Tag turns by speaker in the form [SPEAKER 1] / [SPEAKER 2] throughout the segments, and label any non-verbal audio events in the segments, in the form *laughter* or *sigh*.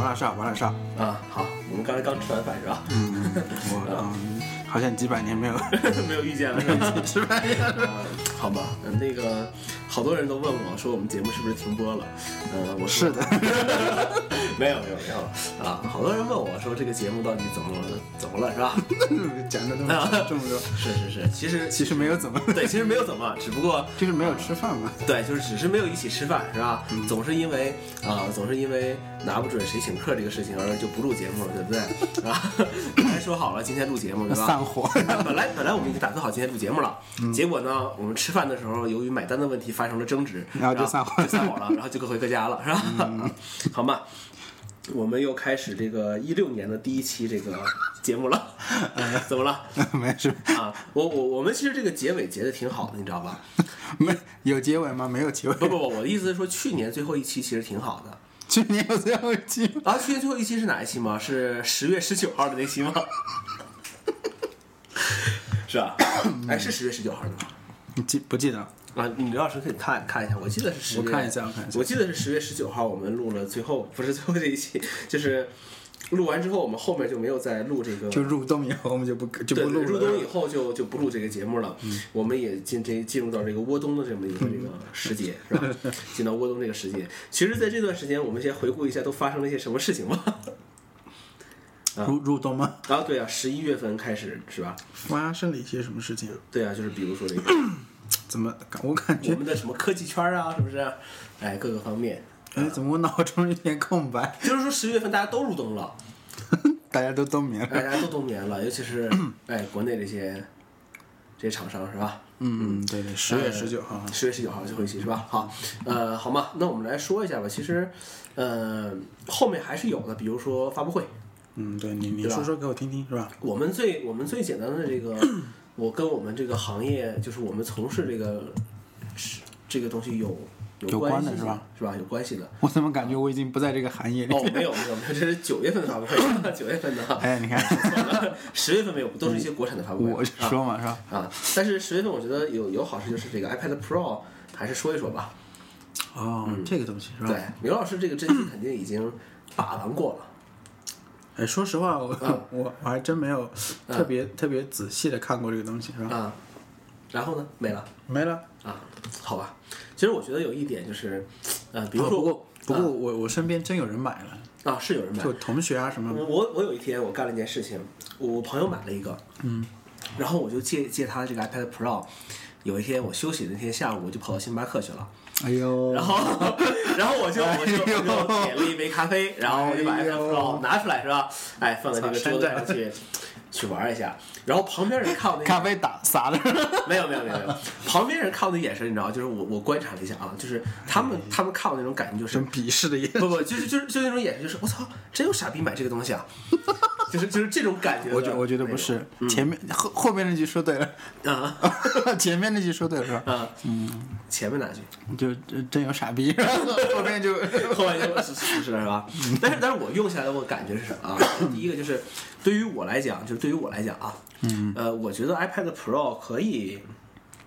[SPEAKER 1] 俩事儿，玩俩事儿。
[SPEAKER 2] 啊，好，我们刚才刚吃完饭是吧？
[SPEAKER 1] 嗯，我嗯，好像几百年 *laughs* 没有
[SPEAKER 2] *laughs* 没有意见了是吧？
[SPEAKER 1] 吃饭了。
[SPEAKER 2] 啊 *laughs* 好吧，嗯那个好多人都问我说我们节目是不是停播了？呃，我说
[SPEAKER 1] 是的，
[SPEAKER 2] *laughs* 没有没有没有啊，好多人问我说这个节目到底怎么怎么了是吧？
[SPEAKER 1] 讲的这 *laughs* 么这么多，
[SPEAKER 2] *laughs* 是是是，其实
[SPEAKER 1] 其实没有怎么，
[SPEAKER 2] 对，其实没有怎么，只不过
[SPEAKER 1] 就是没有吃饭嘛。 *laughs*
[SPEAKER 2] 对，就是只是没有一起吃饭是吧？
[SPEAKER 1] 嗯
[SPEAKER 2] 总是因为啊、总是因为拿不准谁请客这个事情而就不录节目了，对
[SPEAKER 1] *laughs*
[SPEAKER 2] 不对？啊，本来说好了今天录节目对吧？
[SPEAKER 1] 散伙嗯
[SPEAKER 2] 本来本来我们已经打算好今天录节目了，结果呢，我们吃饭的时候由于买单的问题发生了争执，
[SPEAKER 1] 然后就散伙嗯
[SPEAKER 2] 就散伙了，然后就各回各家了，是吧？ *laughs* 好嘛，我们又开始这个一六年的第一期这个节目
[SPEAKER 1] *laughs*
[SPEAKER 2] 了，怎么了？
[SPEAKER 1] 没事，
[SPEAKER 2] 啊，我我我们其实这个结尾结的挺好的，你知道吧？
[SPEAKER 1] 没有结尾吗？没有结尾。
[SPEAKER 2] 不不不，我的意思是说，去年最后一期其实挺好的。
[SPEAKER 1] 去年有最后一期吗，
[SPEAKER 2] 啊，去年最后一期是哪一期吗？是十月十九号的那期吗？ *laughs* 是 *coughs* 吧？哎，是十月十九号的吗？
[SPEAKER 1] 你记不记得？
[SPEAKER 2] 啊，你刘老师可以看看一下，我记得是十月，
[SPEAKER 1] 我看一下我看一下
[SPEAKER 2] 我记得是十月十九号，我们录了最后不是最后这一期，就是录完之后，我们后面就没有再录这个，
[SPEAKER 1] 就入冬以后我们就不就
[SPEAKER 2] 对
[SPEAKER 1] 不录嗯
[SPEAKER 2] 入
[SPEAKER 1] 了
[SPEAKER 2] 冬。以后就就不录这个节目了，我们也进这进入到这个窝冬的这么一个
[SPEAKER 1] 嗯
[SPEAKER 2] 这个时节，是吧？进到窝冬这个时节，其实在这段时间，我们先回顾一下都发生了一些什么事情吧。 *laughs*
[SPEAKER 1] 入入冬吗？
[SPEAKER 2] 啊，对啊，十一月份开始是吧？
[SPEAKER 1] 发生了一些什么事情？
[SPEAKER 2] 对啊，就是比如说这个
[SPEAKER 1] 怎么我感
[SPEAKER 2] 我
[SPEAKER 1] 觉
[SPEAKER 2] 们的什么科技圈啊，是不是？哎，各个方面，
[SPEAKER 1] 哎，怎么我脑中一片空白？
[SPEAKER 2] 就是说十月份大家都入冬了，
[SPEAKER 1] 大家都冬眠了。
[SPEAKER 2] 哎大家都冬眠了，尤其是哎国内这些这些厂商是吧？
[SPEAKER 1] 嗯，对对，十月十九号。
[SPEAKER 2] 哎十月十九号最后一期是吧？好，呃，好嘛，那我们来说一下吧。其实，呃，后面还是有的，比如说发布会，
[SPEAKER 1] 嗯，对你你
[SPEAKER 2] 对吧
[SPEAKER 1] 说说给我听听是吧？
[SPEAKER 2] 我们最我们最简单的这个，我跟我们这个行业，就是我们从事这个是这个东西有
[SPEAKER 1] 有
[SPEAKER 2] 关
[SPEAKER 1] 关
[SPEAKER 2] 系
[SPEAKER 1] 的是吧？
[SPEAKER 2] 是吧？有关系的。
[SPEAKER 1] 我怎么感觉我已经不在这个行业里？
[SPEAKER 2] 哦，没有没有没有，这是九月份的发布会，九月份的啊，
[SPEAKER 1] 哎，你看，
[SPEAKER 2] 十月份没有，都是一些国产的发布会。
[SPEAKER 1] 嗯我就说嘛，是吧？
[SPEAKER 2] 啊，但是十月份我觉得有有好事就是这个 iPad Pro 还是说一说吧。
[SPEAKER 1] 哦，这个东西是吧？
[SPEAKER 2] 对，刘老师这个真心肯定已经把玩过了。
[SPEAKER 1] 哎，说实话，我、 *laughs* 我我还真没有特别、特别仔细的看过这个东西，是吧？
[SPEAKER 2] 啊，然后呢，没了
[SPEAKER 1] 没了。
[SPEAKER 2] 啊，好吧。其实我觉得有一点就是，呃，比如
[SPEAKER 1] 哦
[SPEAKER 2] 说
[SPEAKER 1] 不过不过我、我身边真有人买了，
[SPEAKER 2] 啊，是有人买
[SPEAKER 1] 就，同学啊什么，
[SPEAKER 2] 我我我有一天我干了一件事情，我朋友买了一个，嗯，然后我就借借他这个 iPad Pro。有一天我休息的那天下午，我就跑到星巴克去了，
[SPEAKER 1] 哎呦，
[SPEAKER 2] 然后 *laughs* 然后我就我就
[SPEAKER 1] 哦哎呦
[SPEAKER 2] 我就点了一杯咖啡，然后我就把
[SPEAKER 1] 哎
[SPEAKER 2] iPad
[SPEAKER 1] 呦
[SPEAKER 2] Pro 拿出来是吧？哎，放在这个桌子上去去玩一下。然后旁边人看我
[SPEAKER 1] *laughs*
[SPEAKER 2] 那个
[SPEAKER 1] 咖啡打洒了，
[SPEAKER 2] *laughs* 没有没有没有没有，旁边人看我的眼神，你知道，就是我我观察了一下啊，就是他们他们看我那种感觉就是
[SPEAKER 1] 真鄙视的眼 *laughs* 神。
[SPEAKER 2] 不不，就是就是就是那种眼神，就是我操，真有傻逼买这个东西啊，就是就是这种感觉的。
[SPEAKER 1] 我觉我觉得不是，前面后后面那句说对了， *laughs*
[SPEAKER 2] 啊
[SPEAKER 1] 前面那句说对了是吧？
[SPEAKER 2] 啊嗯，前面哪句？
[SPEAKER 1] 就就真有傻 *laughs* 逼，后面就
[SPEAKER 2] 后面就是是是吧？
[SPEAKER 1] 嗯
[SPEAKER 2] 但是但是我用下来我感觉是什么啊？第一个就是对于我来讲，就是对于我来讲啊，嗯呃，我觉得 iPad Pro 可以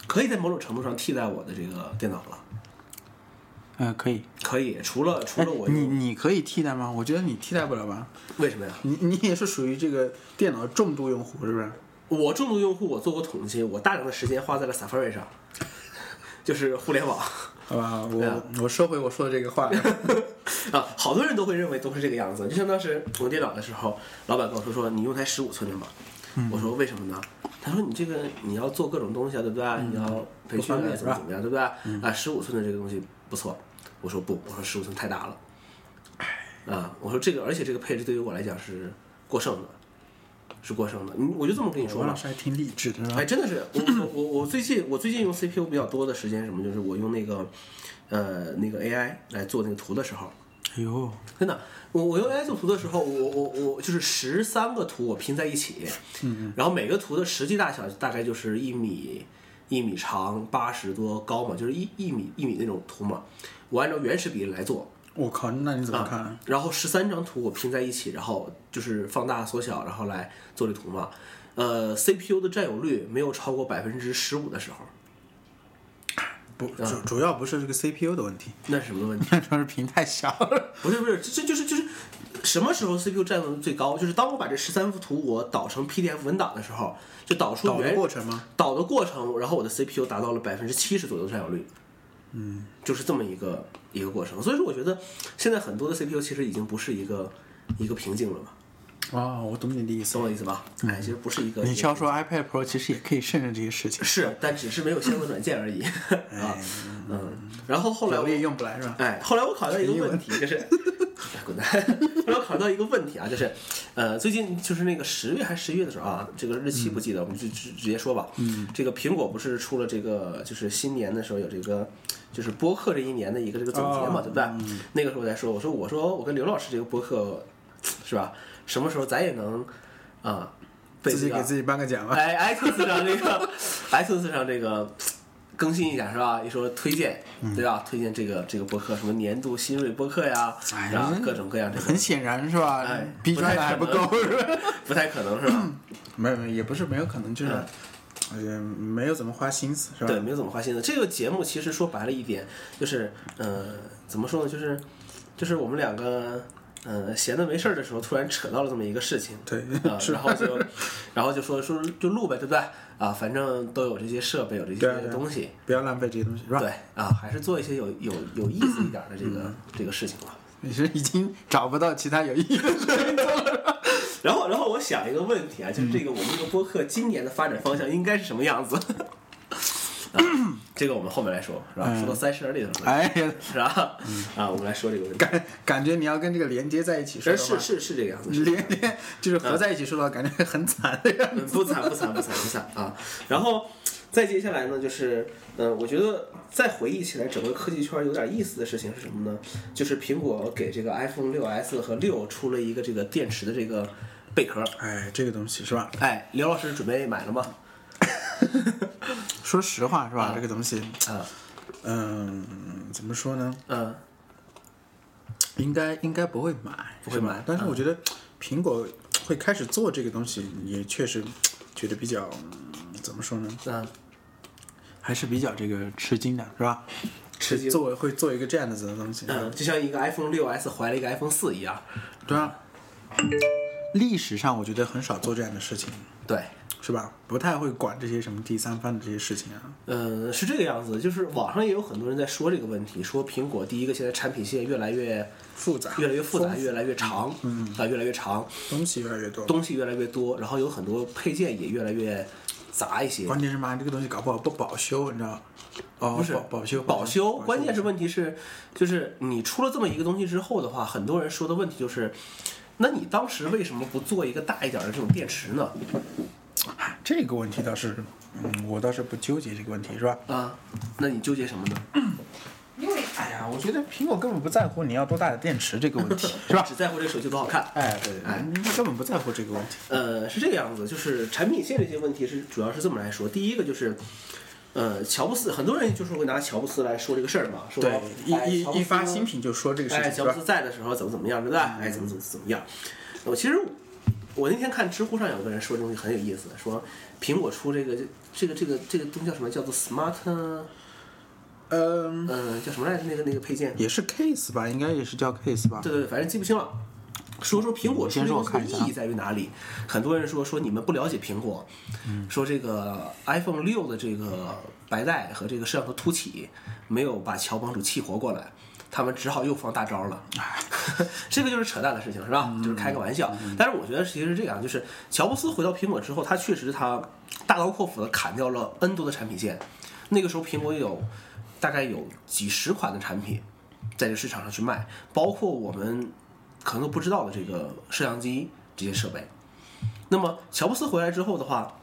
[SPEAKER 2] 可以在某种程度上替代我的这个电脑了，
[SPEAKER 1] 嗯、可以。哎
[SPEAKER 2] 可以。除了除了我
[SPEAKER 1] 你
[SPEAKER 2] 用，
[SPEAKER 1] 你可以替代吗？我觉得你替代不了吧。
[SPEAKER 2] 为什么呀？
[SPEAKER 1] 你你也是属于这个电脑重度用户是不是？
[SPEAKER 2] 我重度用户，我做过统计，我大量的时间花在了 Safari 上， *laughs* 就是互联网
[SPEAKER 1] 好吧，
[SPEAKER 2] 对啊
[SPEAKER 1] 我我收回我说的这个 *laughs* 话。
[SPEAKER 2] 啊，好多人都会认为都是这个样子。就像当时我电脑的时候，老板跟我说说你用台十五寸的嘛，
[SPEAKER 1] 嗯
[SPEAKER 2] 我说为什么呢？他说你这个你要做各种东西啊，对不对？
[SPEAKER 1] 嗯
[SPEAKER 2] 你要培训
[SPEAKER 1] 不方
[SPEAKER 2] 啊，
[SPEAKER 1] 便是
[SPEAKER 2] 怎么
[SPEAKER 1] 吧
[SPEAKER 2] 怎么样，对不对？啊，十五寸的这个东西不错。我说不，我说十五寸太大了。啊，我说这个，而且这个配置对于我来讲是过剩的，是过剩的。嗯，我就这么跟你说
[SPEAKER 1] 王
[SPEAKER 2] 吧
[SPEAKER 1] 老。师还挺理智的是吧？
[SPEAKER 2] 哎，真的是我我我我最近我最近用 CPU 比较多的时间是什么，就是我用那个呃那个 AI 来做那个图的时候，
[SPEAKER 1] 哎呦，
[SPEAKER 2] 真的，我我用 AI 做图的时候，我我我就是十三个图我拼在一起，嗯，然后每个图的实际大小大概就是一米一米长，八十多高嘛，就是一一米一米那种图嘛，我按照原始比例来做，
[SPEAKER 1] 我靠，那你怎么看？
[SPEAKER 2] 啊，然后十三张图我拼在一起，然后就是放大缩小，然后来做这图嘛。呃，CPU 的占有率没有超过百分之十五的时候，
[SPEAKER 1] 不主主要不是这个 CPU 的问题， *laughs*
[SPEAKER 2] 那是什么问题？ *laughs*
[SPEAKER 1] 主要是屏太小了。
[SPEAKER 2] 不是不是，这这就是就是什么时候 CPU 占用最高？就是当我把这十三幅图我导成 PDF 文档的时候，就导
[SPEAKER 1] *laughs*
[SPEAKER 2] 出
[SPEAKER 1] 导的
[SPEAKER 2] 原
[SPEAKER 1] 过程吗？
[SPEAKER 2] 导的过程，然后我的 CPU 达到了百分之七十左右的占有率。嗯，就是这么一个一个过程。所以说，我觉得现在很多的 CPU 其实已经不是一个一个瓶颈了嘛，
[SPEAKER 1] 啊，我懂你的意思
[SPEAKER 2] 懂。我的意思吧？
[SPEAKER 1] 嗯
[SPEAKER 2] 哎，其实不是一个。
[SPEAKER 1] 你是要说 iPad Pro 其实也可以胜任这些事 *laughs* 情，
[SPEAKER 2] 是，但只是没有相关软件而已
[SPEAKER 1] 哎
[SPEAKER 2] *laughs* 啊。嗯，然后后来
[SPEAKER 1] 我
[SPEAKER 2] 我
[SPEAKER 1] 也用不来是吧？
[SPEAKER 2] 哎，后来我考虑到一个问题，就是哎 *laughs* 滚蛋。后来我考虑到一个问题啊，就是呃，最近就是那个十月还是十一月的时候啊，这个日期不记得，我们就直直接说吧。嗯，这个苹果不是出了这个，就是新年的时候有这个。就是播客这一年的一个这个总结嘛，
[SPEAKER 1] 哦
[SPEAKER 2] 对不对？那个时候我在说，我说我说我跟刘老师这个播客，是吧？什么时候咱也能啊、被
[SPEAKER 1] 自己
[SPEAKER 2] 这个
[SPEAKER 1] 给自己颁个奖啊吧。
[SPEAKER 2] 哎，iTunes 上这个 iTunes 上这个更新一下是吧？一说推荐，
[SPEAKER 1] 嗯
[SPEAKER 2] 对吧？推荐这个这个播客，什么年度新锐播客呀，
[SPEAKER 1] 哎
[SPEAKER 2] 然后
[SPEAKER 1] 人
[SPEAKER 2] 各种各样这
[SPEAKER 1] 很
[SPEAKER 2] 个，
[SPEAKER 1] 显然是吧
[SPEAKER 2] 哎？
[SPEAKER 1] 逼
[SPEAKER 2] 不
[SPEAKER 1] 出来
[SPEAKER 2] 太
[SPEAKER 1] 的还不
[SPEAKER 2] 可能
[SPEAKER 1] 够是吧？
[SPEAKER 2] 不太可能是吧？
[SPEAKER 1] *laughs* 嗯没有没有，也不是没有可能，就是
[SPEAKER 2] 嗯
[SPEAKER 1] 呃没有怎么花心思是吧？
[SPEAKER 2] 对，没有怎么花心思。这个节目其实说白了一点，就是呃，怎么说呢？就是就是我们两个呃闲的没事儿的时候，突然扯到了这么一个事情，
[SPEAKER 1] 对
[SPEAKER 2] 啊，然后就，然后就说说就录呗，对不对？啊，反正都有这些设备，有这
[SPEAKER 1] 对啊
[SPEAKER 2] 些
[SPEAKER 1] 对啊
[SPEAKER 2] 东西，
[SPEAKER 1] 不要浪费这些东西是吧？
[SPEAKER 2] 对啊，还是做一些有有有意思一点的这个、
[SPEAKER 1] 嗯
[SPEAKER 2] 这个事情吧。
[SPEAKER 1] 你是已经找不到其他有意义的事情做了。
[SPEAKER 2] 然后，然后我想一个问题啊，就是这个
[SPEAKER 1] 嗯
[SPEAKER 2] 我们这个播客今年的发展方向应该是什么样子？啊，这个我们后面来说，是吧？说到三十而立的时候，
[SPEAKER 1] 哎嗯呀，
[SPEAKER 2] 是吧？啊，我们来说这个问题。
[SPEAKER 1] *laughs* 感感觉你要跟这个连接在一起说嗯
[SPEAKER 2] 是
[SPEAKER 1] 的话
[SPEAKER 2] 是是是这个样子，是
[SPEAKER 1] 连连哎就是嗯合在一起说的话，感觉很惨的样子。
[SPEAKER 2] 嗯，不惨不惨不惨不惨啊！然后再接下来呢，就是呃，我觉得再回忆起来，整个科技圈有点意思的事情是什么呢？就是苹果给这个 iPhone 六 S 和六出了一个这个电池的这个贝壳。
[SPEAKER 1] *laughs* 哎，这个东西是吧？
[SPEAKER 2] 哎，刘老师准备买了吗？
[SPEAKER 1] 说实话是吧？这个东西，
[SPEAKER 2] 啊，
[SPEAKER 1] 嗯，怎么说呢？
[SPEAKER 2] 嗯，
[SPEAKER 1] 应该应该不会买，嗯
[SPEAKER 2] 不会
[SPEAKER 1] 是吧
[SPEAKER 2] 买
[SPEAKER 1] 但是我觉得苹果会开始做这个东西，也确实觉得比较、嗯怎么说呢？
[SPEAKER 2] 嗯，
[SPEAKER 1] 还是比较这个吃惊的，是吧？
[SPEAKER 2] 吃惊
[SPEAKER 1] 做会做一个这样子的东西，
[SPEAKER 2] 嗯，就像一个 iPhone 六 S 怀了一个 iPhone 四一样。
[SPEAKER 1] 对啊。历史上我觉得很少做这样的事情，
[SPEAKER 2] 对，
[SPEAKER 1] 是吧？不太会管这些什么第三方的这些事情啊。
[SPEAKER 2] 嗯，是这个样子。就是网上也有很多人在说这个问题，说苹果第一个现在产品线越来越
[SPEAKER 1] 复杂，
[SPEAKER 2] 越来越复杂，
[SPEAKER 1] 丰
[SPEAKER 2] 越来越长，嗯啊，越来越长。
[SPEAKER 1] 东西越来越多。
[SPEAKER 2] 东西越来越多，然后有很多配件也越来越杂一些。
[SPEAKER 1] 关键是嘛，这个东西搞不好不保修，你知道？哦，
[SPEAKER 2] 不是
[SPEAKER 1] 保保修
[SPEAKER 2] 保修，关键是问题是，就是你出了这么一个东西之后的话，很多人说的问题就是，那你当时为什么不做一个大一点的这种电池呢？
[SPEAKER 1] 哎这个问题倒是，嗯，我倒是不纠结这个问题，是吧？
[SPEAKER 2] 啊，那你纠结什么呢？
[SPEAKER 1] 因为哎呀，我觉得苹果根本不在乎你要多大的电池这个问题， *laughs* 是吧？
[SPEAKER 2] 只在乎这手机多好看。
[SPEAKER 1] 哎，对对对，他根本不在乎这个问题。
[SPEAKER 2] 呃，是这个样子，就是产品线这些问题是主要是这么来说，第一个就是。呃，乔布斯，很多人就是会拿乔布斯来说这个事儿嘛，说
[SPEAKER 1] 对，
[SPEAKER 2] 哎
[SPEAKER 1] 一
[SPEAKER 2] 乔
[SPEAKER 1] 一
[SPEAKER 2] 布
[SPEAKER 1] 一
[SPEAKER 2] 斯
[SPEAKER 1] 发新品就说这个事
[SPEAKER 2] 哎，
[SPEAKER 1] 情，
[SPEAKER 2] 乔
[SPEAKER 1] 是
[SPEAKER 2] 布
[SPEAKER 1] 吧
[SPEAKER 2] 斯？在的时候怎么怎么样，对不对？哎，怎么怎么怎么样？我其实我那天看知乎上有个人说这东西很有意思，说苹果出这个这个这个这个东西叫什么？叫做 Smart，嗯、
[SPEAKER 1] 嗯，
[SPEAKER 2] 呃，叫什么来着？那个那个配件？
[SPEAKER 1] 也是 case 吧，应该也是叫 case 吧？
[SPEAKER 2] 对对对，反正记不清了。说说苹果出这
[SPEAKER 1] 先
[SPEAKER 2] 个
[SPEAKER 1] 说我
[SPEAKER 2] 东西的
[SPEAKER 1] 看一下啊
[SPEAKER 2] 意义在于哪里？很多人说说你们不了解苹果，
[SPEAKER 1] 嗯
[SPEAKER 2] 说这个 iPhone 六的这个白带和这个摄像头凸起没有把乔帮主气活过来，他们只好又放大招了。
[SPEAKER 1] 哎
[SPEAKER 2] *laughs* 这个就是扯淡的事情，是
[SPEAKER 1] 嗯
[SPEAKER 2] 吧？就是开个玩笑。但是我觉得其实是这样，就是乔布斯回到苹果之后，他确实他大刀阔斧的砍掉了 N 多的产品线。那个时候苹果有大概有几十款的产品在这个市场上去卖，包括我们可能都不知道的这个摄像机这些设备。那么乔布斯回来之后的话，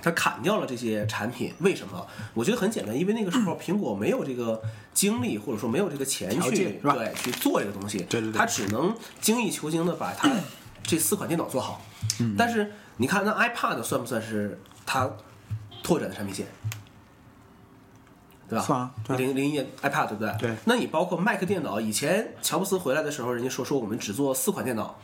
[SPEAKER 2] 他砍掉了这些产品，为什么？我觉得很简单，因为那个时
[SPEAKER 1] *clears throat*
[SPEAKER 2] 候苹果没有这个精力，或者说没有这个钱
[SPEAKER 1] 条件
[SPEAKER 2] 去
[SPEAKER 1] 是吧
[SPEAKER 2] 对去做这个东西，
[SPEAKER 1] 对对对
[SPEAKER 2] 他只能精益求精的把它这四款电脑做好。
[SPEAKER 1] 嗯
[SPEAKER 2] 但是你看，那 iPad 算不算是他拓展的产品线？对吧？
[SPEAKER 1] 算啊对啊
[SPEAKER 2] 零零一年 iPad 对不对？
[SPEAKER 1] 对
[SPEAKER 2] 那你包括 Mac 电脑，以前乔布斯回来的时候，人家说说我们只做四款电脑，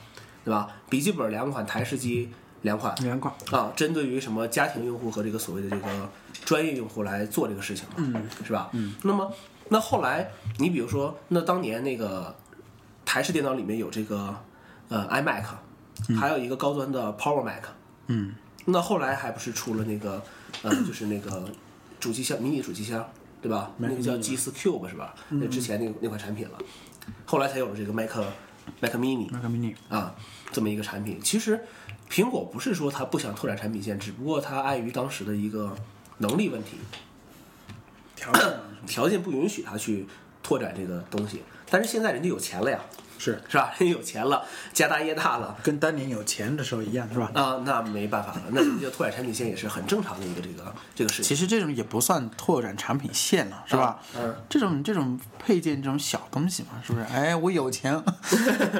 [SPEAKER 2] 对吧？笔记本两款，台式机两款，
[SPEAKER 1] 两款。
[SPEAKER 2] 啊，针对于什么家庭用户和这个所谓的这个专业用户来做这个事情嘛，是吧？嗯，那么那后来你比如说，那当年那个台式电脑里面有这个。呃 iMac，还有一个高端的 Power Mac。
[SPEAKER 1] 嗯，
[SPEAKER 2] 那后来还不是出了那个呃，就是那个主机箱迷你主机箱，对吧？那
[SPEAKER 1] Mac
[SPEAKER 2] 个叫
[SPEAKER 1] mini
[SPEAKER 2] G 四 Cube 是吧？那之前那个那款产品了，后来才有了这个 Mac Mac Mini。
[SPEAKER 1] Mac mini，
[SPEAKER 2] 啊这么一个产品。其实苹果不是说它不想拓展产品线，只不过它碍于当时的一个能力问题，
[SPEAKER 1] 调整啊
[SPEAKER 2] 条件不允许它去拓展这个东西。但是现在人家有钱了呀，
[SPEAKER 1] 是
[SPEAKER 2] 是吧？人家有钱了，家大业大了。
[SPEAKER 1] 跟当年有钱的时候一样，是吧？
[SPEAKER 2] 啊，那没办法了，那人家拓展产品线也是很正常的一个这个这个事情。
[SPEAKER 1] 其实这种也不算拓展产品线了，是吧？
[SPEAKER 2] 嗯嗯
[SPEAKER 1] 这种这种配件这种小东西嘛，是不是？哎，我有
[SPEAKER 2] *laughs*
[SPEAKER 1] 钱，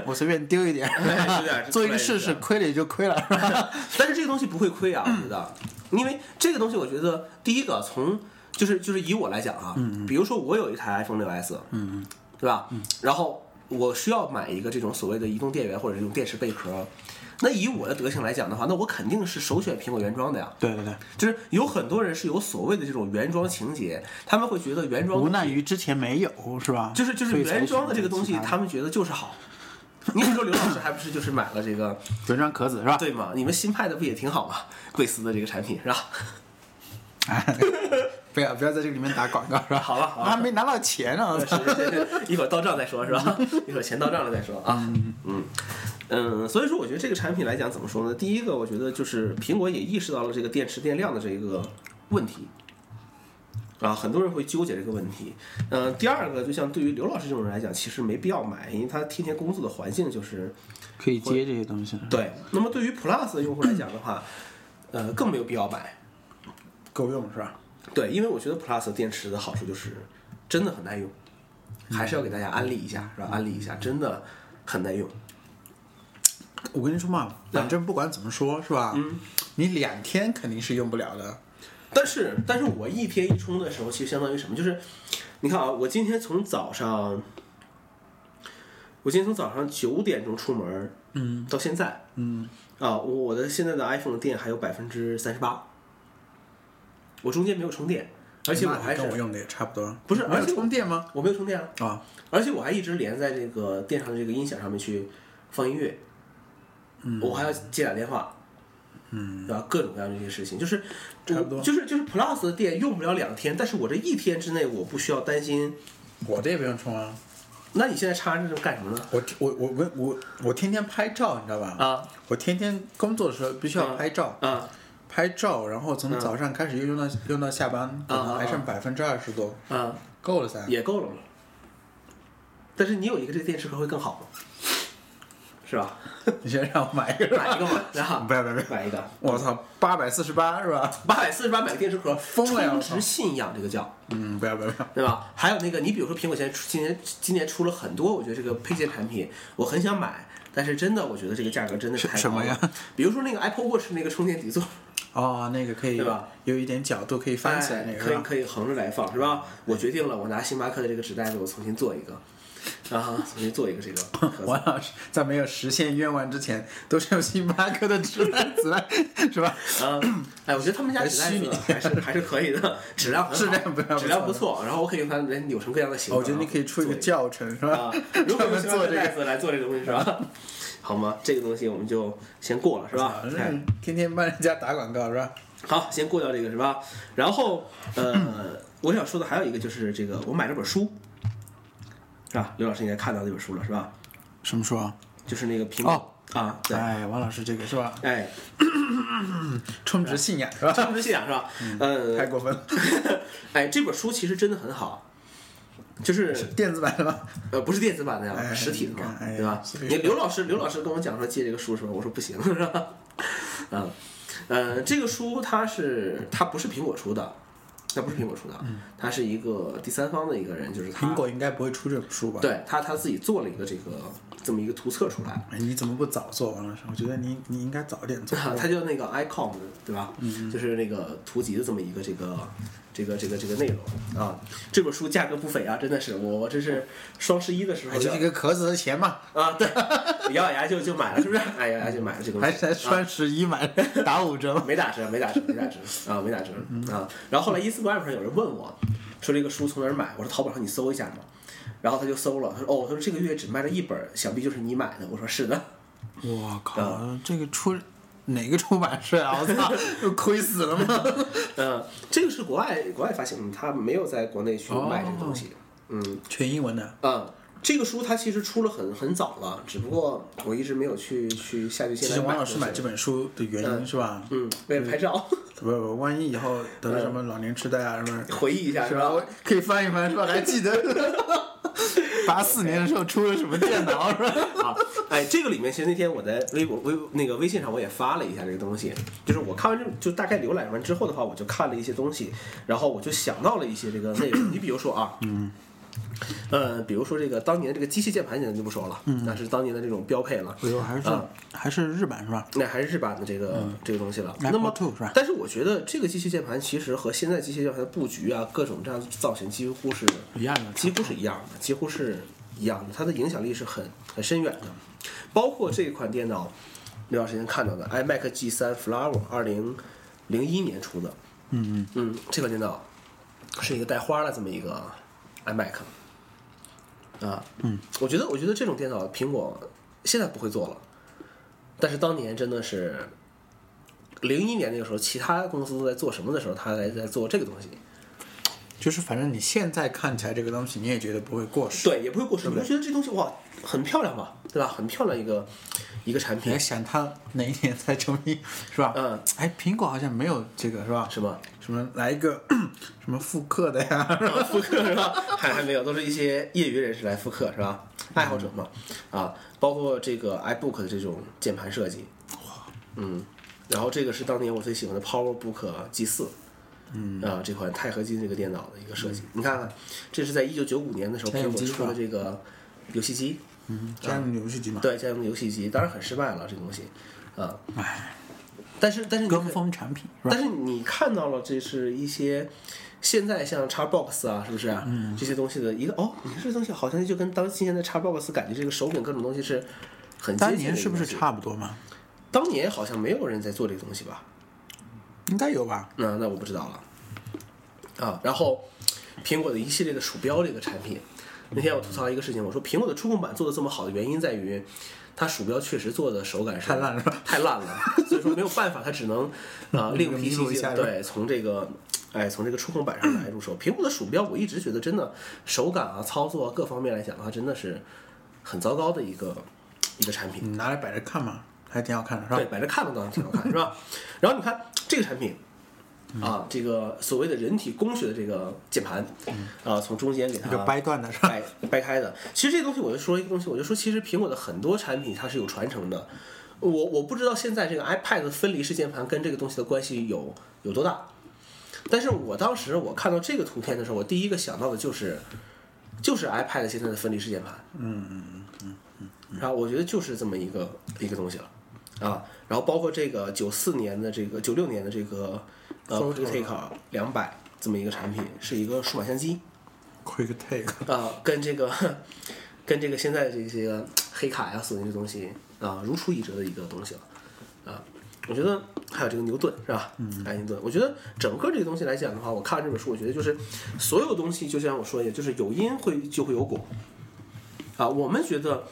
[SPEAKER 1] 我随便丢一点
[SPEAKER 2] 哎是的，
[SPEAKER 1] *laughs* 做一个试试，
[SPEAKER 2] 出来一个
[SPEAKER 1] 亏了也就亏了，是吧？
[SPEAKER 2] 但是这个东西不会亏啊，我觉得，
[SPEAKER 1] 嗯
[SPEAKER 2] 因为这个东西，我觉得第一个从就是就是以我来讲啊，
[SPEAKER 1] 嗯
[SPEAKER 2] 比如说我有一台 iPhone 六 S，嗯嗯，对吧？然后我需要买一个这种所谓的移动电源或者这种电池贝壳，那以我的德行来讲的话，那我肯定是首选苹果原装的呀。
[SPEAKER 1] 对对对，
[SPEAKER 2] 就是有很多人是有所谓的这种原装情节，他们会觉得原装
[SPEAKER 1] 无奈于之前没有，是吧？
[SPEAKER 2] 就是就是
[SPEAKER 1] 所以才
[SPEAKER 2] 原装的这个东西
[SPEAKER 1] 选，择其
[SPEAKER 2] 他们觉得就是好。你比如说刘老师还不是就是买了这个
[SPEAKER 1] 的原装壳子是吧？
[SPEAKER 2] 对嘛？你们新派的不也挺好吗？贵司的这个产品是吧？
[SPEAKER 1] 哎，不要不要在这个里面打广告是吧？
[SPEAKER 2] 好了好了
[SPEAKER 1] 我还没拿到钱呢，我操
[SPEAKER 2] 是 *laughs* 一会儿到账再说，是 *laughs* 吧？一会儿钱到账了再说啊。嗯嗯，所以说我觉得这个产品来讲怎么说呢？第一个，我觉得就是苹果也意识到了这个电池电量的这个问题。啊，很多人会纠结这个问题。嗯、第二个，就像对于刘老师这种人来讲，其实没必要买，因为他天天工作的环境就是
[SPEAKER 1] 可以接这些东西，
[SPEAKER 2] 对。那么对于 Plus 的用户来讲的话，呃，更没有必要买。
[SPEAKER 1] 够用是吧？
[SPEAKER 2] 对，因为我觉得 Plus 电池的好处就是真的很耐用，还是要给大家安利一下，
[SPEAKER 1] 嗯
[SPEAKER 2] 是吧？安利一下，真的很耐用。
[SPEAKER 1] 我跟你说嘛，
[SPEAKER 2] 嗯
[SPEAKER 1] 反正不管怎么说是吧？你两天肯定是用不了的。
[SPEAKER 2] 但是，但是我一天一充的时候，其实相当于什么？就是你看啊，我今天从早上，我今天从早上九点钟出门，嗯，到现在，嗯，啊，我我的现在的 iPhone 的电还有百分之三十八，我中间没有充电，而且我
[SPEAKER 1] 那你
[SPEAKER 2] 还是
[SPEAKER 1] 跟我用的也差不多，
[SPEAKER 2] 不是
[SPEAKER 1] 没
[SPEAKER 2] 而
[SPEAKER 1] 有
[SPEAKER 2] 且我
[SPEAKER 1] 充电吗？
[SPEAKER 2] 我没有充电啊。
[SPEAKER 1] 啊，
[SPEAKER 2] 而且我还一直连在这个电上的这个音响上面去放音乐，嗯，我还要接打电话，嗯，对吧？各种各样的这些事情，就是
[SPEAKER 1] 差不多
[SPEAKER 2] 我就是就是 Plus 的电用不了两天，但是我这一天之内我不需要担心。
[SPEAKER 1] 我这也不用充啊。
[SPEAKER 2] 那你现在插着这干什么呢？
[SPEAKER 1] 我我我我我我天天拍照，你知道吧？
[SPEAKER 2] 啊，
[SPEAKER 1] 我天天工作的时候必须要拍照，
[SPEAKER 2] 啊
[SPEAKER 1] 拍照，然后从早上开始又用到、用到下班，可能还
[SPEAKER 2] 啊
[SPEAKER 1] 剩百分之二十多，
[SPEAKER 2] 啊，
[SPEAKER 1] 够了噻。
[SPEAKER 2] 也够了嘛。但是你有一个这个电池壳会更好吗？是吧？
[SPEAKER 1] *laughs* 你先让我买一个，
[SPEAKER 2] 买一个嘛，然后
[SPEAKER 1] *laughs* 不 *laughs* 要不要不要，
[SPEAKER 2] 买一个，
[SPEAKER 1] 我操，八百四十八是吧？
[SPEAKER 2] 八百四十八买个电池壳，
[SPEAKER 1] 疯了呀
[SPEAKER 2] 充
[SPEAKER 1] 我操
[SPEAKER 2] 值信仰这个叫。
[SPEAKER 1] 嗯，不要不要不要，
[SPEAKER 2] 对吧？还有那个，你比如说苹果现在出今年今年出了很多，我觉得这个配件产品，我很想买，但是真的我觉得这个价格真的是太
[SPEAKER 1] 什
[SPEAKER 2] 高
[SPEAKER 1] 么呀
[SPEAKER 2] 了。比如说那个 Apple Watch 那个充电底座，
[SPEAKER 1] 哦，那个可以
[SPEAKER 2] 对吧
[SPEAKER 1] 有一点角度可以翻起来那
[SPEAKER 2] 哎
[SPEAKER 1] 个，
[SPEAKER 2] 可
[SPEAKER 1] 是
[SPEAKER 2] 以
[SPEAKER 1] 吧？
[SPEAKER 2] 可以横着来放，是吧？我决定了，我拿星巴克的这个纸袋子，我重新做一个，啊，重新做一个这个
[SPEAKER 1] *laughs* *laughs*
[SPEAKER 2] 盒
[SPEAKER 1] 王
[SPEAKER 2] 子。
[SPEAKER 1] 老师在没有实现愿望之前，都是用星巴克的纸袋子来， *laughs* 是吧？
[SPEAKER 2] 啊，哎，我觉得他们家纸袋
[SPEAKER 1] 虚拟
[SPEAKER 2] 子还是还是可以的，质量很好
[SPEAKER 1] 质量不要
[SPEAKER 2] 质量不错。然后我可以用它来扭成各样的形
[SPEAKER 1] 哦
[SPEAKER 2] 状。
[SPEAKER 1] 我觉得你可以出一
[SPEAKER 2] 做
[SPEAKER 1] 个教程，是吧
[SPEAKER 2] 啊？如果
[SPEAKER 1] 专
[SPEAKER 2] 用
[SPEAKER 1] 门
[SPEAKER 2] 星巴
[SPEAKER 1] 做
[SPEAKER 2] 克
[SPEAKER 1] 这
[SPEAKER 2] 袋
[SPEAKER 1] 个。
[SPEAKER 2] 子来做这个东西是吧？ *laughs* 好吗？这个东西我们就先过了是吧？哎
[SPEAKER 1] 嗯天天帮人家打广告是吧？
[SPEAKER 2] 好，先过掉这个是吧？然后呃，我想说的还有一个就是这个，我买了本书，是吧？刘老师应该看到那本书了是吧？
[SPEAKER 1] 什么书啊？
[SPEAKER 2] 就是那个苹果、
[SPEAKER 1] 哦
[SPEAKER 2] 啊，对，
[SPEAKER 1] 哎，王老师这个是吧？
[SPEAKER 2] *laughs*
[SPEAKER 1] 哎
[SPEAKER 2] 哎，
[SPEAKER 1] 充值信仰是吧？
[SPEAKER 2] 张之信仰是吧？嗯、
[SPEAKER 1] 太过分了，
[SPEAKER 2] 哎，这本书其实真的很好，就是
[SPEAKER 1] 电子版的吗？
[SPEAKER 2] 呃，不是电子版的呀，
[SPEAKER 1] 哎
[SPEAKER 2] 实体的
[SPEAKER 1] 你
[SPEAKER 2] 嘛
[SPEAKER 1] 看，哎呀
[SPEAKER 2] 对吧？
[SPEAKER 1] 随便
[SPEAKER 2] 你刘老师，刘老师跟我讲说借这个书是吧？我说不行，是吧？ *laughs* 嗯，呃，这个书它是它不是苹果出的，它不是苹果出的，它是一个第三方的一个人，就是他
[SPEAKER 1] 嗯苹果应该不会出这本书吧？，
[SPEAKER 2] 对他他自己做了一个这个这么一个图册出来， *laughs*
[SPEAKER 1] 哎你怎么不早做，王老师？我觉得你你应该早点做。
[SPEAKER 2] 它叫那个 icon 对吧？
[SPEAKER 1] 嗯
[SPEAKER 2] 就是那个图集的这么一个这个这个这个这个内容啊。这本书价格不菲啊，真的是我我这是双十一的时候
[SPEAKER 1] 哎就是一个壳子的钱嘛，
[SPEAKER 2] 啊，对，咬咬牙就就买了，是不是？哎，咬咬牙就买了这个东
[SPEAKER 1] 还
[SPEAKER 2] 西，
[SPEAKER 1] 是在双十一 *laughs* 买打五折嘛？
[SPEAKER 2] 没打折，没打折，没打折啊，没打折
[SPEAKER 1] 嗯
[SPEAKER 2] 啊。然后后来 Instagram 上有人问我，说这个书从哪儿买？我说淘宝上你搜一下嘛。然后他就搜了，他说哦，他说这个月只卖了一本，想必就是你买的。我说是的。
[SPEAKER 1] 我靠，这个出哪个出版社啊？我 *laughs* 操，又亏死了吗？
[SPEAKER 2] 呃， *laughs* 这个是国外国外发行的，它没有在国内去
[SPEAKER 1] 哦
[SPEAKER 2] 卖这个东西。嗯
[SPEAKER 1] 全英文的，
[SPEAKER 2] 嗯，这个书它其实出了很很早了，只不过我一直没有去去下决
[SPEAKER 1] 其
[SPEAKER 2] 心来
[SPEAKER 1] 实
[SPEAKER 2] 买。
[SPEAKER 1] 王老师买这，本书的原因是吧？
[SPEAKER 2] 嗯，为了拍照
[SPEAKER 1] 不不，万一以后得了什么老年痴呆啊什么，
[SPEAKER 2] 回忆一下
[SPEAKER 1] 是
[SPEAKER 2] 是
[SPEAKER 1] 吧？
[SPEAKER 2] 吧？
[SPEAKER 1] 我可以翻一翻 *laughs* 是吧？还记得八四年的时候出了什么电脑是吧？
[SPEAKER 2] 啊，哎，这个里面其实那天我在微博、微那个微信上我也发了一下这个东西，就是我看完这就大概浏览完之后的话，我就看了一些东西，然后我就想到了一些这个内容。你比如说啊，嗯。呃，比如说这个当年这个机械键盘，咱就不说了，那是当年的这种标配了。
[SPEAKER 1] 嗯哎呦，还是
[SPEAKER 2] 啊
[SPEAKER 1] 还是日版是吧？
[SPEAKER 2] 那还是日版的这个、这个东西了。
[SPEAKER 1] Apple
[SPEAKER 2] 那么
[SPEAKER 1] II 是吧
[SPEAKER 2] 但是我觉得这个机械键盘其实和现在机械键盘的布局啊，各种这样的造型几乎是
[SPEAKER 1] 一样的
[SPEAKER 2] 几乎是一样的，几乎是一样的。它的影响力是很很深远的，包括这款电脑，那段时间看到的 iMac G 3 Flower 二零零一年出的，
[SPEAKER 1] 嗯
[SPEAKER 2] 嗯，这款电脑是一个带花的这么一个 iMac，啊，嗯，我觉得我觉得这种电脑苹果现在不会做了，但是当年真的是零一年那个时候，其他公司都在做什么的时候，他在在做这个东西，
[SPEAKER 1] 嗯，就是反正你现在看起来这个东西，你也觉得不会过时。
[SPEAKER 2] 对，也不会过时，你会觉得这东西哇很漂亮嘛，对吧？很漂亮一个一个产
[SPEAKER 1] 你
[SPEAKER 2] 品
[SPEAKER 1] 还，想它哪一年才成名是吧？
[SPEAKER 2] 嗯，
[SPEAKER 1] 哎，苹果好像没有这个是吧？
[SPEAKER 2] 是 *laughs* 吧？
[SPEAKER 1] 什么来一个 *coughs* 什么复刻的呀？
[SPEAKER 2] 复刻是吧？还还没有，都是一些业余人士来复刻是吧？爱好者嘛，啊，包括这个 iBook 的这种键盘设计，嗯，然后这个是当年我最喜欢的 PowerBook G 四，嗯啊，这款钛合金这个电脑的一个设计，你看看，这是在一九九五年的时候
[SPEAKER 1] 家
[SPEAKER 2] 苹
[SPEAKER 1] 用
[SPEAKER 2] 果
[SPEAKER 1] 机是
[SPEAKER 2] 出的
[SPEAKER 1] 吧
[SPEAKER 2] 这个游戏机，
[SPEAKER 1] 嗯，家用游戏机嘛。
[SPEAKER 2] 对，家用游戏机，当然很失败了这东西，啊，
[SPEAKER 1] 哎，
[SPEAKER 2] 但是但是你
[SPEAKER 1] 跟
[SPEAKER 2] 可
[SPEAKER 1] 风产品是吧
[SPEAKER 2] 但？是你看到了，这是一些现在像 Xbox 啊，是不是、啊？
[SPEAKER 1] 嗯
[SPEAKER 2] 这些东西的一个哦，你看这东西好像就跟当今天的 Xbox 感觉这个手柄各种东西是很接
[SPEAKER 1] 当
[SPEAKER 2] 近的一个
[SPEAKER 1] 年是不是
[SPEAKER 2] 东西？
[SPEAKER 1] 差不多嘛？
[SPEAKER 2] 当年好像没有人在做这个东西吧？
[SPEAKER 1] 应该有吧？
[SPEAKER 2] 那那我不知道了。啊，然后苹果的一系列的鼠标这个产品，那天我吐槽一个事情，我说苹果的触控板做的这么好的原因在于，它鼠标确实做的手感是
[SPEAKER 1] 太烂了，
[SPEAKER 2] 太烂了，所以说没有办法，它
[SPEAKER 1] *laughs*
[SPEAKER 2] 只能啊另辟
[SPEAKER 1] 弥补
[SPEAKER 2] 蹊
[SPEAKER 1] 一下
[SPEAKER 2] 径，
[SPEAKER 1] 是吧
[SPEAKER 2] 对，从这个。哎，从这个触控板上来入手，苹果的鼠标我一直觉得真的手感啊、操作啊各方面来讲的话，真的是很糟糕的一个一个产品。
[SPEAKER 1] 你拿来摆着看嘛，还挺好看的是
[SPEAKER 2] 对，
[SPEAKER 1] 吧？
[SPEAKER 2] 摆着看了当然挺好看，是
[SPEAKER 1] *laughs*
[SPEAKER 2] 吧？然后你看这个产品。啊，这个所谓的人体工学的这个键盘，啊，从中间给它
[SPEAKER 1] 嗯一个掰断的是吧？
[SPEAKER 2] 掰掰开的。其实这东西我就说一个东西，我就说其实苹果的很多产品它是有传承的。我我不知道现在这个 iPad 的分离式键盘跟这个东西的关系有有多大，但是我当时我看到这个图片的时候，我第一个想到的就是就是 iPad 现在的分离式键盘。嗯嗯嗯嗯。然后我觉得就是这么一个一个东西了。啊，然后包括这个九四年的这个九六年的这个呃
[SPEAKER 1] Photo
[SPEAKER 2] Quick 两百这么一个产品，是一个数码相机，
[SPEAKER 1] 嗯 Quick Take，
[SPEAKER 2] 啊，跟这个跟这个现在这些呃黑卡呀、索尼这东西啊，如出一辙的一个东西了啊。我觉得还有这个牛顿是吧？嗯，爱因顿，我觉得整个这个东西来讲的话，我看这本书，我觉得就是所有东西，就像我说的，就是有因会就会有果啊。我们觉得，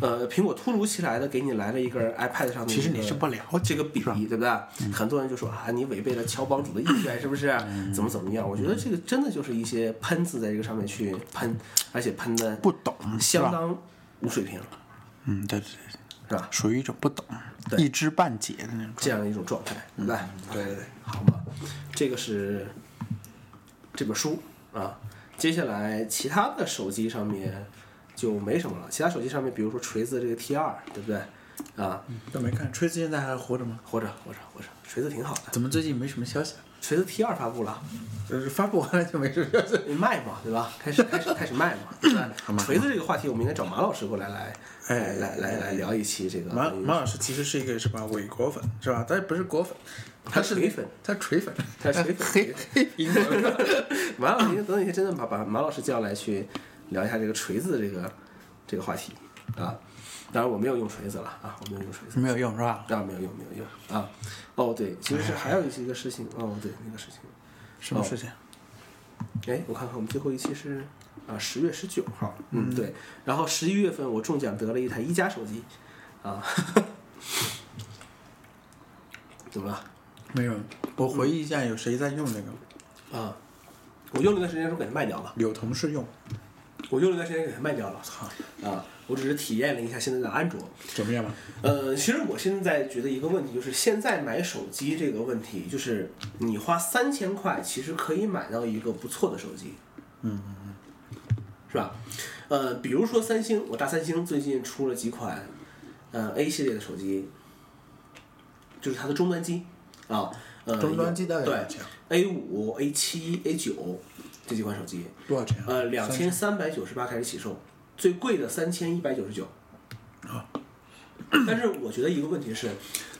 [SPEAKER 2] 呃，苹果突如其来的给你来了一根 iPad 上的一
[SPEAKER 1] 其
[SPEAKER 2] 个，
[SPEAKER 1] 实你是嗯不了解
[SPEAKER 2] 这个比例，对不对？很多人就说啊，你违背了乔帮主的意愿，是不是？
[SPEAKER 1] 嗯
[SPEAKER 2] 怎么怎么样？我觉得这个真的就是一些喷子在这个上面去喷，而且喷的
[SPEAKER 1] 不懂嗯是
[SPEAKER 2] 相
[SPEAKER 1] 吧？
[SPEAKER 2] 当无水平，
[SPEAKER 1] 嗯，对对对，
[SPEAKER 2] 是吧？
[SPEAKER 1] 属于一种不懂，一知半解的那种。
[SPEAKER 2] 这样的一种状态，对不对？
[SPEAKER 1] 嗯对对对，
[SPEAKER 2] 好嘛，这个是这本书啊。接下来其他的手机上面就没什么了，其他手机上面，比如说锤子这个 T 二，对不对？啊，
[SPEAKER 1] 嗯都没看，锤子现在还活着吗？
[SPEAKER 2] 活着活着活着，锤子挺好的，
[SPEAKER 1] 怎么最近没什么消息？啊
[SPEAKER 2] 锤子 T 二发布了。
[SPEAKER 1] 就是发布完了就没什么消息。
[SPEAKER 2] 卖嘛，对吧？开始开始开始卖嘛，
[SPEAKER 1] *laughs*
[SPEAKER 2] 对吧？锤子这个话题，我们应该找马老师过来来，
[SPEAKER 1] 哎
[SPEAKER 2] 来来来聊一期这个
[SPEAKER 1] 马
[SPEAKER 2] 关于
[SPEAKER 1] 马老师其实是一个什么伪国粉是吧？他不是国粉，他是
[SPEAKER 2] 锤粉，
[SPEAKER 1] 他锤粉，
[SPEAKER 2] 他是锤
[SPEAKER 1] 黑
[SPEAKER 2] 粉
[SPEAKER 1] 黑苹果是吧。
[SPEAKER 2] *laughs* 马老师，等哪天真的把把马老师叫来去聊一下这个锤子这个这个话题啊。当然我没有用锤子了啊，我没有用锤子，
[SPEAKER 1] 没有用是吧？
[SPEAKER 2] 啊没有用没有用啊。哦对，其实是还有一些一个事情，哦对那个事情，
[SPEAKER 1] 什么事情？
[SPEAKER 2] 哎，我看看，我们最后一期是啊十月十九号，嗯对，然后十一月份我中奖得了一台一加手机，啊， *laughs* 怎么了？
[SPEAKER 1] 没有，我回忆一下，有谁在用这个？
[SPEAKER 2] 啊，我用了一段时间的时候给它卖掉了，
[SPEAKER 1] 有同事用，
[SPEAKER 2] 我用了一段时间给它卖掉了
[SPEAKER 1] 操，
[SPEAKER 2] 啊，我只是体验了一下现在的安卓。
[SPEAKER 1] 怎么样吧？
[SPEAKER 2] 呃，其实我现在觉得一个问题就是，现在买手机这个问题，就是你花三千块，其实可以买到一个不错的手机，嗯，是吧？呃，比如说三星，我大三星最近出了几款，呃 A 系列的手机，就是它的终端机啊，呃，
[SPEAKER 1] 终端机大概多
[SPEAKER 2] 对
[SPEAKER 1] 少钱？
[SPEAKER 2] A 五、A 七、A 九这几款手机，
[SPEAKER 1] 多少钱啊？
[SPEAKER 2] 呃，两千三百九十八开始起售，最贵的三千一百九十九。
[SPEAKER 1] 啊，
[SPEAKER 2] 但是我觉得一个问题是，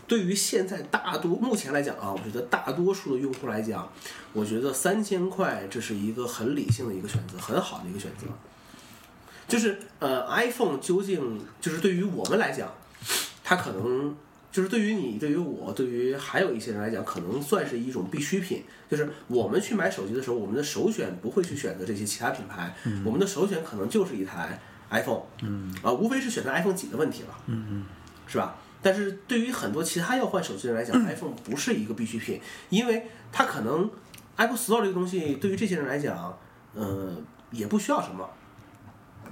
[SPEAKER 2] 对于现在大多目前来讲啊，我觉得大多数的用户来讲，我觉得三千块这是一个很理性的一个选择，很好的一个选择。就是呃，iPhone 究竟就是对于我们来讲，它可能就是对于你、对于我、对于还有一些人来讲，可能算是一种必需品。就是我们去买手机的时候，我们的首选不会去选择这些其他品牌，我们的首选可能就是一台 iPhone，嗯，啊、无非是选择 iPhone 几的问题了，嗯嗯，是吧？但是对于很多其他要换手机的人来讲、i p h o n e 不是一个必需品，因为它可能 Apple Store 这个东西对于这些人来讲，呃，也不需要什么，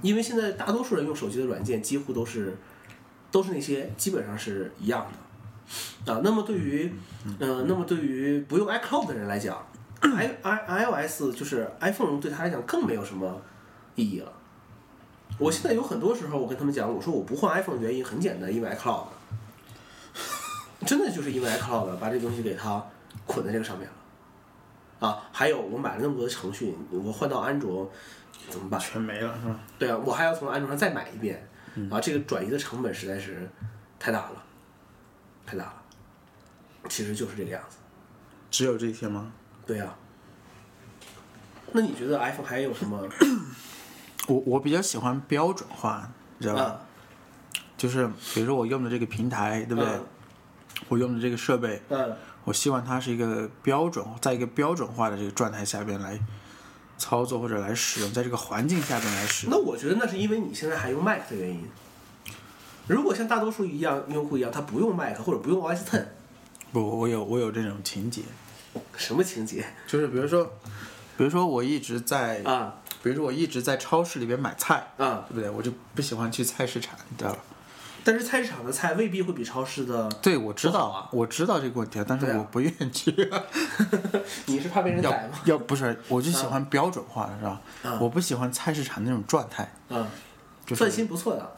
[SPEAKER 2] 因为现在大多数人用手机的软件几乎都是都是那些基本上是一样的啊。那么对于呃，那么对于不用 iCloud 的人来讲，i i iOS 就是 iPhone 对他来讲更没有什么意义了。我现在有很多时候，我跟他们讲，我说我不换 iPhone 的原因很简单，因为 iCloud，真的就是因为 iCloud 把这东西给它捆在这个上面了。啊，还有我买了那么多程序，我换到安卓怎么办？
[SPEAKER 1] 全没了是吧？
[SPEAKER 2] 对啊，我还要从安卓上再买一遍，
[SPEAKER 1] 嗯
[SPEAKER 2] 啊，这个转移的成本实在是太大了，太大了，其实就是这个样子。
[SPEAKER 1] 只有这些吗？
[SPEAKER 2] 对呀、那你觉得 iPhone 还有什么？
[SPEAKER 1] 我我比较喜欢标准化，你知道吧？
[SPEAKER 2] 啊，
[SPEAKER 1] 就是比如说我用的这个平台，对不对？
[SPEAKER 2] 嗯
[SPEAKER 1] 我用的这个设备，
[SPEAKER 2] 嗯
[SPEAKER 1] 我希望它是一个标准，在一个标准化的这个状态下边来操作或者来使用，在这个环境下边来使用。
[SPEAKER 2] 那我觉得那是因为你现在还用 Mac 的原因。如果像大多数一样用户一样，他不用 Mac 或者不用 OS Ten，
[SPEAKER 1] 不，我有我有这种情节，
[SPEAKER 2] 什么情节
[SPEAKER 1] 就是比如说，比如说我一直在，
[SPEAKER 2] 啊
[SPEAKER 1] 比如说我一直在超市里边买菜，
[SPEAKER 2] 啊？
[SPEAKER 1] 对不对？我就不喜欢去菜市场，你知道吧？
[SPEAKER 2] 但是菜市场的菜未必会比超市的， *laughs*
[SPEAKER 1] 对，我知
[SPEAKER 2] 不
[SPEAKER 1] 道
[SPEAKER 2] 好啊
[SPEAKER 1] 我知道这个问题啊，但是
[SPEAKER 2] 对啊
[SPEAKER 1] 我不愿意
[SPEAKER 2] *laughs*
[SPEAKER 1] 去、
[SPEAKER 2] 你是怕被人
[SPEAKER 1] 要
[SPEAKER 2] 宰吗？
[SPEAKER 1] 要不是，我就喜欢标准化的，是吧？
[SPEAKER 2] 啊
[SPEAKER 1] 我不喜欢菜市场那种状态，
[SPEAKER 2] 嗯，
[SPEAKER 1] 就是
[SPEAKER 2] 钻心不错的，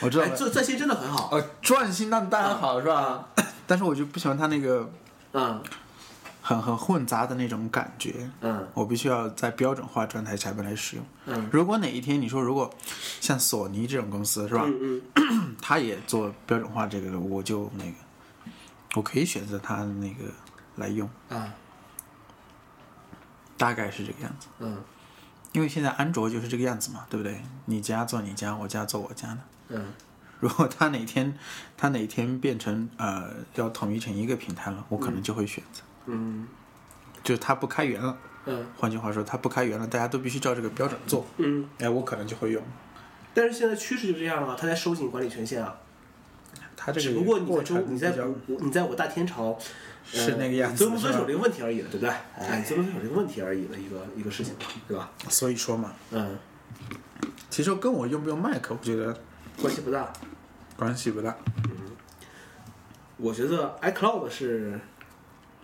[SPEAKER 1] 我知道
[SPEAKER 2] 哎，。钻钻心真的很好。
[SPEAKER 1] 呃，转心那当然好是吧？但是我就不喜欢它那个
[SPEAKER 2] 嗯
[SPEAKER 1] 很很混杂的那种感觉。
[SPEAKER 2] 嗯
[SPEAKER 1] 我必须要在标准化状态下边来使用。
[SPEAKER 2] 嗯
[SPEAKER 1] 如果哪一天你说，如果像索尼这种公司是吧，
[SPEAKER 2] 嗯嗯。
[SPEAKER 1] 它也做标准化这个，我就那个，我可以选择它那个来用，
[SPEAKER 2] 啊，
[SPEAKER 1] 大概是这个样子。
[SPEAKER 2] 嗯
[SPEAKER 1] 因为现在安卓就是这个样子嘛，对不对？你家做你家，我家做我家的。
[SPEAKER 2] 嗯
[SPEAKER 1] 如果它哪天，它哪天变成呃要统一成一个平台了，我可能就会选择，
[SPEAKER 2] 嗯
[SPEAKER 1] 就是它不开源了。
[SPEAKER 2] 嗯
[SPEAKER 1] 换句话说，它不开源了，大家都必须照这个标准做。
[SPEAKER 2] 嗯。
[SPEAKER 1] 哎，我可能就会用
[SPEAKER 2] 但是现在趋势就这样啊，他在收紧管理权限啊。
[SPEAKER 1] 它这
[SPEAKER 2] 只
[SPEAKER 1] 个
[SPEAKER 2] 不过你在
[SPEAKER 1] 过
[SPEAKER 2] 中，
[SPEAKER 1] 程
[SPEAKER 2] 你在
[SPEAKER 1] 比较
[SPEAKER 2] 我你在我大天朝，呃
[SPEAKER 1] 是那个样子
[SPEAKER 2] 遵不遵
[SPEAKER 1] 是吧
[SPEAKER 2] 守这个问题而已了，对不对？哎，遵不遵守这个问题而已的一个一个事情，对吧？
[SPEAKER 1] 所以说嘛，
[SPEAKER 2] 嗯，
[SPEAKER 1] 其实跟我用不用 Mac，我觉得
[SPEAKER 2] 关系不大。
[SPEAKER 1] 关系不大。
[SPEAKER 2] 我觉得 iCloud 是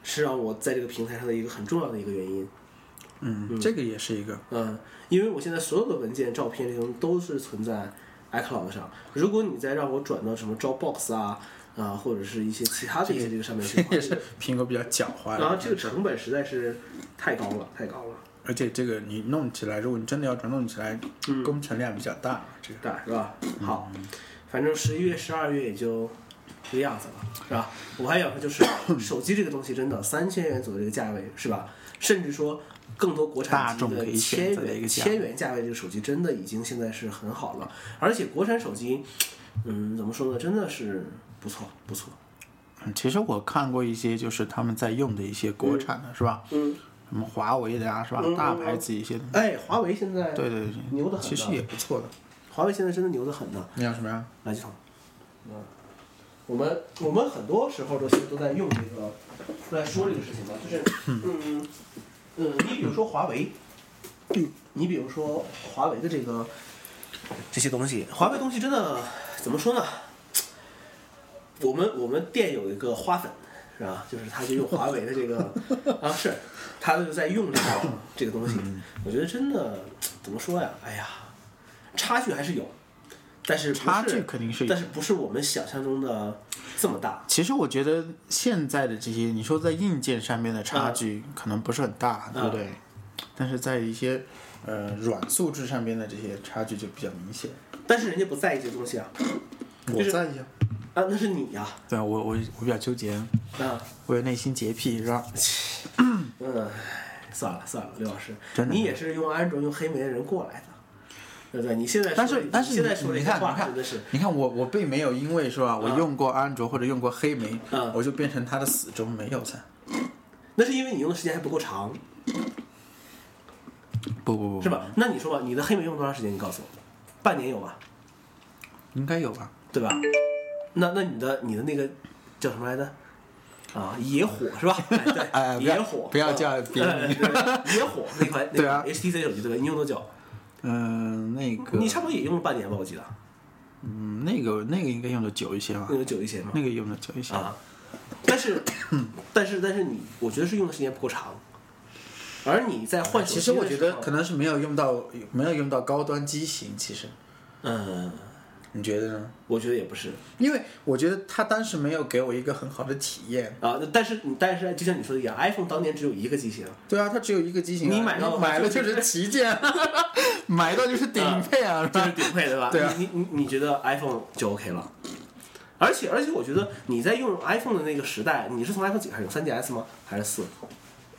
[SPEAKER 2] 是让我在这个平台上的一个很重要的一个原因。
[SPEAKER 1] 嗯，这个也是一个。
[SPEAKER 2] 嗯，因为我现在所有的文件、照片这种都是存在 iCloud 上。如果你再让我转到什么 Dropbox 啊啊、或者是一些其他的一些这个上面去
[SPEAKER 1] 这
[SPEAKER 2] 的话，
[SPEAKER 1] 也是苹果比较狡猾
[SPEAKER 2] 然后
[SPEAKER 1] 的，
[SPEAKER 2] 这个成本实在是太高了，太高了，
[SPEAKER 1] 而且这个你弄起来，如果你真的要转弄起来，
[SPEAKER 2] 嗯
[SPEAKER 1] 工程量比较大。这个
[SPEAKER 2] 大是吧？
[SPEAKER 1] 嗯
[SPEAKER 2] 好，反正十一月、十二月也就这个样子了，是吧？我还想说，就是
[SPEAKER 1] *coughs*
[SPEAKER 2] 手机这个东西真的三千元左右这个价位，是吧？甚至说更多国产
[SPEAKER 1] 大众
[SPEAKER 2] 机
[SPEAKER 1] 可
[SPEAKER 2] 的
[SPEAKER 1] 以
[SPEAKER 2] 千
[SPEAKER 1] 选择的一
[SPEAKER 2] 元
[SPEAKER 1] 个价
[SPEAKER 2] 千元价位这个手机真的已经现在是很好了，而且国产手机，嗯，怎么说呢？真的是不错，不错。
[SPEAKER 1] 嗯其实我看过一些，就是他们在用的一些国产的，是吧？
[SPEAKER 2] 嗯，
[SPEAKER 1] 什么华为的呀，是吧
[SPEAKER 2] 嗯嗯？嗯
[SPEAKER 1] 大牌子一些的，
[SPEAKER 2] 哎，华为现在
[SPEAKER 1] 对对对，
[SPEAKER 2] 牛得很
[SPEAKER 1] 其实
[SPEAKER 2] 呢
[SPEAKER 1] 也不错的。
[SPEAKER 2] 华为现在真的牛得很呢，
[SPEAKER 1] 你要什么呀？
[SPEAKER 2] 垃圾桶。嗯我们我们很多时候都其实都在用这个，都在说这个事情吧，就是嗯呃，你比如说华为，
[SPEAKER 1] 嗯
[SPEAKER 2] 你比如说华为的这个这些东西，华为东西真的怎么说呢？我们我们店有一个花粉，是吧？就是他就用华为的这
[SPEAKER 1] *laughs*
[SPEAKER 2] 个啊，是他就在用这个
[SPEAKER 1] 嗯
[SPEAKER 2] 这个东西。我觉得真的怎么说呀？哎呀，差距还是有，但是不是
[SPEAKER 1] 差距肯定是有
[SPEAKER 2] 但是不是我们想象中的这么大？
[SPEAKER 1] 其实我觉得现在的这些，你说在硬件上面的差
[SPEAKER 2] 嗯
[SPEAKER 1] 距可能不是很大，对不对？但是在一些呃软素质上面的这些差距就比较明显。
[SPEAKER 2] 但是人家不在意这东西啊，
[SPEAKER 1] 我在意啊，
[SPEAKER 2] 啊，那是你呀、
[SPEAKER 1] 对我我我比较纠结，
[SPEAKER 2] 啊，
[SPEAKER 1] 我有内心洁癖，是吧？
[SPEAKER 2] 嗯，算了算了，刘老师，
[SPEAKER 1] 真的
[SPEAKER 2] 你也是用安卓用黑莓的人过来的，对不对？你现在说
[SPEAKER 1] 但是
[SPEAKER 2] 你
[SPEAKER 1] 但是
[SPEAKER 2] 现在
[SPEAKER 1] 你
[SPEAKER 2] 说
[SPEAKER 1] 你
[SPEAKER 2] 这些
[SPEAKER 1] 看你
[SPEAKER 2] 话真
[SPEAKER 1] 看
[SPEAKER 2] 的是，
[SPEAKER 1] 你看我我并没有因为说啊我
[SPEAKER 2] 啊
[SPEAKER 1] 用过安卓或者用过黑莓
[SPEAKER 2] 啊，
[SPEAKER 1] 我就变成他的死忠，没有噻。
[SPEAKER 2] 那是因为你用的时间还不够长，
[SPEAKER 1] 不不不，
[SPEAKER 2] 是？吧？那你说吧，你的黑莓用多长时间？你告诉我，半年有吧？
[SPEAKER 1] 应该有吧？
[SPEAKER 2] 对吧？那那你的你的那个叫什么来着？啊，野火是吧？哎对，
[SPEAKER 1] *laughs* 哎不要
[SPEAKER 2] *laughs* 野火，
[SPEAKER 1] 不要
[SPEAKER 2] 嗯
[SPEAKER 1] 叫别人
[SPEAKER 2] 哎对野火那款，那
[SPEAKER 1] *laughs* 对啊
[SPEAKER 2] 款 HTC 手机对吧？你用多久？
[SPEAKER 1] 嗯，那个
[SPEAKER 2] 你差不多也用了半年吧，我记
[SPEAKER 1] 啊
[SPEAKER 2] 得，
[SPEAKER 1] 嗯那个那个应该用的久一些吧
[SPEAKER 2] 用？的久一些嘛。
[SPEAKER 1] 那个用的久一些。
[SPEAKER 2] 啊，但是，
[SPEAKER 1] *coughs*
[SPEAKER 2] 但是，但是你，我觉得是用的时间不够长，而你在换
[SPEAKER 1] 啊
[SPEAKER 2] 手机
[SPEAKER 1] 其实
[SPEAKER 2] 的时候，
[SPEAKER 1] 我觉得可能是没有用到，没有用到高端机型。其实
[SPEAKER 2] 嗯，
[SPEAKER 1] 你觉得呢？
[SPEAKER 2] 我觉得也不是
[SPEAKER 1] 因为我觉得他当时没有给我一个很好的体验。
[SPEAKER 2] 啊，但是你，但是就像你说的一样，iPhone 当年只有一个机
[SPEAKER 1] *laughs*
[SPEAKER 2] 型，
[SPEAKER 1] 对啊，它只有一个机型啊、
[SPEAKER 2] 你买到的话
[SPEAKER 1] 买了
[SPEAKER 2] 就
[SPEAKER 1] 就是是旗舰， *laughs* 买到就是顶配啊，
[SPEAKER 2] *laughs*
[SPEAKER 1] 是
[SPEAKER 2] 这是
[SPEAKER 1] 吧？
[SPEAKER 2] 顶配对吧？
[SPEAKER 1] 对啊
[SPEAKER 2] 你你你你觉得 iPhone 就 OK 了？而且而且，我觉得你在用 iPhone 的那个时代，你是从 iPhone 几开始用？3GS 吗？还是四？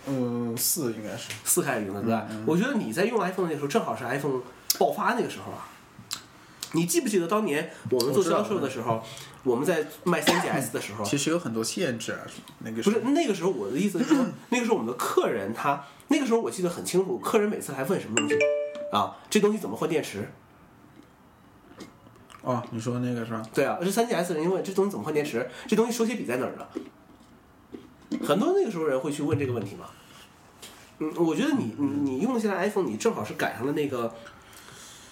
[SPEAKER 1] 嗯，四应该是。
[SPEAKER 2] 四开始用的对吧？我觉得你在用 iPhone 那个时候，正好是 iPhone 爆发那个时候啊。你记不记得当年我们做销售的时候，我们在卖 3GS 的时候，
[SPEAKER 1] 其实有很多限制啊，那个
[SPEAKER 2] 不是那个时候我的意思是说，那个时候我们的客人他那个时候我记得很清楚，客人每次还问什么东西啊，这东西怎么换电池？
[SPEAKER 1] 哦，你说那个是吧？
[SPEAKER 2] 对啊，这 3GS 人因为这东西怎么换电池？这东西手写笔在哪儿呢？很多那个时候人会去问这个问题嘛。嗯，我觉得你你你用现在 iPhone，你正好是赶上了那个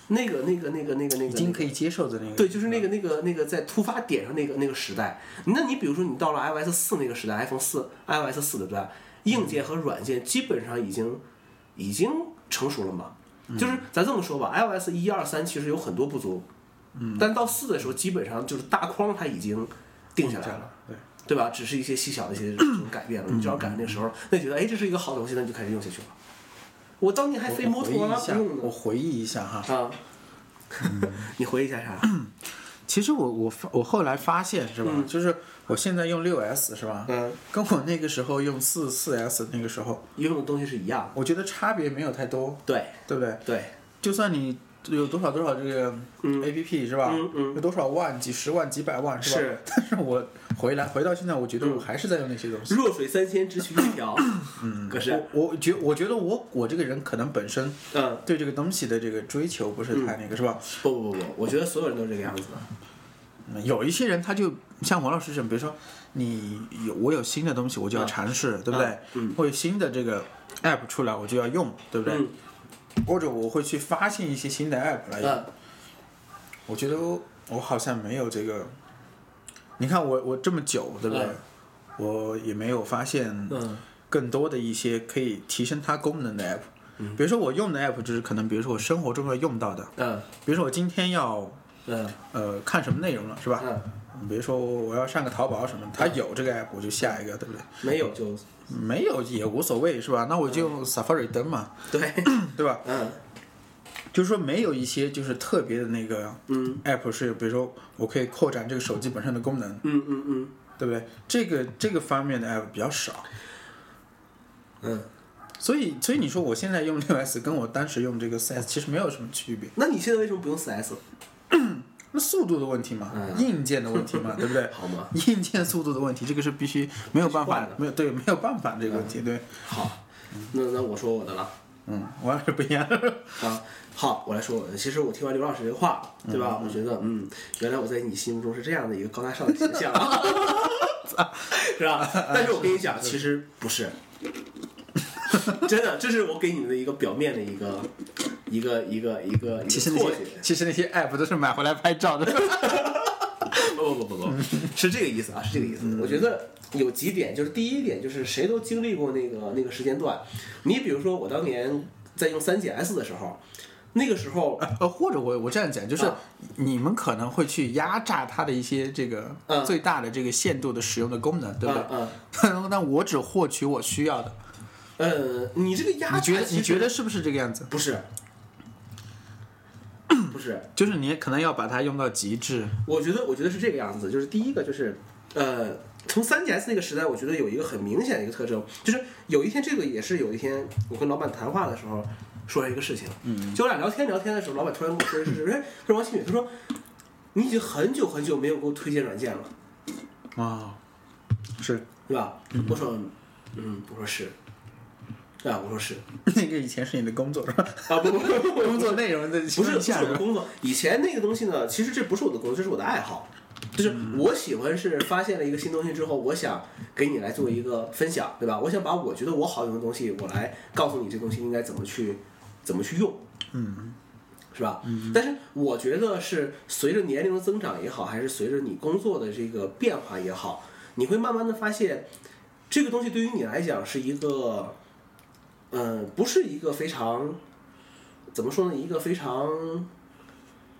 [SPEAKER 2] 那个那个那个那个那
[SPEAKER 1] 已
[SPEAKER 2] 个
[SPEAKER 1] 经可以接受的那个。嗯
[SPEAKER 2] 对，就是那个那个那个在突发点上那个那个时代。那你比如说你到了 iOS 四那个时代，iPhone 四 iOS 四的对吧？硬件和软件基本上已经已经成熟了嘛。
[SPEAKER 1] 嗯
[SPEAKER 2] 嗯就是咱这么说吧，iOS 一二三其实有很多不足，嗯，但到四的时候基本上就是大框它已经定下来了。
[SPEAKER 1] 对，
[SPEAKER 2] 对吧？只是一些细小的
[SPEAKER 1] *clears throat*
[SPEAKER 2] 一些这种改变了，你只要赶上那个时
[SPEAKER 1] 嗯
[SPEAKER 2] 候，那觉得哎这是一个好东西，那你就开始用下去了。我当年还非哎摩
[SPEAKER 1] 我
[SPEAKER 2] 托啊拉不
[SPEAKER 1] 回忆一
[SPEAKER 2] 用
[SPEAKER 1] 下，我嗯
[SPEAKER 2] 呢
[SPEAKER 1] 回忆一下哈。
[SPEAKER 2] 啊， *laughs* 你回忆一下
[SPEAKER 1] *laughs*
[SPEAKER 2] 啥？
[SPEAKER 1] 其实我我发我后来发现是吧，就是我现在用六 S 是吧，
[SPEAKER 2] 嗯，
[SPEAKER 1] 跟我那个时候用四四 S 那个时候，
[SPEAKER 2] 用的东西是一样的，
[SPEAKER 1] 我觉得差别没有太多，
[SPEAKER 2] 对
[SPEAKER 1] 对不对？
[SPEAKER 2] 对，
[SPEAKER 1] 就算你有多少多少这个 A P P 是吧？
[SPEAKER 2] 嗯嗯
[SPEAKER 1] 有多少万、几十万、几百万是吧？
[SPEAKER 2] 是嗯
[SPEAKER 1] 但是我回来回到现在，我觉得我还是在用那些东西。
[SPEAKER 2] 弱水三千，只取一瓢。 *coughs* 嗯，可是，
[SPEAKER 1] 我我觉我觉得我我这个人可能本身
[SPEAKER 2] 嗯，
[SPEAKER 1] 对这个东西的这个追求不是太那个、是吧？
[SPEAKER 2] 不不不不，我觉得所有人都是这个样子的。
[SPEAKER 1] 嗯有一些人他就像王老师这种，比如说你有我有新的东西，我就要尝试，对不对？
[SPEAKER 2] 嗯
[SPEAKER 1] 我有新的这个 app 出来，我就要用，对不对？
[SPEAKER 2] 嗯
[SPEAKER 1] 或者我会去发现一些新的 app 来用。
[SPEAKER 2] 嗯
[SPEAKER 1] 我觉得我我好像没有这个，你看我我这么久，对不对？
[SPEAKER 2] 嗯
[SPEAKER 1] 我也没有发现
[SPEAKER 2] 嗯
[SPEAKER 1] 更多的一些可以提升它功能的 app。比如说我用的 app 就是可能，比如说我生活中要用到的，
[SPEAKER 2] 嗯
[SPEAKER 1] 比如说我今天要
[SPEAKER 2] 嗯
[SPEAKER 1] 呃看什么内容了，是吧？
[SPEAKER 2] 嗯，
[SPEAKER 1] 比如说我要上个淘宝什么，它有这个 app 我就下一个，对不对？
[SPEAKER 2] 没有就
[SPEAKER 1] 没有也无所谓，是吧？那我就
[SPEAKER 2] 嗯
[SPEAKER 1] 用 Safari 登嘛，
[SPEAKER 2] 对， *coughs*
[SPEAKER 1] 对吧？
[SPEAKER 2] 嗯
[SPEAKER 1] 就是说没有一些就是特别的那个
[SPEAKER 2] 嗯
[SPEAKER 1] app 是，比如说我可以扩展这个手机本身的功能，
[SPEAKER 2] 嗯嗯嗯
[SPEAKER 1] 对不对？这个这个方面的 app 比较少，
[SPEAKER 2] 嗯。
[SPEAKER 1] 所以所以你说我现在用六 S *laughs* 跟我当时用这个四 S 其实没有什么区别，
[SPEAKER 2] 那你现在为什么不用4 S？
[SPEAKER 1] 那速度的问题嘛，
[SPEAKER 2] 嗯
[SPEAKER 1] 硬件的问题嘛，对不对？
[SPEAKER 2] *laughs* 好吗？
[SPEAKER 1] 硬件速度的问题，这个是必须没有办法
[SPEAKER 2] 必须换的，嗯
[SPEAKER 1] 没有对没有办法这个问题，对。
[SPEAKER 2] 好，那那我说我的了。
[SPEAKER 1] 嗯，我也是不一样。
[SPEAKER 2] 啊，好，我来说，其实我听完刘老师这话，对吧？我觉得，嗯，原来我在你心目中是这样的一个高大上的形象，啊， *laughs* 是吧？但是我跟你讲，其实不是， *laughs* 真的，这是我给你们的一个表面的一个一个一个一个一个
[SPEAKER 1] 其实那
[SPEAKER 2] 错觉。
[SPEAKER 1] 些其实那些 app 都是买回来拍照的。
[SPEAKER 2] *laughs* 不不不不不，是这个意思啊，是这个意思。我觉得有几点，就是第一点，就是谁都经历过那个那个时间段。你比如说，我当年在用三 GS 的时候，那个时候，
[SPEAKER 1] *laughs* 呃，或者我我这样讲，就是
[SPEAKER 2] 啊
[SPEAKER 1] 你们可能会去压榨它的一些这个
[SPEAKER 2] 嗯
[SPEAKER 1] 最大的这个限度的使用的功能，对不
[SPEAKER 2] 嗯
[SPEAKER 1] 对？
[SPEAKER 2] 嗯
[SPEAKER 1] *laughs* 但但我只获取我需要的。
[SPEAKER 2] 呃，你这个压榨
[SPEAKER 1] 你觉得
[SPEAKER 2] 其实
[SPEAKER 1] 你觉得是不是这个样子？
[SPEAKER 2] 不是？不是，
[SPEAKER 1] 就是你可能要把它用到极致。
[SPEAKER 2] 我觉得我觉得是这个样子，就是第一个就是呃，从三 GS 那个时代，我觉得有一个很明显的一个特征，就是有一天这个也是有一天我跟老板谈话的时候说了一个事情，嗯，就我俩聊天聊天的时候，老板突然跟我说一个
[SPEAKER 1] 嗯
[SPEAKER 2] 事情，哎，他说王新宇，他说你已经很久很久没有给我推荐软件了，
[SPEAKER 1] 啊、是
[SPEAKER 2] 对吧？我说嗯，我说是。啊，我说是
[SPEAKER 1] *laughs* 那个以前是你的工作是吧？
[SPEAKER 2] 啊，不不不不不
[SPEAKER 1] *laughs* 工作内容的 *laughs* 不
[SPEAKER 2] 不是不是我的工作，以前那个东西呢，其实这不是我的工作，这是我的爱好。就是我喜欢是发现了一个新东西之后，我想给你来做一个分享，对吧？我想把我觉得我好用的东西，我来告诉你这东西应该怎么去怎么去用，嗯，是吧？嗯。但是我觉得是随着年龄的增长也好，还是随着你工作的这个变化也好，你会慢慢的发现，这个东西对于你来讲是一个，嗯、不是一个非常怎么说呢？一个非常，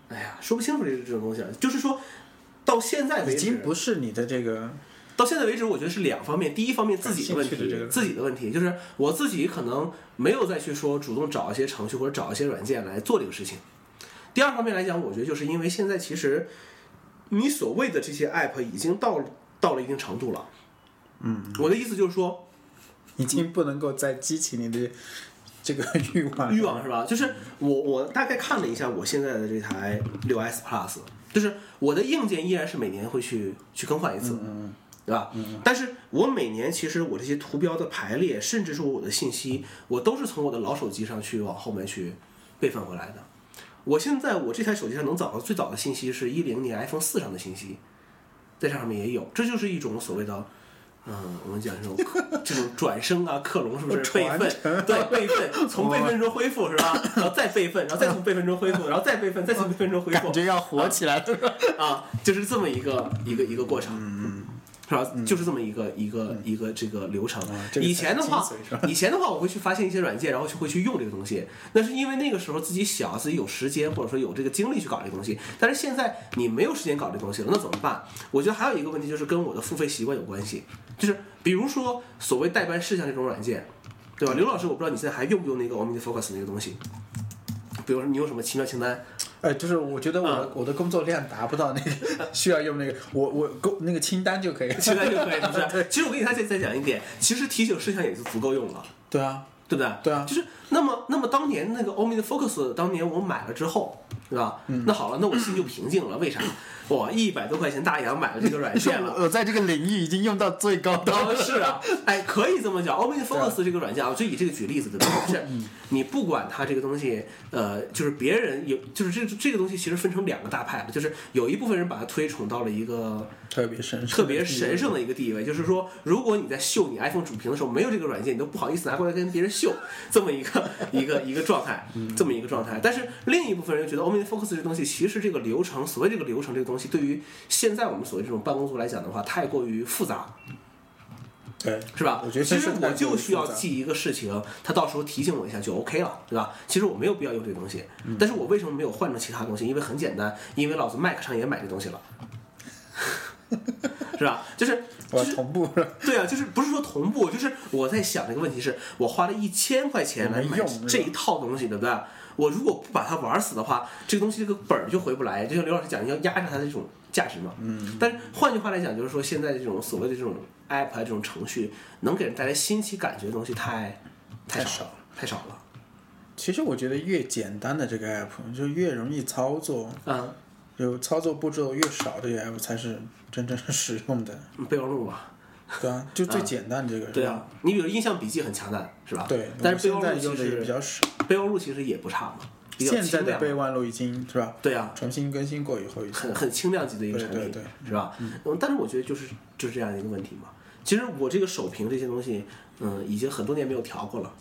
[SPEAKER 2] 哎呀，说不清楚这这种东西啊。就是说到现在为
[SPEAKER 1] 已经
[SPEAKER 2] 止，
[SPEAKER 1] 不是你的这个
[SPEAKER 2] 到现在为止，我觉得是两方面。第一方面，自己的问题
[SPEAKER 1] 感兴趣的这，个
[SPEAKER 2] 自己的问题就是我自己可能没有再去说主动找一些程序或者找一些软件来做这个事情。第二方面来讲，我觉得就是因为现在其实你所谓的这些 app 已经到到了一定程度了。嗯，我的意思就是说，
[SPEAKER 1] 已经不能够再激起你的这个欲 *laughs* 望。
[SPEAKER 2] 欲望是吧？就是我我大概看了一下我现在的这台六 S Plus，就是我的硬件依然是每年会去去更换一次，对吧？但是我每年其实我这些图标的排列，甚至说我的信息，我都是从我的老手机上去往后面去备份回来的。我现在我这台手机上能找到最早的信息是一零年 iPhone 四上的信息，在上面也有，这就是一种所谓的。嗯，我们讲这种这种转生啊，克隆是不是备
[SPEAKER 1] 传
[SPEAKER 2] 份？ *laughs* 对，备份，从备份中恢复是吧？然后再备份，然后再从备份中恢复，然后再备份，再从备份中恢复
[SPEAKER 1] *laughs* 感，觉要火起来了，
[SPEAKER 2] 啊，就是这么一个一个一个
[SPEAKER 1] 嗯
[SPEAKER 2] 过程，是吧？就是这么一个一个一个这个流程
[SPEAKER 1] 啊。这个才
[SPEAKER 2] 以前的话
[SPEAKER 1] 是精髓是，
[SPEAKER 2] 以前的话，我会去发现一些软件，然后就会去用这个东西。那是因为那个时候自己小，自己有时间或者说有这个精力去搞这个东西。但是现在你没有时间搞这东西了，那怎么办？我觉得还有一个问题就是跟我的付费习惯有关系，就是比如说所谓代办事项这种软件，对吧？刘老师，我不知道你现在还用不用那个 OmniFocus 那个东西。比如说你有什么奇妙清单？
[SPEAKER 1] 呃，就是我觉得我
[SPEAKER 2] 嗯
[SPEAKER 1] 的、我的工作量达不到那个需要用那个，我我工那个清单就可以了。 *laughs*
[SPEAKER 2] 现在就可以，不是？ *laughs* 其实我跟你再再讲一点，其实提醒事项也就足够用了，
[SPEAKER 1] 对啊，
[SPEAKER 2] 对不对？
[SPEAKER 1] 对啊
[SPEAKER 2] 就是那么那么当年那个欧米的 Focus，当年我买了之后，对吧？那好了，那我心就平静了。为啥？我一百多块钱大洋买了这个软件 *laughs* 了。
[SPEAKER 1] 我我在这个领域已经用到最高端
[SPEAKER 2] 啊，是啊， *laughs* 哎，可以这么讲。Omni Focus 这个软件啊，嗯我就以这个举例子，对吧？ *laughs* 就是你不管它这个东西，呃，就是别人有，就是这这个东西其实分成两个大派了，就是有一部分人把它推崇到了一个
[SPEAKER 1] 特别神圣，
[SPEAKER 2] 特别神
[SPEAKER 1] 嗯
[SPEAKER 2] 圣的一个地位，就是说，如果你在秀你 iPhone 主屏的时候没有这个软件，你都不好意思拿过来跟别人秀，这么一个一个一个状
[SPEAKER 1] *laughs*
[SPEAKER 2] 态，
[SPEAKER 1] 嗯
[SPEAKER 2] 这么一个状态。但是另一部分人觉得哦 OmniFocus 这东西，其实这个流程，所谓这个流程这个东西，对于现在我们所谓这种办公族来讲的话，太过于复杂，
[SPEAKER 1] 对，
[SPEAKER 2] 是吧？
[SPEAKER 1] 我觉得
[SPEAKER 2] 其
[SPEAKER 1] 这
[SPEAKER 2] 实
[SPEAKER 1] 是
[SPEAKER 2] 我
[SPEAKER 1] 太过于
[SPEAKER 2] 就需要
[SPEAKER 1] 复杂
[SPEAKER 2] 记一个事情，他到时候提醒我一下就 OK 了，对吧？其实我没有必要用这个东西，但是我为什么没有换成其他东西？因为很简单，因为老子 Mac 上也买这东西了， *laughs* 是吧？就是
[SPEAKER 1] 我要同步了。
[SPEAKER 2] *laughs* 对啊，就是不是说同步，就是我在想这个问题是，我花了一千块钱来买
[SPEAKER 1] 没用是吧
[SPEAKER 2] 这一套东西，对不对？我如果不把它玩死的话，这个东西这个本儿就回不来。就像刘老师讲，你要压榨它的这种价值嘛。嗯。但是换句话来讲，就是说现在这种所谓的这种 app 啊这种程序，能给人带来新奇感觉的东西太太
[SPEAKER 1] 太
[SPEAKER 2] 少了，太少了。
[SPEAKER 1] 其实我觉得越简单的这个 app 就越容易操作，
[SPEAKER 2] 嗯，
[SPEAKER 1] 就操作步骤越少的这个 app 才是真正实用的。
[SPEAKER 2] 备忘录吧。
[SPEAKER 1] 对啊，就最简单这个。
[SPEAKER 2] 嗯对啊，你比如印象笔记很强大，是吧？
[SPEAKER 1] 对，
[SPEAKER 2] 但是备
[SPEAKER 1] 我
[SPEAKER 2] 忘
[SPEAKER 1] 们
[SPEAKER 2] 录
[SPEAKER 1] 现在
[SPEAKER 2] 其
[SPEAKER 1] 用的也比
[SPEAKER 2] 实
[SPEAKER 1] 较少。
[SPEAKER 2] 备忘录其实也不差嘛，比较
[SPEAKER 1] 现在
[SPEAKER 2] 轻
[SPEAKER 1] 的
[SPEAKER 2] 量。
[SPEAKER 1] 备忘录已经是吧？
[SPEAKER 2] 对啊，
[SPEAKER 1] 重新更新过以后，已经
[SPEAKER 2] 很很轻量级的一个
[SPEAKER 1] 对
[SPEAKER 2] 产品，
[SPEAKER 1] 对对
[SPEAKER 2] 是吧？嗯，但是我觉得就是就是这样一个问题嘛。其实我这个手屏这些东西，嗯，已经很多年没有调过了。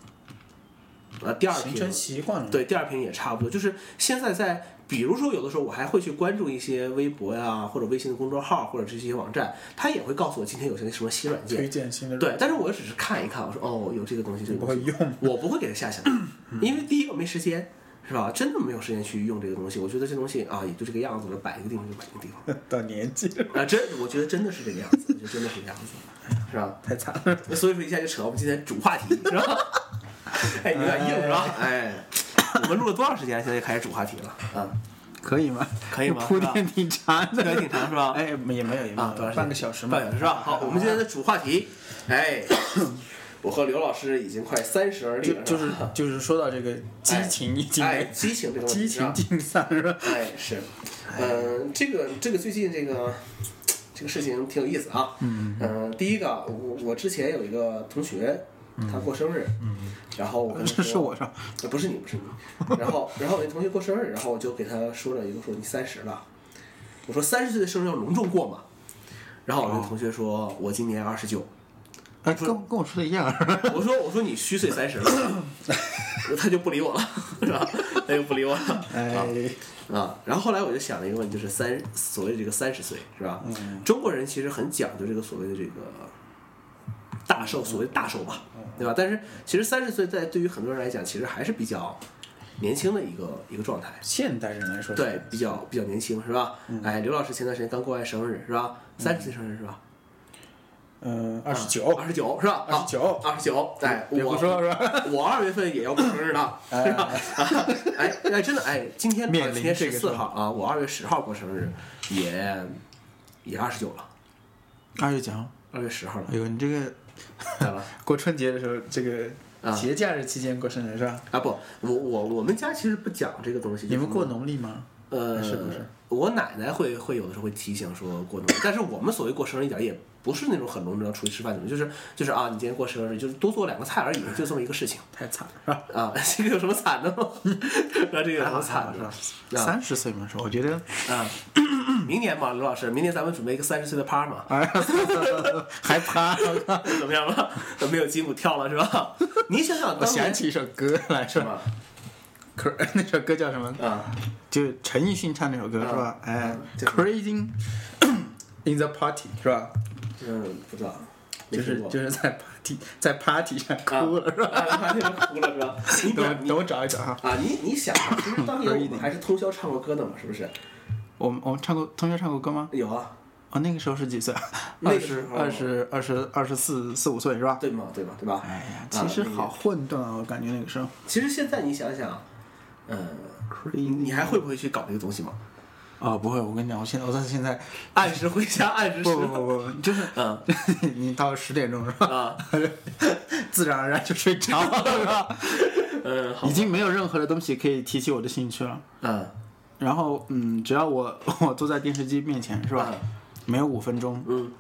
[SPEAKER 2] 啊，第二
[SPEAKER 1] 形
[SPEAKER 2] 屏
[SPEAKER 1] 成习惯了。
[SPEAKER 2] 对，第二屏也差不多。就是现在在，比如说有的时候我还会去关注一些微博呀、或者微信的公众号或者这些网站，它也会告诉我今天有些什么新软件。
[SPEAKER 1] 推荐新的，
[SPEAKER 2] 对，但是我只是看一看，我说哦，有这个东西，这个
[SPEAKER 1] 不
[SPEAKER 2] 东西
[SPEAKER 1] 会用。
[SPEAKER 2] 我不会给它下下来，因为第一个没时间，是吧？真的没有时间去用这个东西。我觉得这东西啊，也就这个样子了，摆一个地方就摆一个地方。
[SPEAKER 1] 到年纪了，
[SPEAKER 2] 啊，真，我觉得真的是这个样子，我觉得真的是这个样子，是吧？
[SPEAKER 1] 太惨了。
[SPEAKER 2] 所以说一下就扯到我们今天主话题，是吧？ *laughs* 哎，有点硬是吧？哎，我们录了多长时间？现在就开始主话题了啊？
[SPEAKER 1] 可以吗？
[SPEAKER 2] 可以吗
[SPEAKER 1] *laughs* 铺垫挺长的，
[SPEAKER 2] 可以挺长是吧
[SPEAKER 1] 哎，也没有也没有
[SPEAKER 2] 啊，多长时间
[SPEAKER 1] 半个小时嘛，
[SPEAKER 2] 半小时是吧？好，我们今天的主话题，哎，我和刘老师已经快三十而立
[SPEAKER 1] 就
[SPEAKER 2] 了，
[SPEAKER 1] 就是
[SPEAKER 2] 吧
[SPEAKER 1] 就是说到这个激情已经
[SPEAKER 2] 哎，
[SPEAKER 1] 没
[SPEAKER 2] 激情这个问
[SPEAKER 1] 激
[SPEAKER 2] 题是吧
[SPEAKER 1] 情竞赛是吧？
[SPEAKER 2] 哎， *laughs* 是，嗯、这个这个最近这个这个事情挺有意思啊。嗯嗯、第一个，我我之前有一个同学，他过生日，嗯，然后我跟他 *laughs*
[SPEAKER 1] 这
[SPEAKER 2] 说，
[SPEAKER 1] 是我是吧？
[SPEAKER 2] 呃不是你，不是你。然后然后我那同学过生日，然后我就给他说了一个，说你三十了，我说三十岁的生日要隆重过嘛。然后我那同学说，我今年二十九。
[SPEAKER 1] 哎，跟跟我说的一样，啊
[SPEAKER 2] 我说我说你虚岁三十了， *coughs* 他就不理我了，是吧？他就不理我了。啊
[SPEAKER 1] 哎，
[SPEAKER 2] 啊，然后后来我就想了一个问题，就是三所谓这个三十岁是吧？
[SPEAKER 1] 嗯
[SPEAKER 2] 中国人其实很讲究这个所谓的这个大寿，所谓大寿吧，
[SPEAKER 1] 嗯
[SPEAKER 2] 对吧？但是其实三十岁在对于很多人来讲，其实还是比较年轻的一个一个状态，
[SPEAKER 1] 现代人来说，
[SPEAKER 2] 对，比较比较年轻是吧？
[SPEAKER 1] 嗯
[SPEAKER 2] 哎，刘老师前段时间刚过完生日是吧？三十岁生日是吧？
[SPEAKER 1] 嗯，二十九，
[SPEAKER 2] 二十九是吧？啊
[SPEAKER 1] 29
[SPEAKER 2] 二十九，哎，
[SPEAKER 1] 别
[SPEAKER 2] 我
[SPEAKER 1] 胡说是吧？
[SPEAKER 2] 我二月份也要过生日呢，是吧？啊 *laughs* 哎哎，真的哎，今天
[SPEAKER 1] 面临
[SPEAKER 2] 今天
[SPEAKER 1] 这
[SPEAKER 2] 十
[SPEAKER 1] 个
[SPEAKER 2] 四号啊，我二月十号过生日，也也二十九了，
[SPEAKER 1] 二十九，
[SPEAKER 2] 二月十号了，
[SPEAKER 1] 哎呦，你这个
[SPEAKER 2] 对吧？
[SPEAKER 1] 过春节的时候，这个
[SPEAKER 2] 啊
[SPEAKER 1] 节假日期间过生日是吧？
[SPEAKER 2] *laughs* 啊不，我我我们家其实不讲这个东西，
[SPEAKER 1] 你们
[SPEAKER 2] 就是
[SPEAKER 1] 过农历吗？
[SPEAKER 2] 呃
[SPEAKER 1] 是不是？
[SPEAKER 2] 我奶奶会会有的时候会提醒说过农历，但是我们所谓过生日一点也不是那种很隆重要出去吃饭怎么，就是就是啊，你今天过生日就是多做两个菜而已，就这么一个事情
[SPEAKER 1] 太惨了是吧？
[SPEAKER 2] 啊， *laughs* 这个有什么惨的吗？ *laughs* 那这个有什么惨的
[SPEAKER 1] 是吧？
[SPEAKER 2] 啊
[SPEAKER 1] 三十岁嘛是吧？我觉得
[SPEAKER 2] 啊， *coughs* 明年嘛，刘老师，明年咱们准备一个三十岁的趴嘛，
[SPEAKER 1] 还怕，
[SPEAKER 2] *laughs* 怎么样了？没有筋骨跳了是 *laughs* 吧？你想
[SPEAKER 1] *laughs*
[SPEAKER 2] 想
[SPEAKER 1] 我
[SPEAKER 2] 当年，
[SPEAKER 1] 想起一首歌来是 *laughs*
[SPEAKER 2] 什
[SPEAKER 1] 吧？
[SPEAKER 2] 么
[SPEAKER 1] 可 *laughs* 那首歌叫什么？
[SPEAKER 2] 啊？
[SPEAKER 1] 就陈奕迅唱那首歌是吧？哎
[SPEAKER 2] 这个
[SPEAKER 1] ，Crazy in the Party 是吧？
[SPEAKER 2] 嗯，不知道，没
[SPEAKER 1] 就
[SPEAKER 2] 听
[SPEAKER 1] 是
[SPEAKER 2] 过
[SPEAKER 1] 就是在 party 在 party 上哭了是吧？
[SPEAKER 2] 啊， *laughs* 你看哭了是吧？你
[SPEAKER 1] 等我
[SPEAKER 2] 不你
[SPEAKER 1] 等我找一找哈，
[SPEAKER 2] 啊，你你想啊，其实当年我们还是通宵唱过歌的嘛，是不是？
[SPEAKER 1] 我们我们唱过同学唱过歌吗？
[SPEAKER 2] 有啊，
[SPEAKER 1] 哦，那个时候是几岁？
[SPEAKER 2] 那
[SPEAKER 1] 二
[SPEAKER 2] 个
[SPEAKER 1] 十
[SPEAKER 2] 时候
[SPEAKER 1] 二十二十二十四四五岁是吧？
[SPEAKER 2] 对吗？对吧？对吧？
[SPEAKER 1] 哎呀，
[SPEAKER 2] 啊
[SPEAKER 1] 其实
[SPEAKER 2] 那个
[SPEAKER 1] 好混沌啊，我感觉那个时候。
[SPEAKER 2] 其实现在你想想，嗯，
[SPEAKER 1] Crazy
[SPEAKER 2] 你还会不会去搞这个东西吗？
[SPEAKER 1] 啊、不会，我跟你讲，我现在我到现在
[SPEAKER 2] 按时回家，按时
[SPEAKER 1] 不不
[SPEAKER 2] *laughs* 吃，
[SPEAKER 1] 不不，就是
[SPEAKER 2] 嗯
[SPEAKER 1] *laughs* 你到十点钟是吧？
[SPEAKER 2] 啊，
[SPEAKER 1] 自然而然就睡着了
[SPEAKER 2] *laughs*
[SPEAKER 1] 是吧？
[SPEAKER 2] 嗯，好
[SPEAKER 1] 已，经没有任何的东西可以提起我的兴趣了。
[SPEAKER 2] 嗯，
[SPEAKER 1] 然后嗯，只要我我坐在电视机面前是吧
[SPEAKER 2] 嗯？
[SPEAKER 1] 没有五分钟，
[SPEAKER 2] 嗯，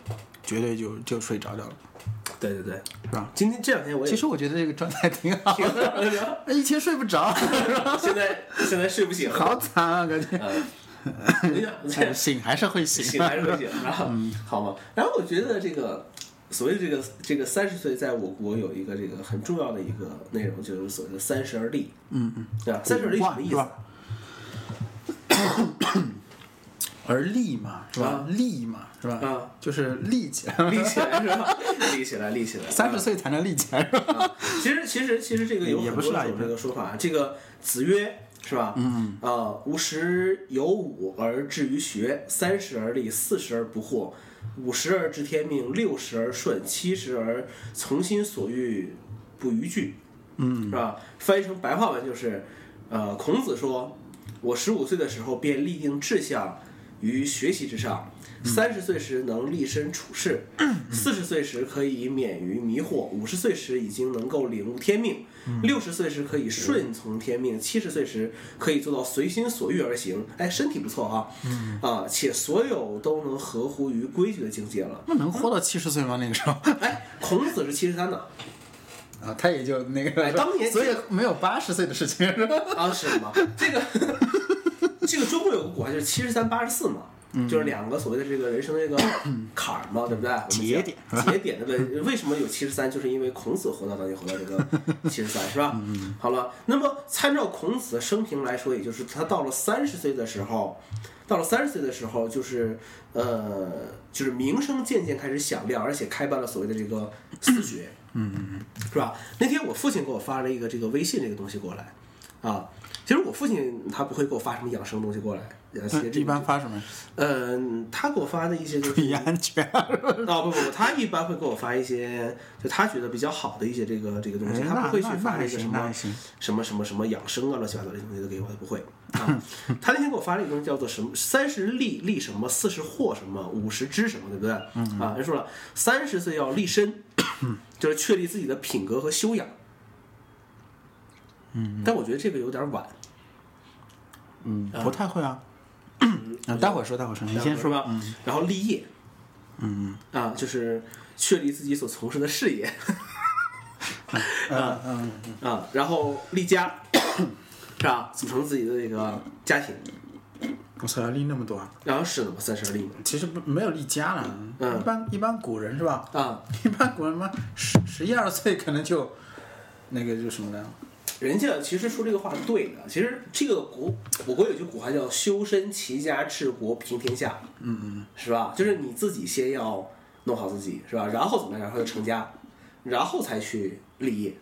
[SPEAKER 1] 绝对就就睡着掉了，
[SPEAKER 2] 对对对，
[SPEAKER 1] 是吧？
[SPEAKER 2] 今天这两天我也
[SPEAKER 1] 其实我觉得这个状态挺好 *laughs* 的，以前睡不着，
[SPEAKER 2] *laughs*
[SPEAKER 1] *laughs*
[SPEAKER 2] 现在现在睡不醒，
[SPEAKER 1] 好惨啊，感
[SPEAKER 2] *laughs*
[SPEAKER 1] 觉。
[SPEAKER 2] 嗯，你想这
[SPEAKER 1] 哎醒还是会醒，
[SPEAKER 2] 醒还是会醒啊，好吗？然后我觉得这个所谓这个这个三十岁，在我国有一个这个很重要的一个内容，就是所谓的三十而立，
[SPEAKER 1] 嗯嗯，
[SPEAKER 2] 对吧？三十而立什么意
[SPEAKER 1] 是
[SPEAKER 2] 思
[SPEAKER 1] 吧？ *coughs* 而立嘛，是吧
[SPEAKER 2] 啊？
[SPEAKER 1] 立嘛，是吧？
[SPEAKER 2] 啊
[SPEAKER 1] 就是立起来，
[SPEAKER 2] 立起来是吧？立起来，立起来。
[SPEAKER 1] 三十岁才能立起来，是吧？
[SPEAKER 2] 其实其实其实这个有
[SPEAKER 1] 也
[SPEAKER 2] 很
[SPEAKER 1] 不
[SPEAKER 2] 多
[SPEAKER 1] 是啦
[SPEAKER 2] 种这个说法，这个子曰是吧？嗯啊，吾十有五而志于学，三十而立，四十而不惑，五十而知天命，六十而顺，七十而从心所欲不逾矩。嗯，是吧？翻译成白话文就是，呃，孔子说，我十五岁的时候便立定志向于学习之上，
[SPEAKER 1] 嗯
[SPEAKER 2] 三十岁时能立身处世，四十岁时可以免于迷惑，五十岁时已经能够领悟天命，六十岁时可以顺从天命，七十岁时可以做到随心所欲而行。哎，身体不错啊，啊，且所有都能合乎于规矩的境界了。
[SPEAKER 1] *laughs* 那能活到七十岁吗？那个时候
[SPEAKER 2] 哎，孔子是七十三的
[SPEAKER 1] 啊，他也就那
[SPEAKER 2] 哎
[SPEAKER 1] 个，
[SPEAKER 2] 当年
[SPEAKER 1] 所以没有八十岁的事情是吧？
[SPEAKER 2] 啊，是吗？ *laughs*
[SPEAKER 1] *laughs*
[SPEAKER 2] 这个这个中国有个古话就是七十三八十四嘛。
[SPEAKER 1] 嗯
[SPEAKER 2] 就是两个所谓的这个人生的这个坎儿嘛，对不对？我们讲
[SPEAKER 1] 节点
[SPEAKER 2] 节点对不对？为什么有七十三？就是因为孔子活到当年活到这个七十三，是吧？
[SPEAKER 1] 嗯
[SPEAKER 2] 好了，那么参照孔子的生平来说，也就是他到了三十岁的时候，到了三十岁的时候，就是呃，就是名声渐渐开始响亮，而且开办了所谓的这个私学，是吧？那天我父亲给我发了一个这个微信这个东西过来，啊，其实我父亲他不会给我发什么养生东西过来，呃，其实
[SPEAKER 1] *laughs*
[SPEAKER 2] 这
[SPEAKER 1] 一般发什么？
[SPEAKER 2] 嗯、他给我发的一些就是
[SPEAKER 1] 注意安全。
[SPEAKER 2] 啊、不不不，他一般会给我发一些就他觉得比较好的一些这个这个东西，
[SPEAKER 1] 哎
[SPEAKER 2] 他
[SPEAKER 1] 那
[SPEAKER 2] 不会去
[SPEAKER 1] 那那
[SPEAKER 2] 发
[SPEAKER 1] 还
[SPEAKER 2] 这个什
[SPEAKER 1] 行那
[SPEAKER 2] 么
[SPEAKER 1] 还行
[SPEAKER 2] 什么什么什么养生啊乱七八糟这些东西都给我，他不会啊。 *laughs* 他那天给我发了一个东西叫做什么三十立立什么，四十惑什么，五十知什么，对不对？啊，人说了，三十岁要立 *coughs* 身，就是确立自己的品格和修养。嗯，但我觉得这个有点晚。
[SPEAKER 1] 嗯，不太会啊。
[SPEAKER 2] 嗯
[SPEAKER 1] *coughs* 啊，待会儿说，待会儿说，你先
[SPEAKER 2] 是
[SPEAKER 1] 说。
[SPEAKER 2] 吧？然后立业，嗯啊，就是确立自己所从事的事业
[SPEAKER 1] 嗯嗯，
[SPEAKER 2] 啊，然后立 *coughs* 家，是吧？组成自己的这个家庭，
[SPEAKER 1] 我操，要立那么多，啊！
[SPEAKER 2] 然后是嘛，三十而立嘛，
[SPEAKER 1] 其实不没有立家了。
[SPEAKER 2] 嗯
[SPEAKER 1] 一般一般古人是吧？ *laughs*
[SPEAKER 2] 啊，
[SPEAKER 1] 一般古人嘛，十十一二岁可能就那个就什么了。
[SPEAKER 2] 人家其实说这个话对的，其实这个古我国有句古话叫“修身齐家治国平天下”，嗯嗯，是吧？就是你自己先要弄好自己，是吧？然后怎么样？然后就成家，然后才去立业，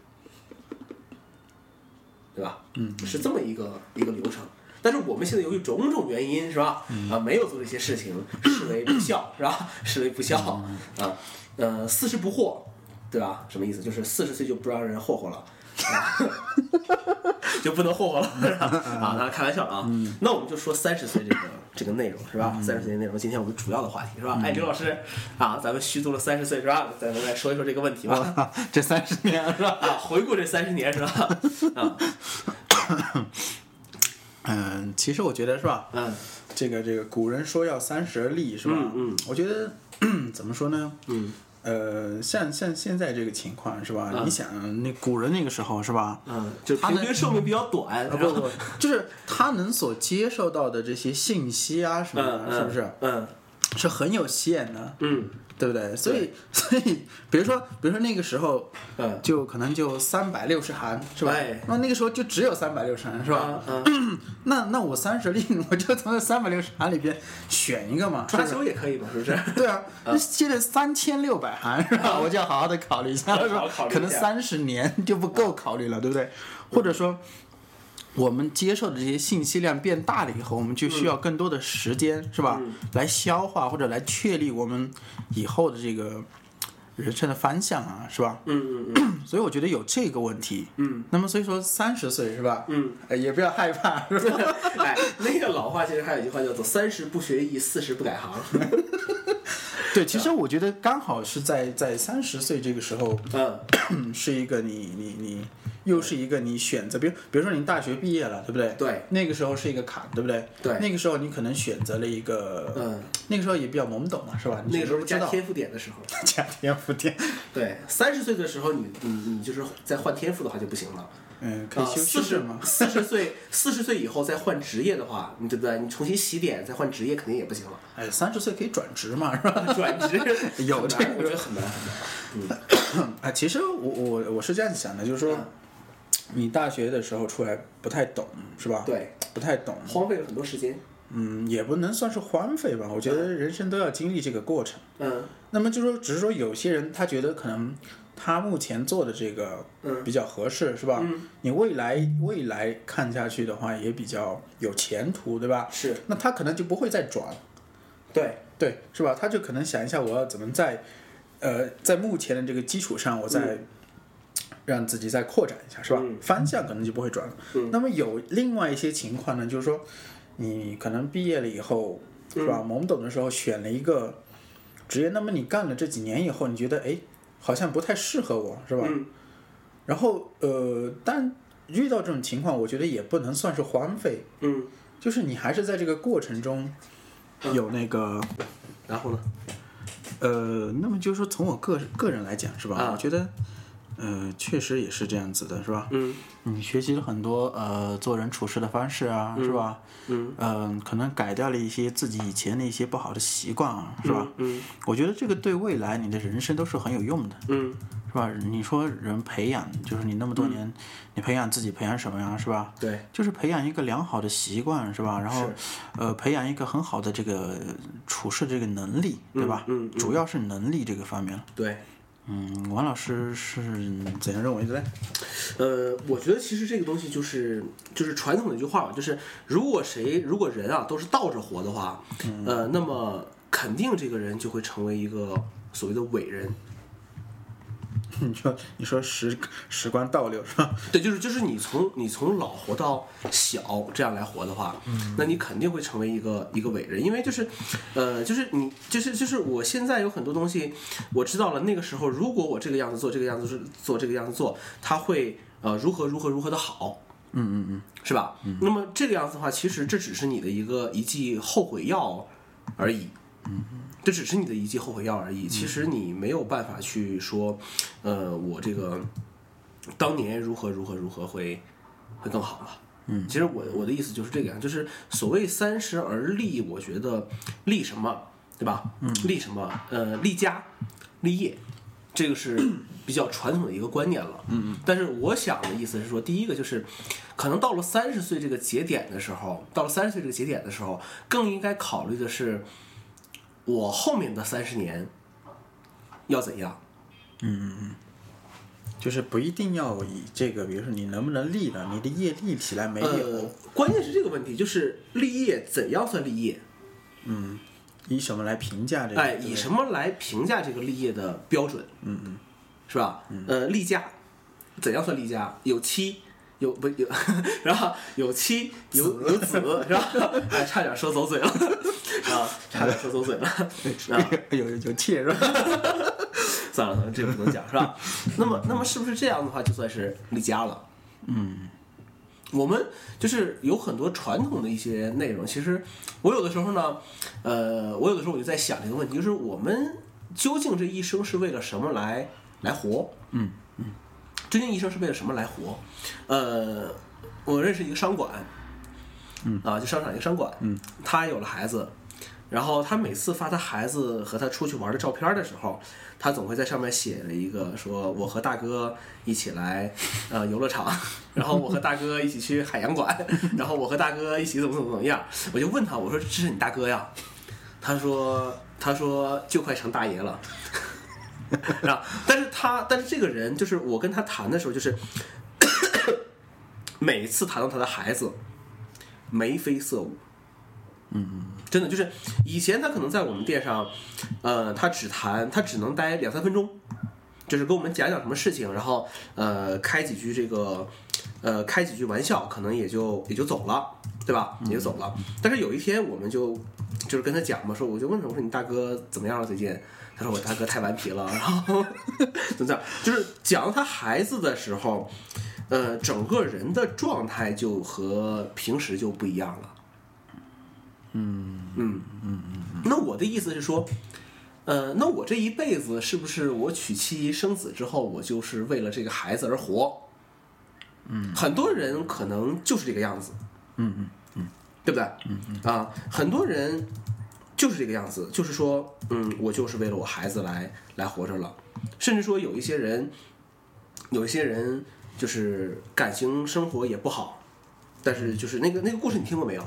[SPEAKER 2] 对吧？嗯，是这么一个一个流程。但是我们现在由于种种原因，是吧？啊，没有做这些事情，视为不孝，是吧？视为不孝啊，呃，四十不惑，对吧？什么意思？就是四十岁就不让人霍霍了。 *laughs* 就不能霍霍了啊！当然开玩笑啊。那我们就说三十岁这个这个内容是吧？三十岁内容，今天我们主要的话题是吧？哎，刘老师啊，咱们虚度了三十岁是吧？咱们来说一说这个问题
[SPEAKER 1] *laughs*
[SPEAKER 2] 吧。
[SPEAKER 1] 啊， *laughs* 这三十年 *coughs* 是吧？
[SPEAKER 2] 啊，回顾这三十年是吧？ *laughs* 啊，
[SPEAKER 1] 嗯，其实我觉得是吧，
[SPEAKER 2] 嗯
[SPEAKER 1] 这个这个古人说要三十而立是吧？
[SPEAKER 2] 嗯嗯，
[SPEAKER 1] 我觉得 *clears throat* 怎么说呢？
[SPEAKER 2] 嗯
[SPEAKER 1] 呃，像像现在这个情况是吧？
[SPEAKER 2] 嗯
[SPEAKER 1] 你想，那古人那个时候是吧？
[SPEAKER 2] 嗯，就是平均寿命比较短，
[SPEAKER 1] 啊
[SPEAKER 2] 是吧
[SPEAKER 1] 不不，就是他能所接受到的这些信息啊什么
[SPEAKER 2] *laughs* 嗯
[SPEAKER 1] 的，
[SPEAKER 2] 嗯
[SPEAKER 1] 是不是
[SPEAKER 2] 嗯
[SPEAKER 1] 是很有限的，
[SPEAKER 2] 嗯
[SPEAKER 1] 对不对？所以所以，比如说比如说那个时候
[SPEAKER 2] 嗯，
[SPEAKER 1] 就可能就三百六十函是吧
[SPEAKER 2] 哎？
[SPEAKER 1] 那那个时候就只有三百六十函是吧？
[SPEAKER 2] 啊？嗯，
[SPEAKER 1] 那那我三十例， *laughs* 我就从这三百六十函里边选一个嘛，是
[SPEAKER 2] 抓
[SPEAKER 1] 不是？
[SPEAKER 2] 阄也可以嘛，是不是？
[SPEAKER 1] *laughs* 对啊，那现在三千六百
[SPEAKER 2] *laughs*
[SPEAKER 1] 函是吧？我就要好好的考虑一下，
[SPEAKER 2] 好好
[SPEAKER 1] 是吧
[SPEAKER 2] 考虑？一下
[SPEAKER 1] 可能三十年就不够考虑了，对不对？或者说，我们接受的这些信息量变大了以后，我们就需要更多的时间，是吧？
[SPEAKER 2] 嗯
[SPEAKER 1] 来消化或者来确立我们以后的这个人生的方向啊，是吧？
[SPEAKER 2] 嗯嗯 *laughs* 嗯
[SPEAKER 1] *clears throat* 所以我觉得有这个问题。
[SPEAKER 2] 嗯。
[SPEAKER 1] 那么所以说三十岁是吧？
[SPEAKER 2] 嗯
[SPEAKER 1] 呃，也不要害怕，是吧？
[SPEAKER 2] *laughs* 哎，那个老话其实还有一句话叫做“三十不学艺，四十不改行
[SPEAKER 1] 对，其实我觉得刚好是在在三十岁这个时候，”。
[SPEAKER 2] 嗯，
[SPEAKER 1] 嗯，是一个你你你，又是一个你选择，比如比如说你大学毕业了，对不对？
[SPEAKER 2] 对，
[SPEAKER 1] 那个时候是一个坎，对不对？
[SPEAKER 2] 对
[SPEAKER 1] 那个时候你可能选择了一个，
[SPEAKER 2] 嗯，
[SPEAKER 1] 那个时候也比较懵懂嘛，是吧？你
[SPEAKER 2] 那个时候
[SPEAKER 1] 不知
[SPEAKER 2] 加
[SPEAKER 1] 道
[SPEAKER 2] 天赋点的时候。
[SPEAKER 1] 加天赋
[SPEAKER 2] *laughs*
[SPEAKER 1] 点，
[SPEAKER 2] 对，三十岁的时候你，你你就是再换天赋的话就不行了。
[SPEAKER 1] 嗯，可
[SPEAKER 2] 啊，
[SPEAKER 1] 以修
[SPEAKER 2] 四
[SPEAKER 1] 修
[SPEAKER 2] 十
[SPEAKER 1] 正嘛。
[SPEAKER 2] 四十岁，四十岁以后再换职业的话，你对不对？你重新洗脸再换职业肯定也不行了。
[SPEAKER 1] 哎，三十岁可以转职嘛，是
[SPEAKER 2] *coughs*
[SPEAKER 1] 吧？
[SPEAKER 2] 转 *laughs* 职
[SPEAKER 1] 有
[SPEAKER 2] 很
[SPEAKER 1] 这
[SPEAKER 2] 难
[SPEAKER 1] 个
[SPEAKER 2] 我觉得很难很难。
[SPEAKER 1] 啊，其实我我我是这样想的，就是说，
[SPEAKER 2] 嗯
[SPEAKER 1] 你大学的时候出来不太懂，是吧？，
[SPEAKER 2] 对，
[SPEAKER 1] 不太懂，
[SPEAKER 2] 荒废了很多时间。
[SPEAKER 1] 嗯，也不能算是荒废吧，我觉得人生都要经历这个过程。
[SPEAKER 2] 嗯
[SPEAKER 1] 那么就说，只是说有些人他觉得可能他目前做的这个
[SPEAKER 2] 嗯
[SPEAKER 1] 比较合适，是吧？你未来未来看下去的话，也比较有前途，对吧？
[SPEAKER 2] 是
[SPEAKER 1] 那他可能就不会再转，
[SPEAKER 2] 对，
[SPEAKER 1] 对，是吧？他就可能想一下，我要怎么在，呃，在目前的这个基础上，我再让自己再扩展一下，是吧？
[SPEAKER 2] 嗯
[SPEAKER 1] 方向可能就不会转了。那么有另外一些情况呢，就是说，你可能毕业了以后，是吧？懵懂的时候选了一个职业，那么你干了这几年以后，你觉得哎，好像不太适合我，是吧？然后呃，但遇到这种情况，我觉得也不能算是荒废，
[SPEAKER 2] 嗯，
[SPEAKER 1] 就是你还是在这个过程中有那个
[SPEAKER 2] 然后呢？
[SPEAKER 1] 呃，那么就是说从我个个人来讲，是吧？
[SPEAKER 2] 啊
[SPEAKER 1] 我觉得呃，确实也是这样子的，是吧？
[SPEAKER 2] 嗯
[SPEAKER 1] 你学习了很多呃做人处事的方式啊，是吧？
[SPEAKER 2] 嗯
[SPEAKER 1] 嗯、可能改掉了一些自己以前的一些不好的习惯啊，是吧？
[SPEAKER 2] 嗯
[SPEAKER 1] 我觉得这个对未来你的人生都是很有用的，
[SPEAKER 2] 嗯
[SPEAKER 1] 是吧？你说人培养，就是你那么多年，你培养自己培养什么呀，是吧？
[SPEAKER 2] 对，
[SPEAKER 1] 就是培养一个良好的习惯，是吧？然后
[SPEAKER 2] 是，
[SPEAKER 1] 呃，培养一个很好的这个处事这个能力，对吧？
[SPEAKER 2] 嗯嗯
[SPEAKER 1] 主要是能力这个方面了。
[SPEAKER 2] 对。
[SPEAKER 1] 嗯，王老师是怎样认为的嘞？
[SPEAKER 2] 呃，我觉得其实这个东西就是就是传统的一句话吧，就是如果谁如果人啊都是倒着活的话，呃，那么肯定这个人就会成为一个所谓的伟人。
[SPEAKER 1] *laughs* 你说你说时时光倒流是吧？
[SPEAKER 2] 对，就是就是你从你从老活到小这样来活的话，那你肯定会成为一个一个伟人，因为就是，呃，就是你就是就是我现在有很多东西我知道了，那个时候如果我这个样子做这个样子是做这个样子做，他会呃如何如何如何的好，嗯嗯嗯，是吧？那么这个样子的话，其实这只是你的一个一剂后悔药而已，这只是你的一剂后悔药而已。其实你没有办法去说，呃，我这个当年如何如何如何会会更好嘛。嗯，其实我我的意思就是这个样，就是所谓三十而立，我觉得立什么，对吧？嗯，立什么？呃，立家，立业，这个是比较传统的一个观念了。嗯嗯。但是我想的意思是说，第一个就是，可能到了三十岁这个节点的时候，到了三十岁这个节点的时候，更应该考虑的是，我后面的三十年要怎样？
[SPEAKER 1] 就是不一定要以这个，比如说你能不能立了，你的业立起来没有？
[SPEAKER 2] 呃，关键是这个问题，就是立业怎样算立业？
[SPEAKER 1] 以什么来评价这个？
[SPEAKER 2] 哎，以什
[SPEAKER 1] 么？
[SPEAKER 2] 么来评价这个立业的标准？嗯嗯，是吧？呃，立家怎样算立家？有妻，有不有， *laughs* 然后有妻有有子，是吧？ *laughs* 哎，差点说走嘴了， *laughs* 啊，差点说走嘴了， *laughs* 啊，
[SPEAKER 1] *laughs* 有有有气是吧？
[SPEAKER 2] *laughs* 算了算了，这不能讲是 *laughs* 吧？那么那么是不是这样的话就算是立家了？嗯，我们就是有很多传统的一些内容，其实我有的时候呢，呃，我有的时候我就在想这个问题，就是我们究竟这一生是为了什么来来活？嗯嗯，究竟一生是为了什么来活？呃，我认识一个商管，嗯啊，就商场一个商管，嗯，他有了孩子，然后他每次发他孩子和他出去玩的照片的时候，他总会在上面写了一个说：“我和大哥一起来呃游乐场， *laughs* 然后我和大哥一起去海洋馆， *laughs* 然后我和大哥一起怎么怎么怎么样。”我就问他，我说：“这是你大哥呀？”他说：“他说就快成大爷了。” *laughs* 啊，但是他，但是这个人就是我跟他谈的时候，就是 *coughs* 每次谈到他的孩子，眉飞色舞。真的就是以前他可能在我们店上，呃，他只谈他只能待两三分钟，就是跟我们讲讲什么事情，然后呃开几句这个呃开几句玩笑，可能也就也就走了，对吧？也就走了。但是有一天我们就就是跟他讲嘛，说我就问他，我说你大哥怎么样了最近？他说我大哥太顽皮了，然后 *laughs* 怎么样？就是讲他孩子的时候，呃，整个人的状态就和平时就不一样了。那我的意思是说，呃，那我这一辈子是不是我娶妻生子之后，我就是为了这个孩子而活？嗯，很多人可能就是这个样子。嗯嗯嗯，对不对？嗯嗯啊，很多人就是这个样子，就是说，嗯，我就是为了我孩子来来活着了，甚至说有一些人，有一些人就是感情生活也不好，但是就是那个那个故事你听过没有？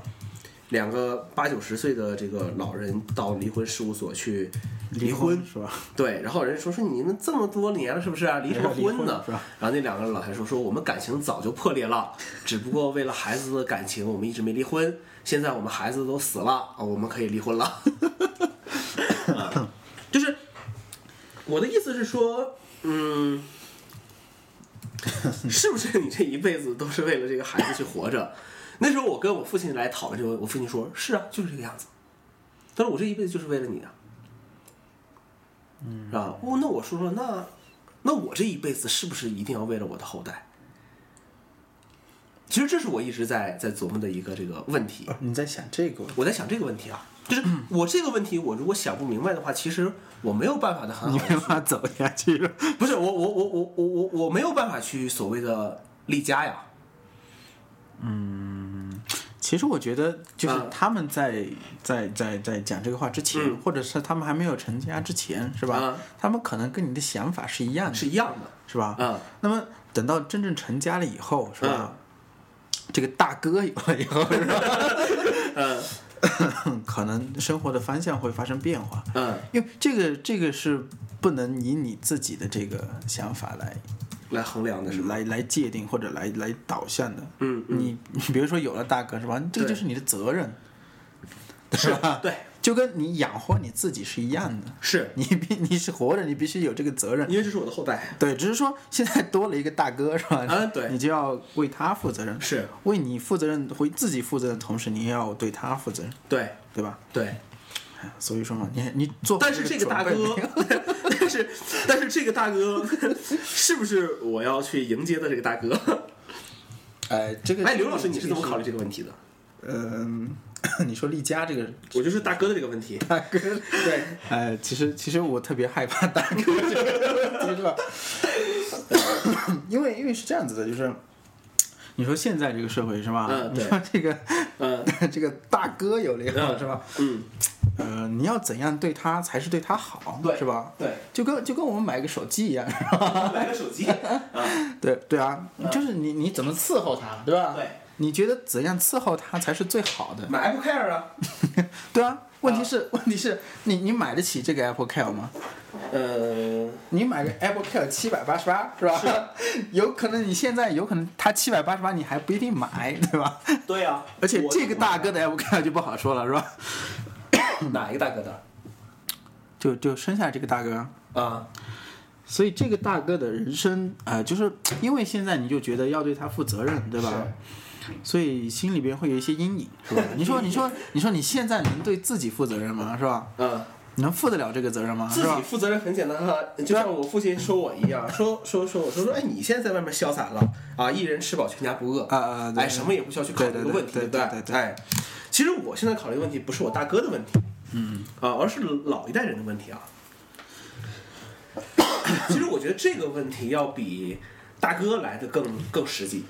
[SPEAKER 2] 两个八九十岁的这个老人到离婚事务所去 *laughs* 离婚，
[SPEAKER 1] 是吧？ *laughs*
[SPEAKER 2] *laughs* 对，然后人家说说你们这么多年了，是不是啊？离什么婚呢
[SPEAKER 1] 是吧？
[SPEAKER 2] 然后那两个老太说说我们感情早就破裂了，只不过为了孩子的感情，我们一直没离婚。现在我们孩子都死了，啊我们可以离婚了。 *laughs* 啊就是我的意思是说，嗯， *laughs* 是不是你这一辈子都是为了这个孩子去活着？那时候我跟我父亲来讨论这个问题，我父亲说是啊，就是这个样子。但是我这一辈子就是为了你啊，嗯，啊，哦，那我说说，那那我这一辈子是不是一定要为了我的后代？其实这是我一直在在琢磨的一个这个问题，
[SPEAKER 1] 你在想这个？
[SPEAKER 2] 我在想这个问题啊，就是我这个问题，我如果想不明白的话，其实我没有办法的很
[SPEAKER 1] 你
[SPEAKER 2] 好
[SPEAKER 1] 没办法走下去了。
[SPEAKER 2] 不是我我我我我我我没有办法去所谓的立家呀，
[SPEAKER 1] 其实我觉得，就是
[SPEAKER 2] 嗯
[SPEAKER 1] 他们在、在在在讲这个话之前，
[SPEAKER 2] 嗯
[SPEAKER 1] 或者是他们还没有成家之前，是吧？
[SPEAKER 2] 嗯
[SPEAKER 1] 他们可能跟你的想法是一样的，
[SPEAKER 2] 是一样的。
[SPEAKER 1] 是吧？
[SPEAKER 2] 嗯，
[SPEAKER 1] 那么等到真正成家了以后，是吧？这个大哥有了以后， *laughs* 是吧？
[SPEAKER 2] 嗯
[SPEAKER 1] 可能生活的方向会发生变化，
[SPEAKER 2] 嗯，
[SPEAKER 1] 因为这个这个是不能以你自己的这个想法来
[SPEAKER 2] 来衡量的是吧？
[SPEAKER 1] 来来界定或者来来导向的。
[SPEAKER 2] 嗯，
[SPEAKER 1] 你你比如说有了大哥是吧？这个就
[SPEAKER 2] 对
[SPEAKER 1] 是你的责任，对吧？
[SPEAKER 2] 对，
[SPEAKER 1] 就跟你养活你自己是一样的，
[SPEAKER 2] 是
[SPEAKER 1] 你必 *laughs* 你是活着，你必须有这个责任。
[SPEAKER 2] 因为这是我的后代。
[SPEAKER 1] 对，只是说现在多了一个大哥是吧？
[SPEAKER 2] 啊对
[SPEAKER 1] 你就要为他负责任，
[SPEAKER 2] 是
[SPEAKER 1] 为你负责任，为自己负责任的同时，你也要对他负责任，
[SPEAKER 2] 对
[SPEAKER 1] 对吧？
[SPEAKER 2] 对，
[SPEAKER 1] 所以说嘛，你你做好
[SPEAKER 2] 但哦是这个大
[SPEAKER 1] 准
[SPEAKER 2] 哥
[SPEAKER 1] 备，
[SPEAKER 2] *laughs* 但是但是这个大哥是不是我要去迎接的这个大哥？
[SPEAKER 1] 哎，这个
[SPEAKER 2] 哎，刘老师，你是怎么考虑？这个问题的？
[SPEAKER 1] 嗯、 *coughs* 你说丽佳这个
[SPEAKER 2] 我就是大哥的这个问题。
[SPEAKER 1] 大哥，
[SPEAKER 2] 对，
[SPEAKER 1] 哎，其实其实我特别害怕大哥这 *laughs* 个问题，是吧？因为因为是这样子的，就是你说现在这个社会是吧？
[SPEAKER 2] 嗯
[SPEAKER 1] 你
[SPEAKER 2] 对
[SPEAKER 1] 说这个
[SPEAKER 2] 嗯
[SPEAKER 1] *laughs* 这个大哥有了以后
[SPEAKER 2] 嗯
[SPEAKER 1] 是吧？
[SPEAKER 2] *laughs* 嗯，
[SPEAKER 1] 呃，你要怎样对他才是对他好，
[SPEAKER 2] 对
[SPEAKER 1] 是吧？
[SPEAKER 2] 对，
[SPEAKER 1] 就跟就跟我们买个手机一样，是吧？ *laughs*
[SPEAKER 2] 买个手 *laughs* 机啊，
[SPEAKER 1] 对对啊，就是你你怎么伺候他，对吧？
[SPEAKER 2] 对，
[SPEAKER 1] 你觉得怎样伺候他才是最好的？
[SPEAKER 2] 买 Apple Care 啊。
[SPEAKER 1] 对啊，问题是、问题是你你买得起这个 Apple Care 吗？
[SPEAKER 2] 嗯，
[SPEAKER 1] 你买个 Apple Care 七百八十八是吧？ *laughs* 有可能你现在有可能它七百八十八你还不一定 *laughs* 买，对吧？
[SPEAKER 2] 对呀。
[SPEAKER 1] 而且
[SPEAKER 2] 我
[SPEAKER 1] 这个大哥的 Apple Care 就不好说了，是吧？
[SPEAKER 2] 哪一个大哥的？
[SPEAKER 1] 就就生下这个大哥，
[SPEAKER 2] 啊，
[SPEAKER 1] 所以这个大哥的人生啊、呃就是因为现在你就觉得要对他负责任，对吧？所以心里边会有一些阴影， *laughs* 是吧？你说你说你说你现在能对自己负责任吗？是吧？
[SPEAKER 2] 嗯，
[SPEAKER 1] 能负得了这个责任吗？
[SPEAKER 2] 自
[SPEAKER 1] 是吧
[SPEAKER 2] 己？负责任很简单哈，就像我父亲说我一样，说说说我说说，哎，你现在在外面潇洒了啊，一人吃饱全家不饿
[SPEAKER 1] 啊啊对
[SPEAKER 2] 哎，什么也不需要去考虑
[SPEAKER 1] 对
[SPEAKER 2] 这
[SPEAKER 1] 对
[SPEAKER 2] 个问题，
[SPEAKER 1] 对
[SPEAKER 2] 不对
[SPEAKER 1] 对对对
[SPEAKER 2] 哎，其实我现在考虑的问题不是我大哥的问题，嗯啊，而是老一代人的问题啊。 *coughs* 其实我觉得这个问题要比大哥来的更更实际，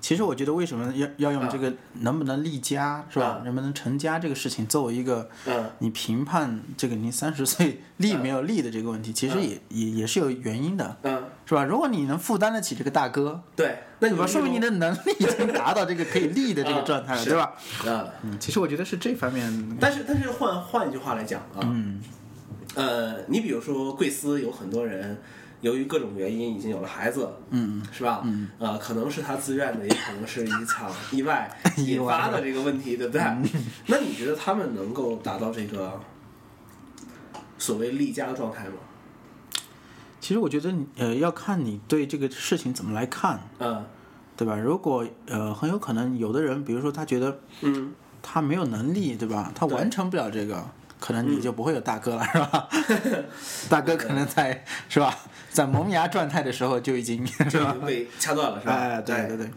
[SPEAKER 1] 其实我觉得为什么要要用
[SPEAKER 2] 啊
[SPEAKER 1] 这个能不能立家是吧？
[SPEAKER 2] 啊
[SPEAKER 1] 能不能成家这个事情作为一个
[SPEAKER 2] 嗯
[SPEAKER 1] 你评判这个你三十岁立没有立的这个
[SPEAKER 2] 啊
[SPEAKER 1] 问题，其实也也也是有原因的，
[SPEAKER 2] 嗯，
[SPEAKER 1] 是吧？如果你能负担得起这个大哥，
[SPEAKER 2] 对，那
[SPEAKER 1] 对
[SPEAKER 2] 你
[SPEAKER 1] 吧？
[SPEAKER 2] 们
[SPEAKER 1] 说明你
[SPEAKER 2] 的
[SPEAKER 1] 的能力已经达到这个可以立的这个状态了，
[SPEAKER 2] 啊
[SPEAKER 1] 对吧？
[SPEAKER 2] 嗯。
[SPEAKER 1] 嗯，其实我觉得是这方面，
[SPEAKER 2] 但是但是换换一句话来讲啊，嗯，呃，你比如说贵司有很多人。由于各种原因已经有了孩子，嗯，是吧？嗯，呃，可能是他自愿的，也可能是一场意外
[SPEAKER 1] *laughs* 意
[SPEAKER 2] 引
[SPEAKER 1] 外嗯
[SPEAKER 2] 发的这个问题，对不对？那你觉得他们能够达到这个所谓立家的状态吗？
[SPEAKER 1] 其实我觉得你呃要看你对这个事情怎么来看，
[SPEAKER 2] 嗯
[SPEAKER 1] 对吧？如果呃很有可能有的人，比如说他觉得
[SPEAKER 2] 嗯，
[SPEAKER 1] 他没有能力，对吧？他完成不了这个，可能
[SPEAKER 2] 嗯
[SPEAKER 1] 你就不会有大哥了，是
[SPEAKER 2] *laughs*
[SPEAKER 1] 吧？大哥可能在是吧，在萌芽状态的时候就已
[SPEAKER 2] *laughs*
[SPEAKER 1] 经是
[SPEAKER 2] 嗯这已
[SPEAKER 1] 吧？
[SPEAKER 2] 经被掐断了，是吧？
[SPEAKER 1] 哎，对对
[SPEAKER 2] 对，
[SPEAKER 1] 对。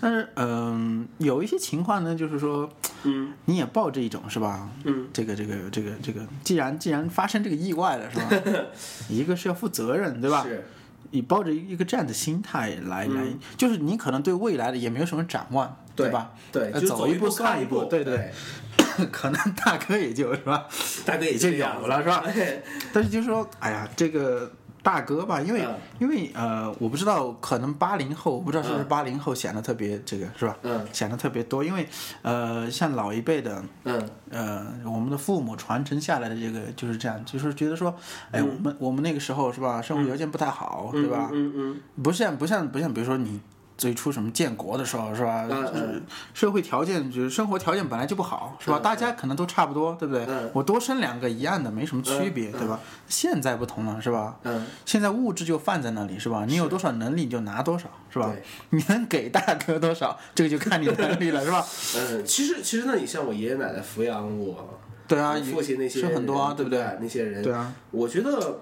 [SPEAKER 1] 但是嗯、有一些情况呢，就是说
[SPEAKER 2] 嗯
[SPEAKER 1] 你也抱这一种是吧？
[SPEAKER 2] 嗯，
[SPEAKER 1] 这个这个这个这个，既然既然发生这个意外了，是吧？
[SPEAKER 2] *laughs*
[SPEAKER 1] 一个是要负责任，对吧？
[SPEAKER 2] 是，嗯
[SPEAKER 1] 你抱着一个这样的心态来、来，就是你可能对未来的也没有什么展望，
[SPEAKER 2] 对
[SPEAKER 1] 吧？
[SPEAKER 2] 对，
[SPEAKER 1] 呃
[SPEAKER 2] 就
[SPEAKER 1] 走
[SPEAKER 2] 一
[SPEAKER 1] 步
[SPEAKER 2] 算
[SPEAKER 1] 算
[SPEAKER 2] 步，
[SPEAKER 1] 对
[SPEAKER 2] 对，
[SPEAKER 1] *coughs* 可能大哥也就是吧，
[SPEAKER 2] 大哥
[SPEAKER 1] 也就
[SPEAKER 2] 这样哎
[SPEAKER 1] 有了是吧
[SPEAKER 2] 对
[SPEAKER 1] 但是就是说，哎呀，这个大哥吧，因为、
[SPEAKER 2] 嗯
[SPEAKER 1] 因为呃，我不知道，可能八零后，我不知道是不是八零后想的特别这个是吧？
[SPEAKER 2] 嗯
[SPEAKER 1] 想的特别多，因为呃，像老一辈的，
[SPEAKER 2] 嗯
[SPEAKER 1] 呃，我们的父母传承下来的这个就是这样，就是觉得说，哎，我们我们那个时候是吧，生活条件不太好，对吧？
[SPEAKER 2] 嗯嗯
[SPEAKER 1] 不像不像不像，比如说你最初什么建国的时候是吧？
[SPEAKER 2] 嗯
[SPEAKER 1] 就是社会条件就是生活条件本来就不好是吧？大家可能都差不多，对不对
[SPEAKER 2] 嗯？
[SPEAKER 1] 我多生两个一样的没什么区别，
[SPEAKER 2] 嗯
[SPEAKER 1] 对吧？现在不同了是吧？
[SPEAKER 2] 嗯嗯，
[SPEAKER 1] 现在物质就放在那里是吧？你有多少能力你就拿多少是吧
[SPEAKER 2] 对？
[SPEAKER 1] 你能给大哥多少，这个就看你能力了是吧？
[SPEAKER 2] 呃嗯，其实其实那你像我爷爷奶奶抚养我，
[SPEAKER 1] 对啊，
[SPEAKER 2] 父亲那些
[SPEAKER 1] 是很多啊
[SPEAKER 2] 人
[SPEAKER 1] 对
[SPEAKER 2] 对
[SPEAKER 1] 不对
[SPEAKER 2] 那些人，
[SPEAKER 1] 对啊，
[SPEAKER 2] 我觉得，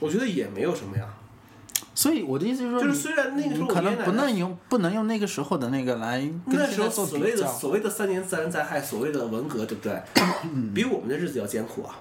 [SPEAKER 2] 我觉得也没有什么呀。
[SPEAKER 1] 所以我的意思就是说
[SPEAKER 2] 就
[SPEAKER 1] 你，
[SPEAKER 2] 是虽然那个时候
[SPEAKER 1] 你
[SPEAKER 2] 我
[SPEAKER 1] 可
[SPEAKER 2] 爷爷
[SPEAKER 1] 能
[SPEAKER 2] 奶
[SPEAKER 1] 不
[SPEAKER 2] 奶
[SPEAKER 1] 能用不能用那个时候的那个来
[SPEAKER 2] 那
[SPEAKER 1] 跟
[SPEAKER 2] 时
[SPEAKER 1] 现在
[SPEAKER 2] 候
[SPEAKER 1] 做
[SPEAKER 2] 所
[SPEAKER 1] 比
[SPEAKER 2] 谓的
[SPEAKER 1] 较，
[SPEAKER 2] 所谓的三年自然灾害，所谓的文革，对不对？比我们的日子要艰苦啊！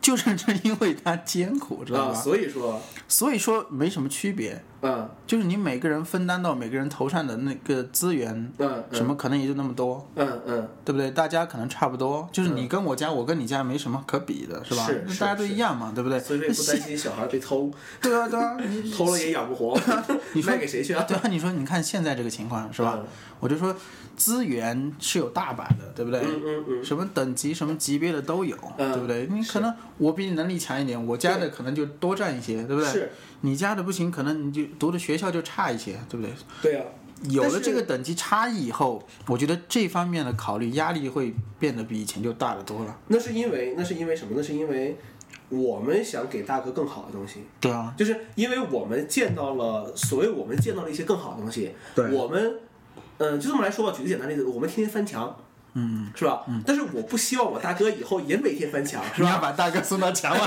[SPEAKER 1] 就是 *laughs* 正因为它艰苦，知道
[SPEAKER 2] 啊，
[SPEAKER 1] 吧？
[SPEAKER 2] 所以说，
[SPEAKER 1] 所以说没什么区别，
[SPEAKER 2] 嗯
[SPEAKER 1] 就是你每个人分担到每个人头上的那个资源，
[SPEAKER 2] 嗯
[SPEAKER 1] 什么可能也就那么多，
[SPEAKER 2] 嗯嗯，
[SPEAKER 1] 对不对？大家可能差不多，就是你跟我家，我跟你家没什么可比的，是吧？
[SPEAKER 2] 是
[SPEAKER 1] 那
[SPEAKER 2] 是
[SPEAKER 1] 大家都一样嘛，对不对？
[SPEAKER 2] 所以说也不担心小孩被偷，
[SPEAKER 1] *laughs* 对啊，对啊，你
[SPEAKER 2] 偷了也养不活， *laughs* 卖给谁去
[SPEAKER 1] *laughs*
[SPEAKER 2] 啊？
[SPEAKER 1] 对 *laughs* 啊，你说你看现在这个情况是吧？
[SPEAKER 2] 嗯
[SPEAKER 1] 我就说资源是有大把的，对不对？
[SPEAKER 2] 嗯嗯嗯，
[SPEAKER 1] 什么等级、什么级别的都有，
[SPEAKER 2] 嗯
[SPEAKER 1] 对不对？你可能我比你能力强一点，我家的可能就多占一些，对不对？
[SPEAKER 2] 是，
[SPEAKER 1] 你家的不行，可能你就读的学校就差一些，对不对？
[SPEAKER 2] 对啊，
[SPEAKER 1] 有了
[SPEAKER 2] 但是
[SPEAKER 1] 这个等级差异以后，我觉得这方面的考虑压力会变得比以前就大得多了。
[SPEAKER 2] 那是因为那是因为什么？那是因为我们想给大哥更好的东西，
[SPEAKER 1] 对啊，
[SPEAKER 2] 就是因为我们见到了所谓我们见到了一些更好的东西，
[SPEAKER 1] 对
[SPEAKER 2] 我们，嗯、就这么来说吧，举个简单例子，我们天天翻墙，嗯，是吧？但是我不希望我大哥以后也每天翻墙，是
[SPEAKER 1] 你要
[SPEAKER 2] 吧？
[SPEAKER 1] 把大哥送到墙外，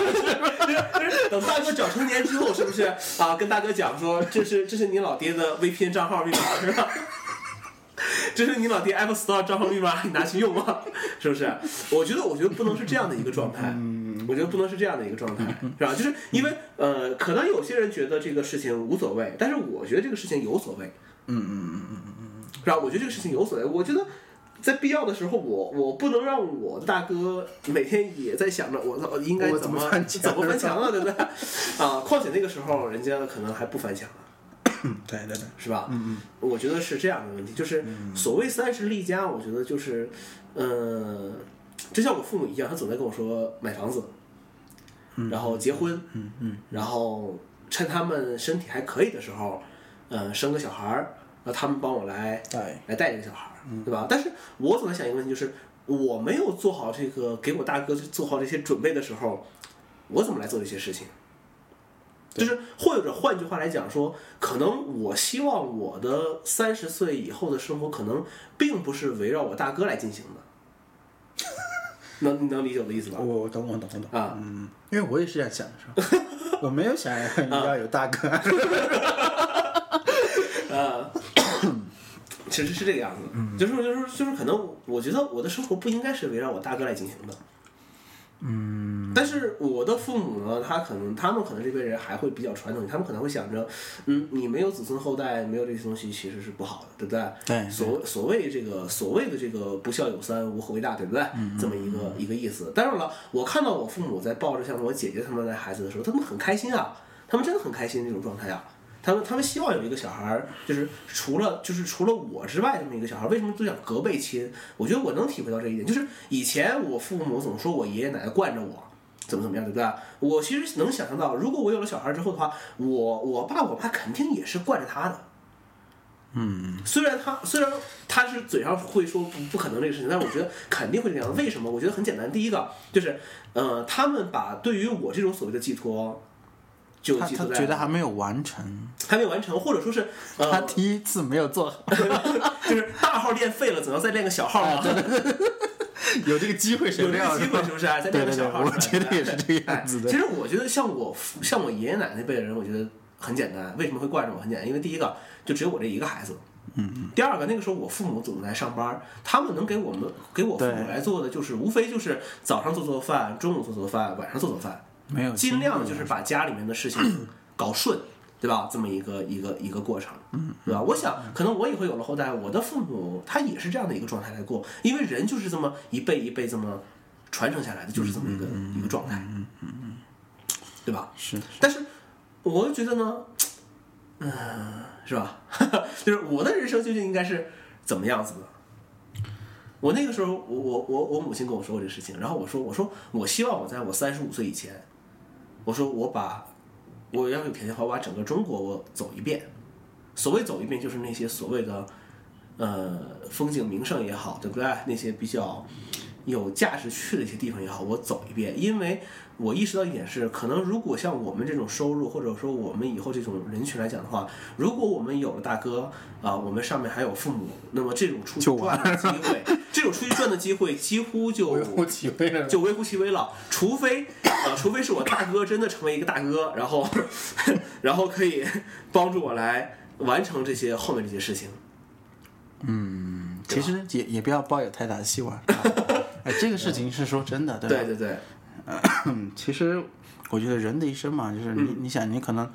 [SPEAKER 2] 等大哥长成年之后，是不是啊？跟大哥讲说，这是这是你老爹的 VPN 账号密码，是吧？这是你老爹 App Store 账号密码，你拿去用吧，是不是？我觉得，我觉得不能是这样的一个状态，我觉得不能是这样的一个状态，是吧？就是因为呃，可能有些人觉得这个事情无所谓，但是我觉得这个事情有所谓，嗯嗯嗯嗯嗯嗯，是吧？我觉得这个事情有所谓，我觉得。在必要的时候，我我不能让我的大哥每天也在想着我操应该
[SPEAKER 1] 我
[SPEAKER 2] 怎
[SPEAKER 1] 怎么
[SPEAKER 2] 么
[SPEAKER 1] 翻墙
[SPEAKER 2] 怎么翻墙啊，对不对？啊，况且那个时候人家可能还不翻墙呢，
[SPEAKER 1] *laughs* 对对对，
[SPEAKER 2] 是吧？嗯嗯，嗯我觉得是这样的问题，就是所谓三十立家，我觉得就是，呃，就像我父母一样，他总在跟我说买房子，然后结婚，嗯嗯，然后趁他们身体还可以的时候，呃，生个小孩儿，让他们帮我来
[SPEAKER 1] 对，
[SPEAKER 2] 来带这个小孩儿，对吧？但是我总在想一个问题，就是我没有做好这个给我大哥做好这些准备的时候，我怎么来做这些事情？就是或者换句话来讲说，可能我希望我的三十岁以后的生活，可能并不是围绕我大哥来进行的。能能理解我的意思吧？
[SPEAKER 1] 我我懂我懂我懂，
[SPEAKER 2] 啊，
[SPEAKER 1] 因为我也是这样想的，是吧？我没 *laughs* 有想要有大哥，
[SPEAKER 2] 其实是这个样子，就是就是就是可能我觉得我的生活不应该是围绕我大哥来进行的，嗯，但是我的父母呢，他可能他们可能这辈人还会比较传统，他们可能会想着，嗯，你没有子孙后代，没有这些东西其实是不好的，对不对？
[SPEAKER 1] 哎对
[SPEAKER 2] 所所谓这个所谓的这个不孝有三，无后为大，对不对？这么一个一个意思。当然了，我看到我父母在抱着像我姐姐他们的孩子的时候，他们很开心啊，他们真的很开心那种状态啊。他们他们希望有一个小孩儿，就是除了就是除了我之外这么一个小孩儿，为什么都想隔辈亲？我觉得我能体会到这一点，就是以前我父母总说我爷爷奶奶惯着我。怎么怎么样，对不对？我其实能想象到，如果我有了小孩之后的话，我我爸我妈肯定也是惯着他的，虽然他虽然他是嘴上会说不不可能这个事情，但是我觉得肯定会这样。为什么？我觉得很简单。第一个就是，呃，他们把对于我这种所谓的寄托，就
[SPEAKER 1] 他
[SPEAKER 2] 寄
[SPEAKER 1] 他
[SPEAKER 2] 托在
[SPEAKER 1] 觉得嗯还没有完成，
[SPEAKER 2] 还没完成，或者说是
[SPEAKER 1] *laughs* 他
[SPEAKER 2] 呃，
[SPEAKER 1] 第一次没有做好，
[SPEAKER 2] 就是大号练废了，总要再练个小号
[SPEAKER 1] 哎
[SPEAKER 2] 嘛，
[SPEAKER 1] 有这个机会谁
[SPEAKER 2] 有
[SPEAKER 1] 不
[SPEAKER 2] 这
[SPEAKER 1] 要
[SPEAKER 2] 个机
[SPEAKER 1] 是吧
[SPEAKER 2] 会是不是？再
[SPEAKER 1] 对
[SPEAKER 2] 练个
[SPEAKER 1] 对对，
[SPEAKER 2] 小号
[SPEAKER 1] 我
[SPEAKER 2] 出
[SPEAKER 1] 觉
[SPEAKER 2] 来
[SPEAKER 1] 得也是这个样子
[SPEAKER 2] 哎其
[SPEAKER 1] 的。
[SPEAKER 2] 实我觉得像我父像我爷爷奶奶那辈人，我觉得很简单。为什么会惯着我？很简单，因为第一个就只有我这一个孩子。嗯，第二个，那个时候我父母总在上班，他们能给我们给我父母
[SPEAKER 1] 对
[SPEAKER 2] 来做的就是，无非就是早上做做饭，中午做做饭，晚上做做饭，
[SPEAKER 1] 没有
[SPEAKER 2] 尽量就是把家里面的事情搞顺，对吧？这么一个一个一个过程，对吧？我想，可能我以后有了后代，我的父母他也是这样的一个状态来过，因为人就是这么一辈一辈这么传承下来的，就是这么一个一个状态，对吧？
[SPEAKER 1] 是
[SPEAKER 2] 但是我又觉得呢，嗯、是吧？ *laughs* 就是我的人生究竟应该是怎么样子的？我那个时候，我我我我母亲跟我说过这事情，然后我说我说我希望我在我三十五岁以前，我说我把我要有条件的话，我把整个中国我走一遍。所谓走一遍，就是那些所谓的呃风景名胜也好，对不对？那些比较有价值去的一些地方也好，我走一遍，因为我意识到一点是，可能如果像我们这种收入，或者说我们以后这种人群来讲的话，如果我们有了大哥啊、我们上面还有父母，那么这种出去
[SPEAKER 1] 就
[SPEAKER 2] 赚
[SPEAKER 1] 完
[SPEAKER 2] 的机会，这种出去赚的机会几乎
[SPEAKER 1] *laughs*
[SPEAKER 2] 就
[SPEAKER 1] 起飞了
[SPEAKER 2] 就微乎其微了，除非呃，除非是我大哥真的成为一个大哥，然后 *laughs* 然后可以帮助我来完成这些后面这些事情。
[SPEAKER 1] 其实也也不要抱有太大的希
[SPEAKER 2] *laughs*
[SPEAKER 1] 望。啊哎，这个事情是说真的，对吧？
[SPEAKER 2] 啊对对对，
[SPEAKER 1] 嗯，其实我觉得人的一生嘛，就是你、你想，你可能，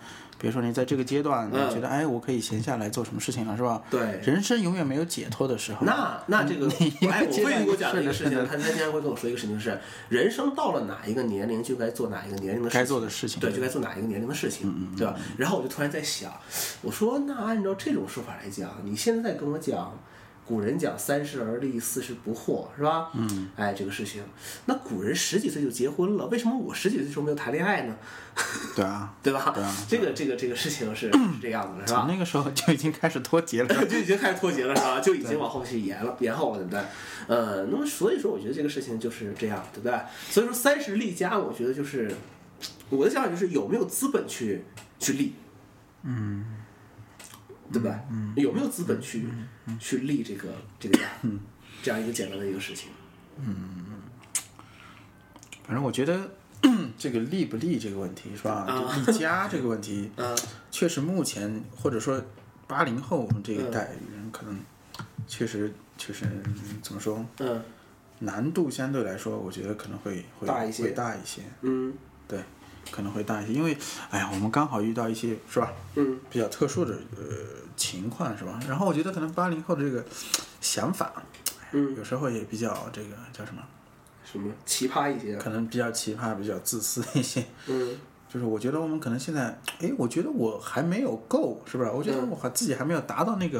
[SPEAKER 1] 比如说你在这个阶段，你
[SPEAKER 2] 嗯
[SPEAKER 1] 觉得哎，我可以闲下来做什么事情了，是吧？
[SPEAKER 2] 对
[SPEAKER 1] 人生永远没有解脱的时候。
[SPEAKER 2] 那那这个
[SPEAKER 1] 你一，个
[SPEAKER 2] 哎，我
[SPEAKER 1] 阶
[SPEAKER 2] 魏
[SPEAKER 1] 段
[SPEAKER 2] 给我讲的
[SPEAKER 1] 顺
[SPEAKER 2] 一
[SPEAKER 1] 着
[SPEAKER 2] 个事情，
[SPEAKER 1] 顺
[SPEAKER 2] 他他经常会跟我说一个事情是，人生到了哪一个年龄就该做哪一个年龄的事情
[SPEAKER 1] 该做的嗯事情
[SPEAKER 2] 对，就该做哪一个年龄的事情，对吧？然后我就突然在想，我说那按照这种说法来讲，你现在跟我讲。古人讲三十而立，四十不惑，是吧？嗯，哎，这个事情，那古人十几岁就结婚了，为什么我十几岁的时候没有谈恋爱呢？
[SPEAKER 1] 对啊，
[SPEAKER 2] 对吧？
[SPEAKER 1] 对啊
[SPEAKER 2] 这个这个这个事情是是这样子的，是
[SPEAKER 1] 从
[SPEAKER 2] 吧？
[SPEAKER 1] 那个时候就已经开始脱节了。
[SPEAKER 2] *laughs* 就已经开始脱节了，是吧？就已经往后去延了，延后了，对不对？呃，那么所以说，我觉得这个事情就是这样，对不对？所以说，三十立家，我觉得就是我的想法就是有没有资本去去立，嗯，对不对？嗯，有没有资本去去立这个这个家，这样一个简单的一个事情，
[SPEAKER 1] 反正我觉得这个利不利这个问题是吧？就利家这个问题，
[SPEAKER 2] 嗯
[SPEAKER 1] 确实目前或者说八零后我们这一
[SPEAKER 2] 嗯
[SPEAKER 1] 代人可能确实确实嗯怎么说，
[SPEAKER 2] 嗯
[SPEAKER 1] 难度相对来说，我觉得可能会会
[SPEAKER 2] 大一些
[SPEAKER 1] 会大一些，
[SPEAKER 2] 嗯
[SPEAKER 1] 对，可能会大一些，因为哎呀，我们刚好遇到一些是吧
[SPEAKER 2] 嗯
[SPEAKER 1] 比较特殊的呃情况是吧？然后我觉得可能八零后的这个想法，哎
[SPEAKER 2] 嗯，
[SPEAKER 1] 有时候也比较这个叫什么，
[SPEAKER 2] 什么奇葩一些，
[SPEAKER 1] 可能比较奇葩，比较自私一些。 *laughs*
[SPEAKER 2] 嗯
[SPEAKER 1] 就是我觉得我们可能现在，哎，我觉得我还没有够，是不是？我觉得
[SPEAKER 2] 嗯
[SPEAKER 1] 我还自己还没有达到那个，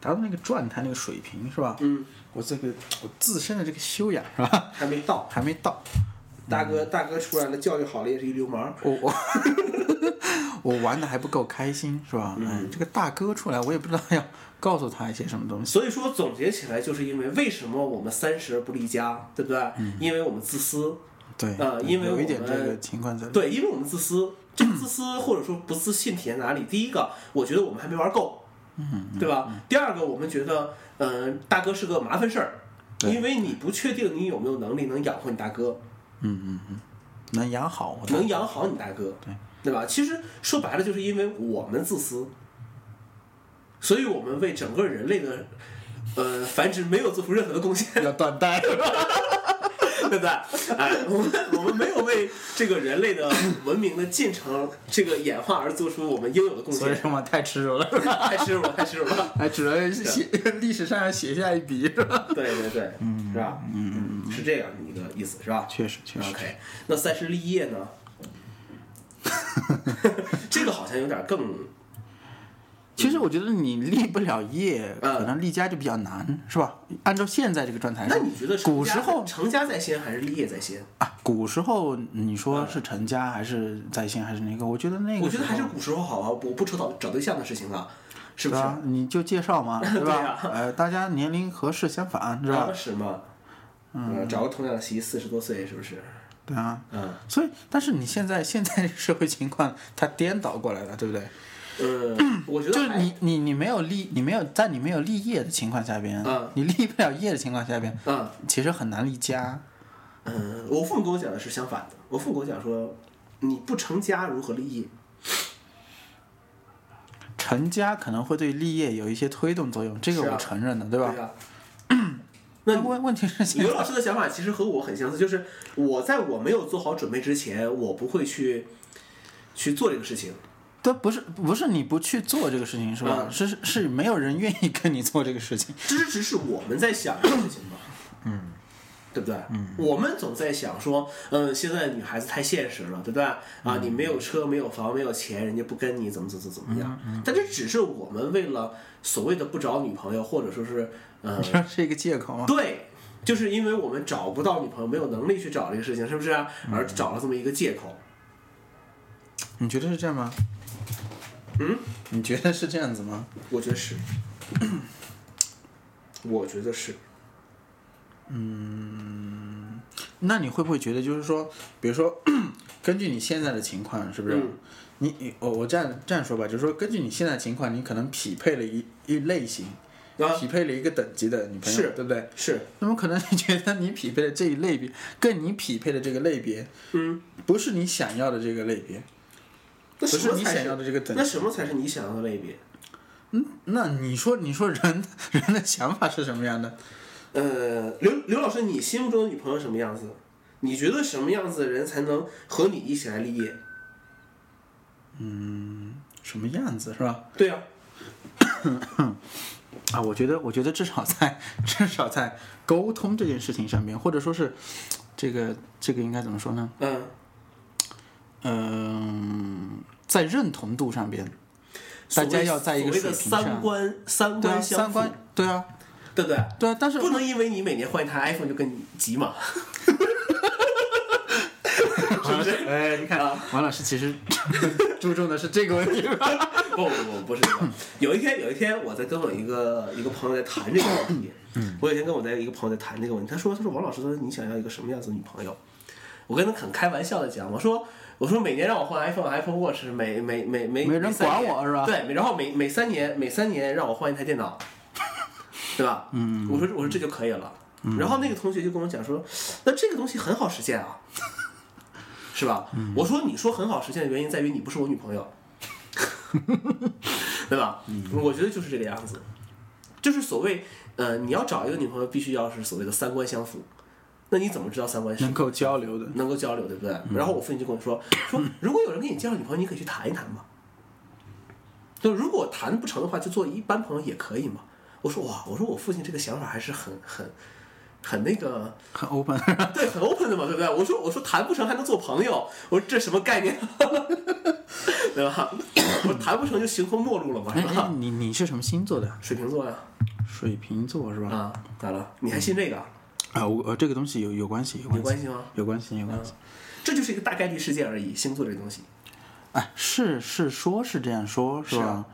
[SPEAKER 1] 达到那个状态、那个水平，是吧？
[SPEAKER 2] 嗯，
[SPEAKER 1] 我这个我自身的这个修养，是吧？
[SPEAKER 2] 还没到，
[SPEAKER 1] 还没到。
[SPEAKER 2] 大哥大哥出来了，教育好了也是一流氓，
[SPEAKER 1] 我我我玩的还不够开心，是吧？嗯，这个大哥出来，我也不知道要告诉他一些什么东西。
[SPEAKER 2] 所以说总结起来，就是因为为什么我们三十而不立家，对不对？
[SPEAKER 1] 嗯
[SPEAKER 2] 因为我们自私，
[SPEAKER 1] 对，
[SPEAKER 2] 呃因为
[SPEAKER 1] 哎有一
[SPEAKER 2] 我
[SPEAKER 1] 点这
[SPEAKER 2] 们
[SPEAKER 1] 个情况在里。
[SPEAKER 2] 对，因为我们自私。这个自私或者说不自信体现在哪里？第一个，我觉得我们还没玩够，
[SPEAKER 1] 嗯
[SPEAKER 2] 对吧？第二个，我们觉得，嗯、大哥是个麻烦事儿，
[SPEAKER 1] 对哦
[SPEAKER 2] 因为你不确定你有没有能力能养活你大哥，
[SPEAKER 1] 能养好我的，
[SPEAKER 2] 能养好你大哥，
[SPEAKER 1] 对
[SPEAKER 2] 对吧？其实说白了，就是因为我们自私，所以我们为整个人类的呃繁殖没有做出任何的贡献。 *laughs*
[SPEAKER 1] 要断代。
[SPEAKER 2] 对不对？哎，我们我们没有为这个人类的文明的进程、这个演化而做出我们应有的贡
[SPEAKER 1] 所以
[SPEAKER 2] 献。
[SPEAKER 1] 说嘛，太吃肉
[SPEAKER 2] *laughs*
[SPEAKER 1] 了，
[SPEAKER 2] 太耻辱了，太耻辱了！ *laughs*
[SPEAKER 1] 还只能写历史上写下一笔，是吧？
[SPEAKER 2] 对对对，是吧？嗯，是这样一个意思，是吧？
[SPEAKER 1] 确实，确实。
[SPEAKER 2] OK，那三十立业呢？ *laughs* 这个好像有点更
[SPEAKER 1] 其实我觉得你立不了业，
[SPEAKER 2] 嗯
[SPEAKER 1] 可能立家就比较难，是吧？按照现在这个状态，
[SPEAKER 2] 那你觉得成
[SPEAKER 1] 哎古
[SPEAKER 2] 家
[SPEAKER 1] 时候
[SPEAKER 2] 成家在先还是立业在先？
[SPEAKER 1] 啊，古时候你说是成家还是在线还是那个？我觉得那个时候，
[SPEAKER 2] 啊我觉得还是古时候好啊，我不愁找找对象的事情啊，是不
[SPEAKER 1] 对
[SPEAKER 2] 是？啊
[SPEAKER 1] 吧？你就介绍
[SPEAKER 2] *laughs*
[SPEAKER 1] 嘛，对吧？呃，大家年龄合适相反，是啊吧
[SPEAKER 2] 当？时嘛，嗯，找个童养媳，四十多岁是不是？
[SPEAKER 1] 对啊。
[SPEAKER 2] 嗯，
[SPEAKER 1] 所以，但是你现在现在社会情况，它颠倒过来了，对不对？
[SPEAKER 2] 嗯，我觉
[SPEAKER 1] 就
[SPEAKER 2] 得
[SPEAKER 1] 是
[SPEAKER 2] 还
[SPEAKER 1] 你你你没有立，你没有在你没有立业的情况下边，
[SPEAKER 2] 嗯
[SPEAKER 1] 你立不了业的情况下边，
[SPEAKER 2] 嗯
[SPEAKER 1] 其实很难立家。
[SPEAKER 2] 嗯，我父母跟我讲的是相反的。我父母跟我讲说，你不成家如何立业？
[SPEAKER 1] 成家可能会对立业有一些推动作用，这个
[SPEAKER 2] 是啊
[SPEAKER 1] 我承认的，对吧？
[SPEAKER 2] 对呀、那
[SPEAKER 1] 那问问题是 *laughs* 现
[SPEAKER 2] 刘
[SPEAKER 1] 在，
[SPEAKER 2] 老师的想法其实和我很相似，就是我在我没有做好准备之前，我不会去去做这个事情。
[SPEAKER 1] 这不是不是你不去做这个事情是吧？
[SPEAKER 2] 嗯
[SPEAKER 1] 是是是没有人愿意跟你做这个事情。
[SPEAKER 2] 这是只是我们在想的事情嘛，嗯，对不对？嗯，我们总在想说，嗯，现在女孩子太现实了，对不对？
[SPEAKER 1] 嗯
[SPEAKER 2] 啊，你没有车，没有房，没有钱，人家不跟你怎么怎么怎么怎么样。
[SPEAKER 1] 嗯
[SPEAKER 2] 但这只是我们为了所谓的不找女朋友，或者说是呃
[SPEAKER 1] *laughs* 你，说是一个借口吗？啊
[SPEAKER 2] *laughs* 对，就是因为我们找不到女朋友，没有能力去找这个事情，是不是、啊？
[SPEAKER 1] 嗯
[SPEAKER 2] 而找了这么一个借口。
[SPEAKER 1] 你觉得是这样吗？
[SPEAKER 2] 嗯，
[SPEAKER 1] 你觉得是这样子吗？嗯
[SPEAKER 2] 我觉得是，我觉得是，
[SPEAKER 1] 那你会不会觉得，就是说，比如说，根据你现在的情况，是不是？啊
[SPEAKER 2] 嗯
[SPEAKER 1] 你你我我这样这样说吧，就是说，根据你现在的情况，你可能匹配了一一类型，
[SPEAKER 2] 啊
[SPEAKER 1] 匹配了一个等级的女朋友，
[SPEAKER 2] 是
[SPEAKER 1] 对不对？
[SPEAKER 2] 是，
[SPEAKER 1] 那么可能你觉得你匹配的这一类别，跟你匹配的这个类别，
[SPEAKER 2] 嗯，
[SPEAKER 1] 不是你想要的这个类别，
[SPEAKER 2] 那
[SPEAKER 1] 不
[SPEAKER 2] 什
[SPEAKER 1] 是
[SPEAKER 2] 么
[SPEAKER 1] 你
[SPEAKER 2] 才
[SPEAKER 1] 想
[SPEAKER 2] 是
[SPEAKER 1] 要的这个等
[SPEAKER 2] 那
[SPEAKER 1] 级。
[SPEAKER 2] 什么才是你想要的类别？
[SPEAKER 1] 那你说，你说人 *laughs* 人的想法是什么样的？
[SPEAKER 2] 呃，刘刘老师，你心目中的女朋友什么样子？你觉得什么样子的人才能和你一起来立业？
[SPEAKER 1] 什么样子是吧？
[SPEAKER 2] 对啊，
[SPEAKER 1] 啊，我觉得，我觉得至少在至少在沟通这件事情上面，或者说是这个这个应该怎么说呢？
[SPEAKER 2] 嗯，
[SPEAKER 1] 嗯、在认同度上边，
[SPEAKER 2] 所
[SPEAKER 1] 大
[SPEAKER 2] 谓
[SPEAKER 1] 家要在一个
[SPEAKER 2] 所谓
[SPEAKER 1] 水
[SPEAKER 2] 的
[SPEAKER 1] 平上。
[SPEAKER 2] 三观三
[SPEAKER 1] 对啊，
[SPEAKER 2] 观相
[SPEAKER 1] 三观
[SPEAKER 2] 符，
[SPEAKER 1] 对啊，
[SPEAKER 2] 对不对？
[SPEAKER 1] 对啊，但是
[SPEAKER 2] 不能因为你每年换一台 iPhone 就跟你急嘛。
[SPEAKER 1] 王老师，哎，你看，
[SPEAKER 2] 啊
[SPEAKER 1] 王老师其实 *laughs* 注重的是这个问题吧？ *laughs*
[SPEAKER 2] *laughs* 不不不，不是这个。有一天，有一天我在跟我一个一个朋友在谈这个问题。
[SPEAKER 1] 嗯
[SPEAKER 2] 我有一天跟我在一个朋友在谈这个问题，他说：“他说王老师，他说你想要一个什么样子的女朋友？”我跟他很开玩笑的讲，我说：“我说每年让我换 iPhone、iPhone Watch，每每每每
[SPEAKER 1] 没人
[SPEAKER 2] 每三
[SPEAKER 1] 管
[SPEAKER 2] 年
[SPEAKER 1] 我是吧
[SPEAKER 2] 对，每然后每每三年每三年让我换一台电
[SPEAKER 1] *laughs*
[SPEAKER 2] 脑，对吧？嗯，我说我说这就可以了。
[SPEAKER 1] 嗯
[SPEAKER 2] 然后那个同学就跟我讲说，那这个东西很好实现啊，是吧？我说你说很好实现的原因在于你不是我女朋友， *laughs* 对吧？我觉得就是这个样子，就是所谓呃，你要找一个女朋友，必须要是所谓的三观相符。那你怎么知道三观相
[SPEAKER 1] 能够交流的，
[SPEAKER 2] 能够交流，对不对？然后我父亲就跟我说，说如果有人给你介绍女朋友，你可以去谈一谈嘛。就如果谈不成的话，就做一般朋友也可以嘛。我说哇，我说我父亲这个想法还是很很很那个，
[SPEAKER 1] 很 open。
[SPEAKER 2] 对，很 open 的嘛，对不对？我说我说谈不成还能做朋友，我说这什么概念， *laughs* 对吧？我说谈不成就形同陌路了嘛，
[SPEAKER 1] 哎
[SPEAKER 2] 是
[SPEAKER 1] 哎
[SPEAKER 2] 吧？，
[SPEAKER 1] 你你是什么星座的？
[SPEAKER 2] 水瓶座呀、
[SPEAKER 1] 水瓶座是
[SPEAKER 2] 啊，
[SPEAKER 1] 吧？
[SPEAKER 2] 咋了？你还信这个啊？
[SPEAKER 1] 啊，我呃，这个东西有有关系，有关系，
[SPEAKER 2] 有关系吗？
[SPEAKER 1] 有关系，有关系。
[SPEAKER 2] 这就是一个大概率事件而已，星座这东西。
[SPEAKER 1] 哎，是是说是这样说，是吧？
[SPEAKER 2] 是啊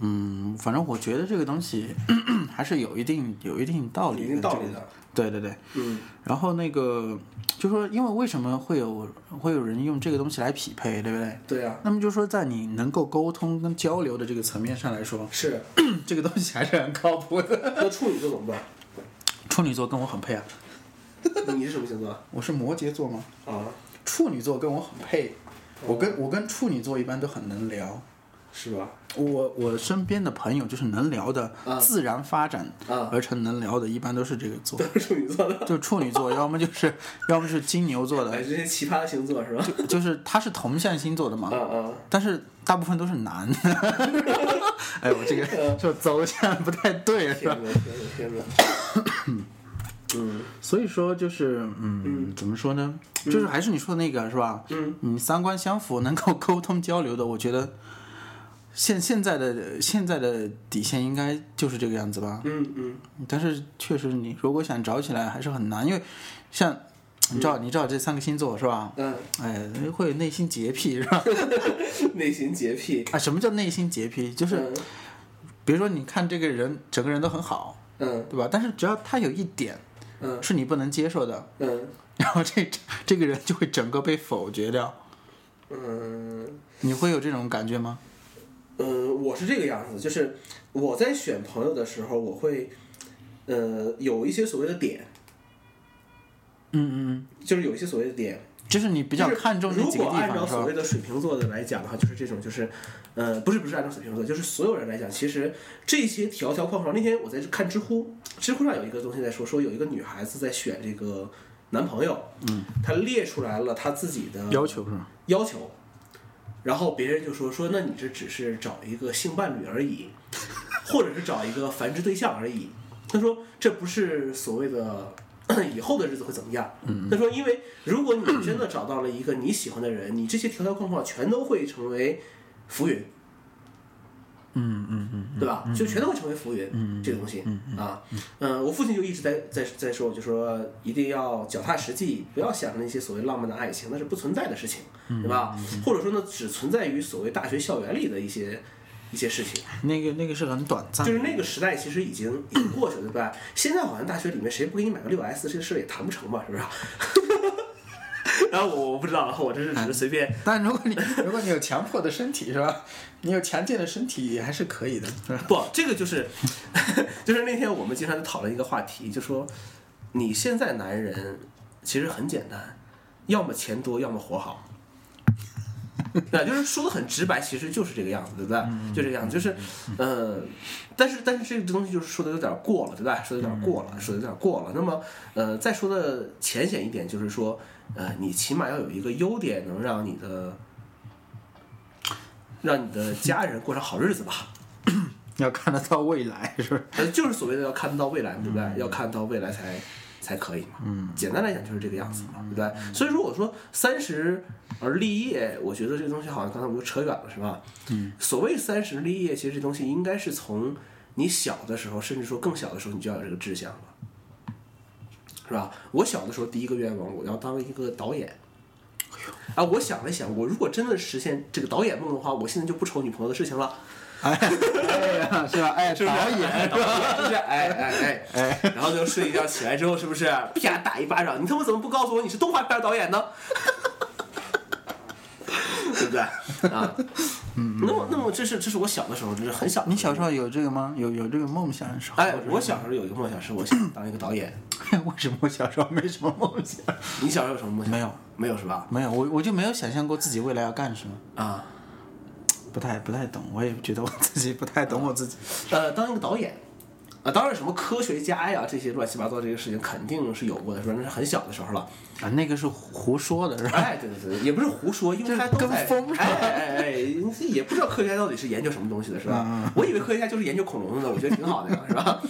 [SPEAKER 1] 嗯，反正我觉得这个东西 *clears throat* 还是有一定有一定道理的，
[SPEAKER 2] 有一定道理的
[SPEAKER 1] 这个对对对，
[SPEAKER 2] 嗯，
[SPEAKER 1] 然后那个就说，因为为什么会有会有人用这个东西来匹配，对不对？
[SPEAKER 2] 对啊呀、
[SPEAKER 1] 那么就说，在你能够沟通跟交流的这个层面上来说， *clears throat*
[SPEAKER 2] 是。
[SPEAKER 1] 这个东西还是很靠谱的。
[SPEAKER 2] 那处女座怎么办？
[SPEAKER 1] 处女座跟我很配啊，
[SPEAKER 2] 你是什么星座？
[SPEAKER 1] 我是摩羯座嘛，
[SPEAKER 2] 啊，
[SPEAKER 1] 处女座跟我很配，我
[SPEAKER 2] 哦
[SPEAKER 1] 跟我跟处女座一般都很能聊。
[SPEAKER 2] 是吧？ *laughs*
[SPEAKER 1] 我我身边的朋友就是能聊的，自然发展
[SPEAKER 2] 嗯
[SPEAKER 1] 而成能聊的，一般都是这个座
[SPEAKER 2] 都，是处女座的，
[SPEAKER 1] 就处女座，要么就是要么是金牛座
[SPEAKER 2] 哎，
[SPEAKER 1] 的，
[SPEAKER 2] 这些奇葩的星座是吧？
[SPEAKER 1] 就是他是同向星座的嘛
[SPEAKER 2] 啊，啊，
[SPEAKER 1] 但是大部分都是男的。 *laughs* 哎，我这
[SPEAKER 2] 嗯
[SPEAKER 1] 个就走向不太对，是吧？
[SPEAKER 2] 天哪，天哪，天哪！嗯，
[SPEAKER 1] 所以说就是，嗯，怎么说呢？就是还是你说的那个是吧？
[SPEAKER 2] 嗯，
[SPEAKER 1] 你三观相符，能够沟通交流的，我觉得现现在的现在的底线应该就是这个样子吧。
[SPEAKER 2] 嗯嗯，
[SPEAKER 1] 但是确实，你如果想找起来还是很难，因为像你知道，你知道这三个星座是吧？
[SPEAKER 2] 嗯，
[SPEAKER 1] 哎，会有内心洁癖是吧？ *laughs*
[SPEAKER 2] 内心洁癖，
[SPEAKER 1] 啊，什么叫内心洁癖？就
[SPEAKER 2] 就是
[SPEAKER 1] 比如说，你看这个人整个人都很好，
[SPEAKER 2] 嗯
[SPEAKER 1] 对吧？但是只要他有一点
[SPEAKER 2] 嗯
[SPEAKER 1] 是你不能接受的，
[SPEAKER 2] 嗯
[SPEAKER 1] 然后这 *laughs* 这个人就会整个被否决掉。
[SPEAKER 2] 嗯
[SPEAKER 1] 你会有这种感觉吗？
[SPEAKER 2] 嗯，我是这个样子，就是我在选朋友的时候，我会呃有一些所谓的点，
[SPEAKER 1] 嗯嗯，
[SPEAKER 2] 就是有一些所谓的点，
[SPEAKER 1] 就是你比较
[SPEAKER 2] 就是
[SPEAKER 1] 看重这
[SPEAKER 2] 如
[SPEAKER 1] 几个
[SPEAKER 2] 果
[SPEAKER 1] 地
[SPEAKER 2] 按照
[SPEAKER 1] 方是
[SPEAKER 2] 所
[SPEAKER 1] 吧？
[SPEAKER 2] 谓的水瓶座的来讲的话，就是这种，就是，呃，不是不是按照水瓶座，就是所有人来讲，其实这些条条框框。那天我在看知乎，知乎上有一个东西在说，说有一个女孩子在选这个男朋友，嗯，她列出来了她自己的
[SPEAKER 1] 要求是吧？
[SPEAKER 2] 要求，然后别人就说说，那你这只是找一个性伴侣而已， *laughs* 或者是找一个繁殖对象而已。他说这不是所谓的 *clears throat* 以后的日子会怎么样。
[SPEAKER 1] 嗯
[SPEAKER 2] 他说，因为如果你真的找到了一个你喜欢的人，你这些条条框框全都会成为浮云。
[SPEAKER 1] 嗯嗯嗯，
[SPEAKER 2] 对吧？就全都会成为浮云，这个东西啊，嗯，我父亲就一直在在在说，就说一定要脚踏实地，不要想那些所谓浪漫的爱情，那是不存在的事情，对吧？或者说呢，只存在于所谓大学校园里的一些一些事情。
[SPEAKER 1] 那个那个是很短暂
[SPEAKER 2] 就
[SPEAKER 1] 的，
[SPEAKER 2] 是那个时代其实已经已经过去了，对吧？ *coughs* 现在好像大学里面谁不给你买个六 S 这个事儿也谈不成嘛，是 *laughs* 不是？然后我我不知道，然后我这是只是随便，
[SPEAKER 1] 但如果你如果你有强迫的身体是吧？你有强健的身体也还是可以的，是吧？
[SPEAKER 2] *laughs* 不，这个就是就是那天我们经常就讨论一个话题，就说你现在男人其实很简单，要么钱多，要么活好。对，就是说的很直白，其实就是这个样子，对不对？就这个样子，就是，呃，但是但是这个东西就是说的有点过了，对吧？说的有点过了，说的有点过了。那么，呃，再说的浅显一点，就是说，呃，你起码要有一个优点，能让你的让你的家人过上好日子吧。
[SPEAKER 1] *laughs* 要看得到未 *laughs* 来，是不是？
[SPEAKER 2] 呃， *laughs* 就是所谓的要看得到未来，对不对？要看到未来才才可以嘛。嗯，简单来讲就是这个样子嘛，对不对？所以说我说三十而立业，我觉得这个东西好像刚才我们就扯远了，是吧？嗯，所谓三十立业，其实这东西应该是从你小的时候，甚至说更小的时候，你就要有这个志向了，是吧？我小的时候第一个愿望，我要当一个导演。啊，我想了想，我如果真的实现这个导演梦的话，我现在就不愁女朋友的事情了。
[SPEAKER 1] 哎，哎是吧？哎，导演， *laughs*
[SPEAKER 2] 导演是不是？哎哎哎哎，然后就睡一觉起来之后，是不是啪打一巴掌？你他妈怎么不告诉我你是动画片导演呢？ *laughs* 对不对？啊，那么那么这是这是我小的时候，就是很小。
[SPEAKER 1] 你小时候有这个吗？有有这个梦想的时候？
[SPEAKER 2] 哎，我小时候有一个梦想是我想当一个导演。
[SPEAKER 1] *laughs* 为什么我小时候没什么梦想？
[SPEAKER 2] 你小时候有什么梦
[SPEAKER 1] *laughs*
[SPEAKER 2] 想？
[SPEAKER 1] 没有，
[SPEAKER 2] 没有是吧？
[SPEAKER 1] 没有，我我就没有想象过自己未来要干什么，
[SPEAKER 2] 啊，
[SPEAKER 1] 不太不太懂，我也觉得我自己不太懂我自己。
[SPEAKER 2] 呃，当一个导演。啊，当然，什么科学家呀，这些乱七八糟这些事情肯定是有过的，是吧？那是很小的时候了。
[SPEAKER 1] 啊，那个是胡说的，是 *laughs* 吧？
[SPEAKER 2] 哎，对对对，也不是胡说，因为他都
[SPEAKER 1] 跟
[SPEAKER 2] 在
[SPEAKER 1] 风
[SPEAKER 2] 哎哎哎，这也不知道科学家到底是研究什么东西的，是吧？我以为科学家就是研究恐龙的呢，我觉得挺好的呀，是 *laughs* 吧？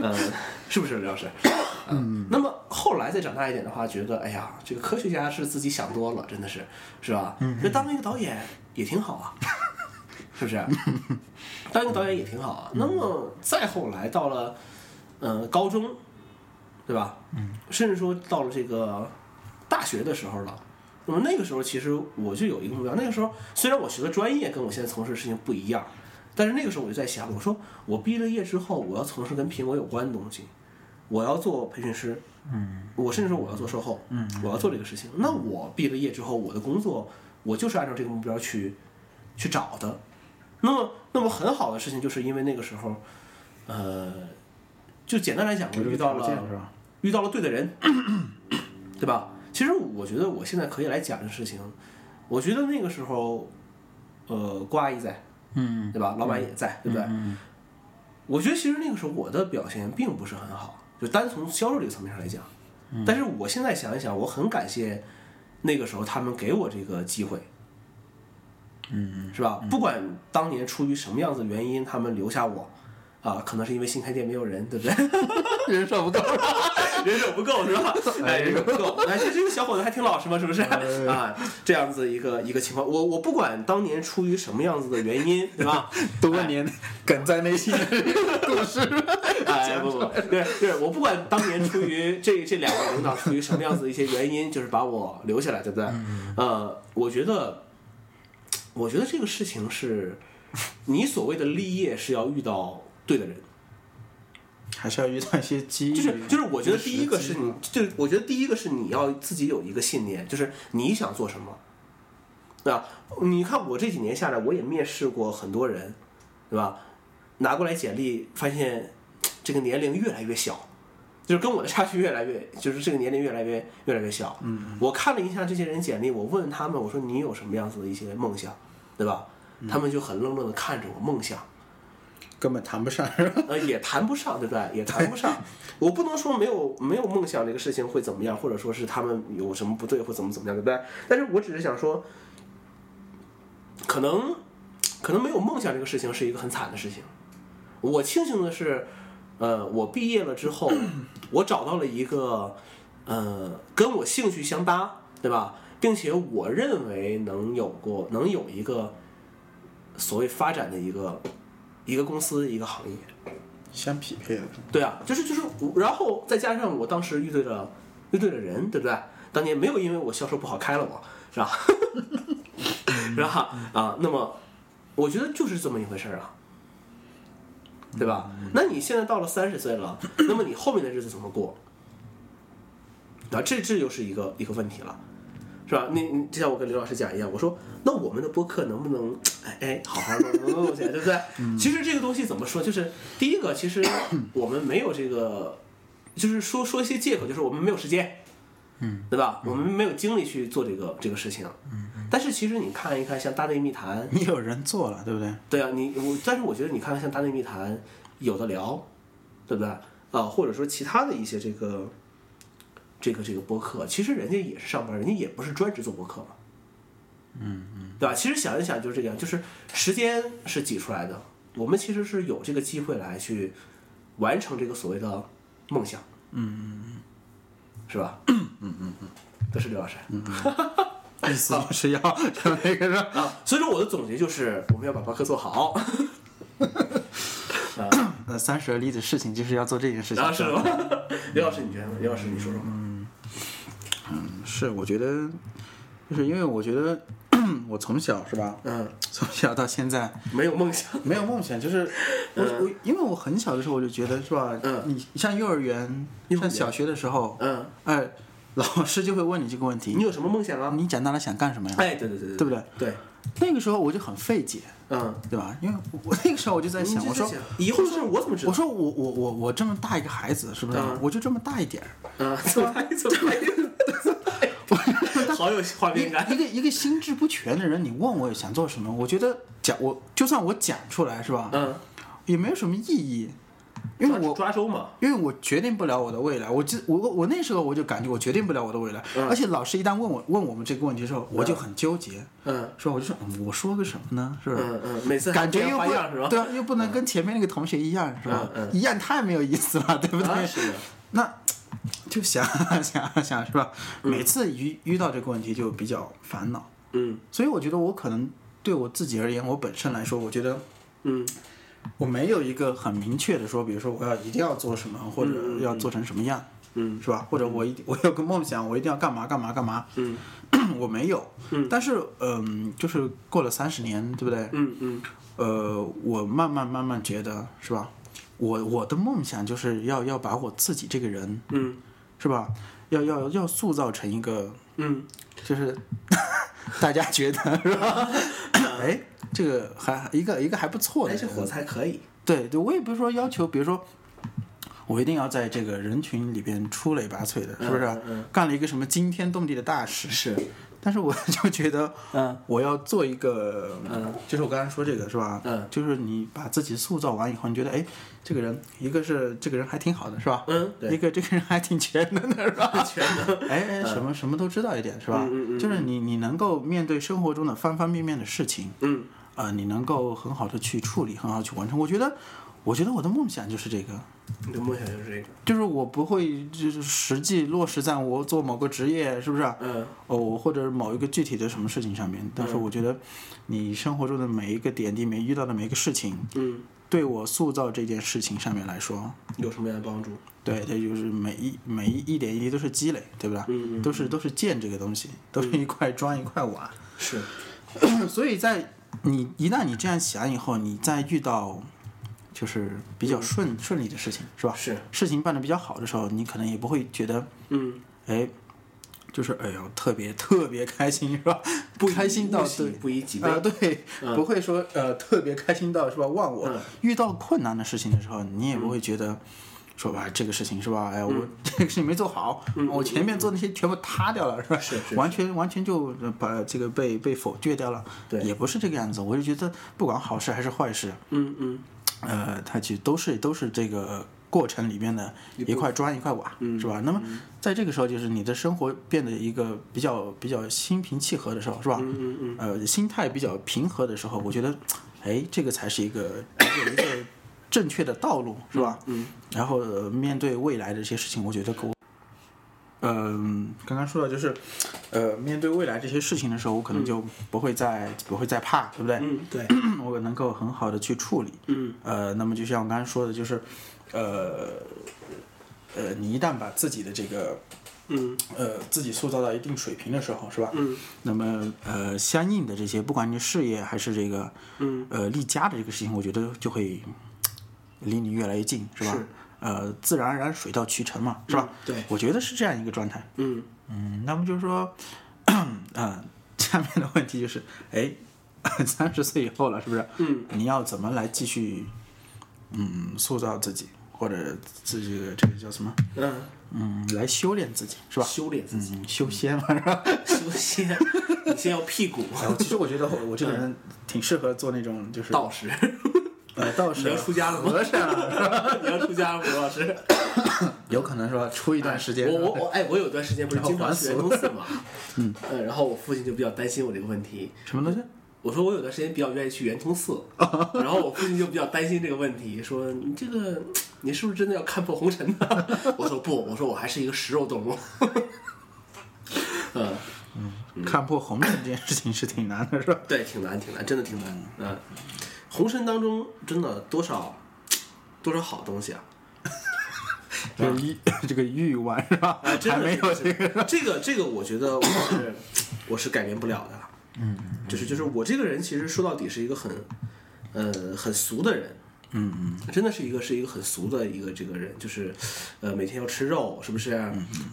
[SPEAKER 2] 嗯，是不是刘老 *coughs* 师？嗯，那么后来再长大一点的话，觉得哎呀，这个科学家是自己想多了，真的是，是吧？那当一个导演也挺好啊，是不是？ *laughs* 当一个导演也挺好啊。那么再后来到了，呃，高中，对吧？嗯，甚至说到了这个大学的时候了。那么那个时候，其实我就有一个目标。那个时候，虽然我学的专业跟我现在从事的事情不一样，但是那个时候我就在想，我说我毕了业之后，我要从事跟苹果有关的东西，我要做培训师，嗯，我甚至说我要做售后，嗯，我要做这个事情。那我毕了业之后，我的工作我就是按照这个目标去去找的。那么，那么很好的事情，就是因为那个时候，呃，就简单来讲，我遇到了
[SPEAKER 1] 是吧？
[SPEAKER 2] 遇到了对的人， *clears throat* 对吧？其实我觉得我现在可以来讲这事情，我觉得那个时候，呃，郭阿姨在，
[SPEAKER 1] 嗯，
[SPEAKER 2] 对吧？老板也在，对不对？我觉得其实那个时候我的表现并不是很好，就单从销售这个层面上来讲。但是我现在想一想，我很感谢那个时候他们给我这个机会，嗯，是吧？不管当年出于什么样子的原因，他们留下我，啊，可能是因为新开店没有人，对不对？
[SPEAKER 1] 人手不够，
[SPEAKER 2] 人手不够是吧？ *laughs* 哎，人手不够。 *laughs* 哎，这这个小伙子还挺老实嘛，是不是？啊，这样子一个一个情况，我我不管当年出于什么样子的原因，对 *laughs* 吧？
[SPEAKER 1] *laughs* 多年梗在内心的故事。
[SPEAKER 2] 哎，不不，对对，我不管当年出于这这两位领导出于什么样子的一些原因，就是把我留下来，对不对？呃，我觉得，我觉得这个事情是，你所谓的立业是要遇到对的人。
[SPEAKER 1] *laughs* 还是要遇到一些机遇，
[SPEAKER 2] 就是就是，我觉得嗯第一个是
[SPEAKER 1] 时机
[SPEAKER 2] 你，就是我觉得第一个是你要自己有一个信念，就是你想做什么，对吧？你看我这几年下来，我也面试过很多人，对吧？拿过来简历，发现这个年龄越来越小，就是跟我的差距越来越，就是这个年龄越来越越来越小。嗯，我看了一下这些人简历，我问他们，我说你有什么样子的一些梦想，对吧？他们就很愣愣的看着我梦想。
[SPEAKER 1] 根本谈不上，是吧？
[SPEAKER 2] 呃，也谈不上，对不对？也谈不上。我不能说没有没有梦想这个事情会怎么样，或者说是他们有什么不对或怎么怎么样，对不对？但是我只是想说，可能可能没有梦想这个事情是一个很惨的事情。我庆幸的是，呃，我毕业了之后，我找到了一个呃跟我兴趣相搭，对吧？并且我认为能有过能有一个所谓发展的一个一个公司一个行业，
[SPEAKER 1] 相匹配的，
[SPEAKER 2] 对啊，就是就是我，然后再加上我当时遇对了遇对了人，对不对？当年没 *laughs* 有因为我销售不好开了我，是吧？是吧？啊，那么我觉得就是这么一回事儿啊，对吧？那你现在到了三十岁 *clears throat* 了，那么你后面的日子怎么过？啊，这这又是一个一个问题了，是吧？你你就像我跟刘老师讲一样，我说那我们的播客能不能哎哎好好弄弄弄起来，对不对？其实这个东西怎么说，就是第一个，其 *coughs* 实我们没有这个，就是说说一些借口，就是我们没有时间，嗯，对吧？我们没有精力去做这个这个事情，嗯。但是其实你看一看，像《大内密谈》，
[SPEAKER 1] 也有人做了，对不对？
[SPEAKER 2] 对啊，你我，但是我觉得你看看像《大内密谈》，有的聊，对不对？啊、或者说其他的一些这个，这个这个播客，其实人家也是上班，人家也不是专职做播客嘛。嗯嗯，对吧？其实想一想就是这个样，就是时间是挤出来的，我们其实是有这个机会来去完成这个所谓的梦想。嗯嗯嗯，是吧？嗯嗯 *clears throat* 嗯，这是刘老师。
[SPEAKER 1] 意 *laughs* 思就是要像那个说，
[SPEAKER 2] 啊，所以说我的总结就是，我们要把播客做好。
[SPEAKER 1] 呃，三十而立的事情就是要做这件事情。
[SPEAKER 2] 啊，是吗？ *laughs* 刘老师，你觉得呢？刘老师，你说说。
[SPEAKER 1] 嗯是，我觉得，就是因为我觉得 *clears throat* 我从小是吧，
[SPEAKER 2] 嗯，
[SPEAKER 1] 从小到现在
[SPEAKER 2] 没有梦想。
[SPEAKER 1] 没有梦想，就是我我因为我很小的时候我就觉得是吧，
[SPEAKER 2] 嗯
[SPEAKER 1] 你像幼儿园、
[SPEAKER 2] 幼儿
[SPEAKER 1] 上
[SPEAKER 2] 园
[SPEAKER 1] 小学的时候，
[SPEAKER 2] 嗯，
[SPEAKER 1] 哎，老师就会问你这个问题，
[SPEAKER 2] 你有什么梦想啊？
[SPEAKER 1] 你长大了想干什么呀？
[SPEAKER 2] 哎，对对对
[SPEAKER 1] 对
[SPEAKER 2] 对
[SPEAKER 1] 不对？
[SPEAKER 2] 对，
[SPEAKER 1] 那个时候我就很费解，
[SPEAKER 2] 嗯，
[SPEAKER 1] 对吧？因为我我那个时候我就在想，
[SPEAKER 2] 你
[SPEAKER 1] 我
[SPEAKER 2] 就在
[SPEAKER 1] 说。
[SPEAKER 2] 想以后的事我怎么知
[SPEAKER 1] 我
[SPEAKER 2] 道？
[SPEAKER 1] 说我我我我这么大一个孩子是不是？
[SPEAKER 2] 嗯
[SPEAKER 1] 我就这么大一点儿，
[SPEAKER 2] 嗯，怎么还怎么 *laughs* 还？好有画面感。
[SPEAKER 1] 一个一个心智不全的人，你问我想做什么，我觉得讲我就算我讲出来是吧，
[SPEAKER 2] 嗯，
[SPEAKER 1] 也没有什么意义，因为我
[SPEAKER 2] 抓抓周嘛。
[SPEAKER 1] 因为我决定不了我的未来，我就我我我那时候我就感觉我决定不了我的未来，
[SPEAKER 2] 嗯
[SPEAKER 1] 而且老师一旦问我问我们这个问题的时候，我就很纠结，
[SPEAKER 2] 嗯
[SPEAKER 1] 是吧？我就说嗯我说个什么呢？是不是？
[SPEAKER 2] 嗯嗯，每次还
[SPEAKER 1] 感觉
[SPEAKER 2] 不一
[SPEAKER 1] 又
[SPEAKER 2] 样
[SPEAKER 1] 不
[SPEAKER 2] 花样是吧？
[SPEAKER 1] 对啊，又不能跟前面那个同学一样，是吧？
[SPEAKER 2] 嗯
[SPEAKER 1] 一样太没有意思了，对不对？
[SPEAKER 2] 啊是的
[SPEAKER 1] 那就想 *laughs* 想想是吧？每次遇遇到这个问题就比较烦恼，
[SPEAKER 2] 嗯
[SPEAKER 1] 所以我觉得我可能对我自己而言，我本身来说，我觉得
[SPEAKER 2] 嗯
[SPEAKER 1] 我没有一个很明确的说，比如说我要一定要做什么，或者要做成什么样，
[SPEAKER 2] 嗯
[SPEAKER 1] 是吧？或者我一 *coughs* 我有个梦想，我一定要干嘛干嘛干嘛，
[SPEAKER 2] 嗯
[SPEAKER 1] 我没有。但是嗯、就是过了三十年，对不对？
[SPEAKER 2] 嗯嗯
[SPEAKER 1] 呃，我慢慢慢慢觉得是吧？我我的梦想就是要要把我自己这个人
[SPEAKER 2] 嗯
[SPEAKER 1] 是吧？要要要塑造成一个，
[SPEAKER 2] 嗯
[SPEAKER 1] 就是 *laughs* 大家觉得是
[SPEAKER 2] *laughs*
[SPEAKER 1] 吧？哎，这个还一个一个还不
[SPEAKER 2] 嗯，
[SPEAKER 1] 错的
[SPEAKER 2] 哎，这
[SPEAKER 1] 人，
[SPEAKER 2] 火才可以。
[SPEAKER 1] 对对，我也不是说要求，比如说。我一定要在这个人群里边出类拔萃的，是不是？
[SPEAKER 2] 嗯嗯
[SPEAKER 1] 干了一个什么惊天动地的大事，
[SPEAKER 2] 是，
[SPEAKER 1] 但是我 *laughs* 就觉得，
[SPEAKER 2] 嗯
[SPEAKER 1] 我要做一个，
[SPEAKER 2] 嗯，
[SPEAKER 1] 就是我刚才说这个是吧？
[SPEAKER 2] 嗯，
[SPEAKER 1] 就是你把自己塑造完以后，你觉得，哎，这个人，一个是这个人还挺好的，是吧？
[SPEAKER 2] 嗯对
[SPEAKER 1] 一个这个人还挺全能的，是吧？
[SPEAKER 2] *laughs* 全能。
[SPEAKER 1] *laughs*
[SPEAKER 2] 嗯
[SPEAKER 1] 哎哎，什么什么都知道一点，是吧？
[SPEAKER 2] 嗯嗯嗯
[SPEAKER 1] 就是你你能够面对生活中的方方面面的事情，
[SPEAKER 2] 嗯
[SPEAKER 1] 呃，你能够很好的去处理，很好地去完成。我觉得，我觉得我的梦想就是这个，
[SPEAKER 2] 你的梦想就是这个。
[SPEAKER 1] 就是我不会就是实际落实在我做某个职业，是不是？
[SPEAKER 2] 嗯
[SPEAKER 1] 哦，或者某一个具体的什么事情上面，但是我觉得，你生活中的每一个点滴，每遇到的每一个事情，
[SPEAKER 2] 嗯，
[SPEAKER 1] 对我塑造这件事情上面来说，
[SPEAKER 2] 有什么样的帮助？
[SPEAKER 1] 对，这就是每一每一一点一滴都是积累，对不对？
[SPEAKER 2] 嗯嗯
[SPEAKER 1] 都是都是建这个东西，都是一块砖一块瓦。 *clears throat*
[SPEAKER 2] 是，
[SPEAKER 1] 所以在你一旦你这样想以后，你再遇到就是比较顺、顺利的事情，是吧？
[SPEAKER 2] 是
[SPEAKER 1] 事情办得比较好的时候，你可能也不会觉得，
[SPEAKER 2] 嗯，
[SPEAKER 1] 哎，就是哎呦特别特别开心，是吧？不开心到
[SPEAKER 2] 不喜
[SPEAKER 1] 对。
[SPEAKER 2] 不以己悲
[SPEAKER 1] 啊、。对，不会说呃特别开心到是吧？忘我、
[SPEAKER 2] 嗯
[SPEAKER 1] 遇到困难的事情的时候，你也不会觉得说吧这个事情是吧？哎，
[SPEAKER 2] 嗯
[SPEAKER 1] 我这个事情没做好，我前面做那些全部塌掉了是吧？
[SPEAKER 2] 是是
[SPEAKER 1] 完全完全就呃把这个被被否决掉了。
[SPEAKER 2] 对
[SPEAKER 1] 也不是这个样子。我就觉得不管好事还是坏事，
[SPEAKER 2] 嗯嗯
[SPEAKER 1] 呃，它其实都是都是这个过程里面的一块砖一块瓦，
[SPEAKER 2] 嗯
[SPEAKER 1] 是吧？那么在这个时候，就是你的生活变得一个比较比较心平气和的时候，是吧？
[SPEAKER 2] 嗯嗯
[SPEAKER 1] 呃，心态比较平和的时候，我觉得，哎，这个才是一个一个一个正确的道路，是吧？
[SPEAKER 2] 嗯。
[SPEAKER 1] 然后、呃面对未来的这些事情，我觉得我，嗯、刚刚说到就是，呃，面对未来这些事情的时候，我可能就不会再、不会再怕，对不对？
[SPEAKER 2] 嗯，对，
[SPEAKER 1] *clears throat* 我能够很好的去处理。
[SPEAKER 2] 嗯，
[SPEAKER 1] 呃，那么就像我刚才说的，就是，呃，呃，你一旦把自己的这个
[SPEAKER 2] 嗯
[SPEAKER 1] 呃自己塑造到一定水平的时候，是吧？
[SPEAKER 2] 嗯
[SPEAKER 1] 那么呃相应的这些，不管你事业还是这个
[SPEAKER 2] 嗯
[SPEAKER 1] 呃立家的这个事情，我觉得就会嗯离你越来越近，是吧？
[SPEAKER 2] 是嗯
[SPEAKER 1] 呃，自然而然水到渠成嘛，是吧？
[SPEAKER 2] 对
[SPEAKER 1] 我觉得是这样一个状态。
[SPEAKER 2] 嗯
[SPEAKER 1] 嗯，那么就是说， *clears throat* 嗯、下面的问题就是，哎，三十岁以后了，是不是？
[SPEAKER 2] 嗯，
[SPEAKER 1] 你要怎么来继续，嗯，塑造自己，或者自己的这个叫什么？
[SPEAKER 2] 嗯，
[SPEAKER 1] 嗯，来修炼自己，是吧？
[SPEAKER 2] 修炼自己，
[SPEAKER 1] 嗯，修仙嘛，是吧？
[SPEAKER 2] 修仙，你先要屁股
[SPEAKER 1] 然后其哎实我觉得我我这个人挺适合做那种就是
[SPEAKER 2] *laughs* 道士，
[SPEAKER 1] 呃道士
[SPEAKER 2] 你要出家了吗
[SPEAKER 1] 和尚啊，
[SPEAKER 2] 你要出家了，吴老 *laughs* 师。
[SPEAKER 1] 有可能是吧？出一段时间，
[SPEAKER 2] 我我我哎，我有段时间不是经常去
[SPEAKER 1] 然
[SPEAKER 2] 圆
[SPEAKER 1] 后
[SPEAKER 2] 通寺嘛，嗯，然后我父亲就比较担心我这个问题。
[SPEAKER 1] 什么东西？
[SPEAKER 2] 我说我有段时间比较愿意去圆通寺，然后我父亲就比较担心这个问题，说你这个你是不是真的要看破红尘呢？ *laughs* 我说不，我说我还是一个食肉动物。 *laughs* 嗯，
[SPEAKER 1] 看破红尘这件事情是挺难的，是吧？
[SPEAKER 2] 对，挺难，挺难，真的挺难。嗯，红尘当中真的多少多少好东西啊！
[SPEAKER 1] 就是欲这个欲望哎是吧？
[SPEAKER 2] 啊，真
[SPEAKER 1] 还
[SPEAKER 2] 的
[SPEAKER 1] 没有
[SPEAKER 2] 这
[SPEAKER 1] 这个
[SPEAKER 2] 个这个这个，我觉得我是我是改变不了的。嗯，就是就是我这个人，其实说到底是一个很呃很俗的人。
[SPEAKER 1] 嗯
[SPEAKER 2] 嗯，真的是一个是一个很俗的一个这个人，就是，呃，每天要吃肉，是不是？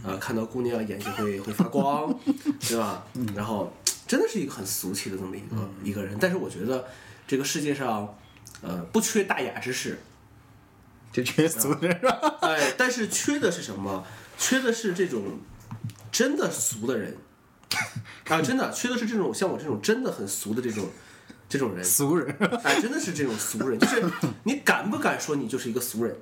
[SPEAKER 2] 呃，看到姑娘眼睛会会发光， *laughs* 对吧？然后真的是一个很俗气的这么一个一个人，但是我觉得这个世界上，呃，不缺大雅之士，
[SPEAKER 1] 这缺俗人是吧？
[SPEAKER 2] 哎，但是缺的是什么？缺的是这种真的俗的人啊，真的缺的是这种像我这种真的很俗的这种这种人，
[SPEAKER 1] 俗人。
[SPEAKER 2] 哎，真的是这种俗人，就是你敢不敢说你就是一个俗人？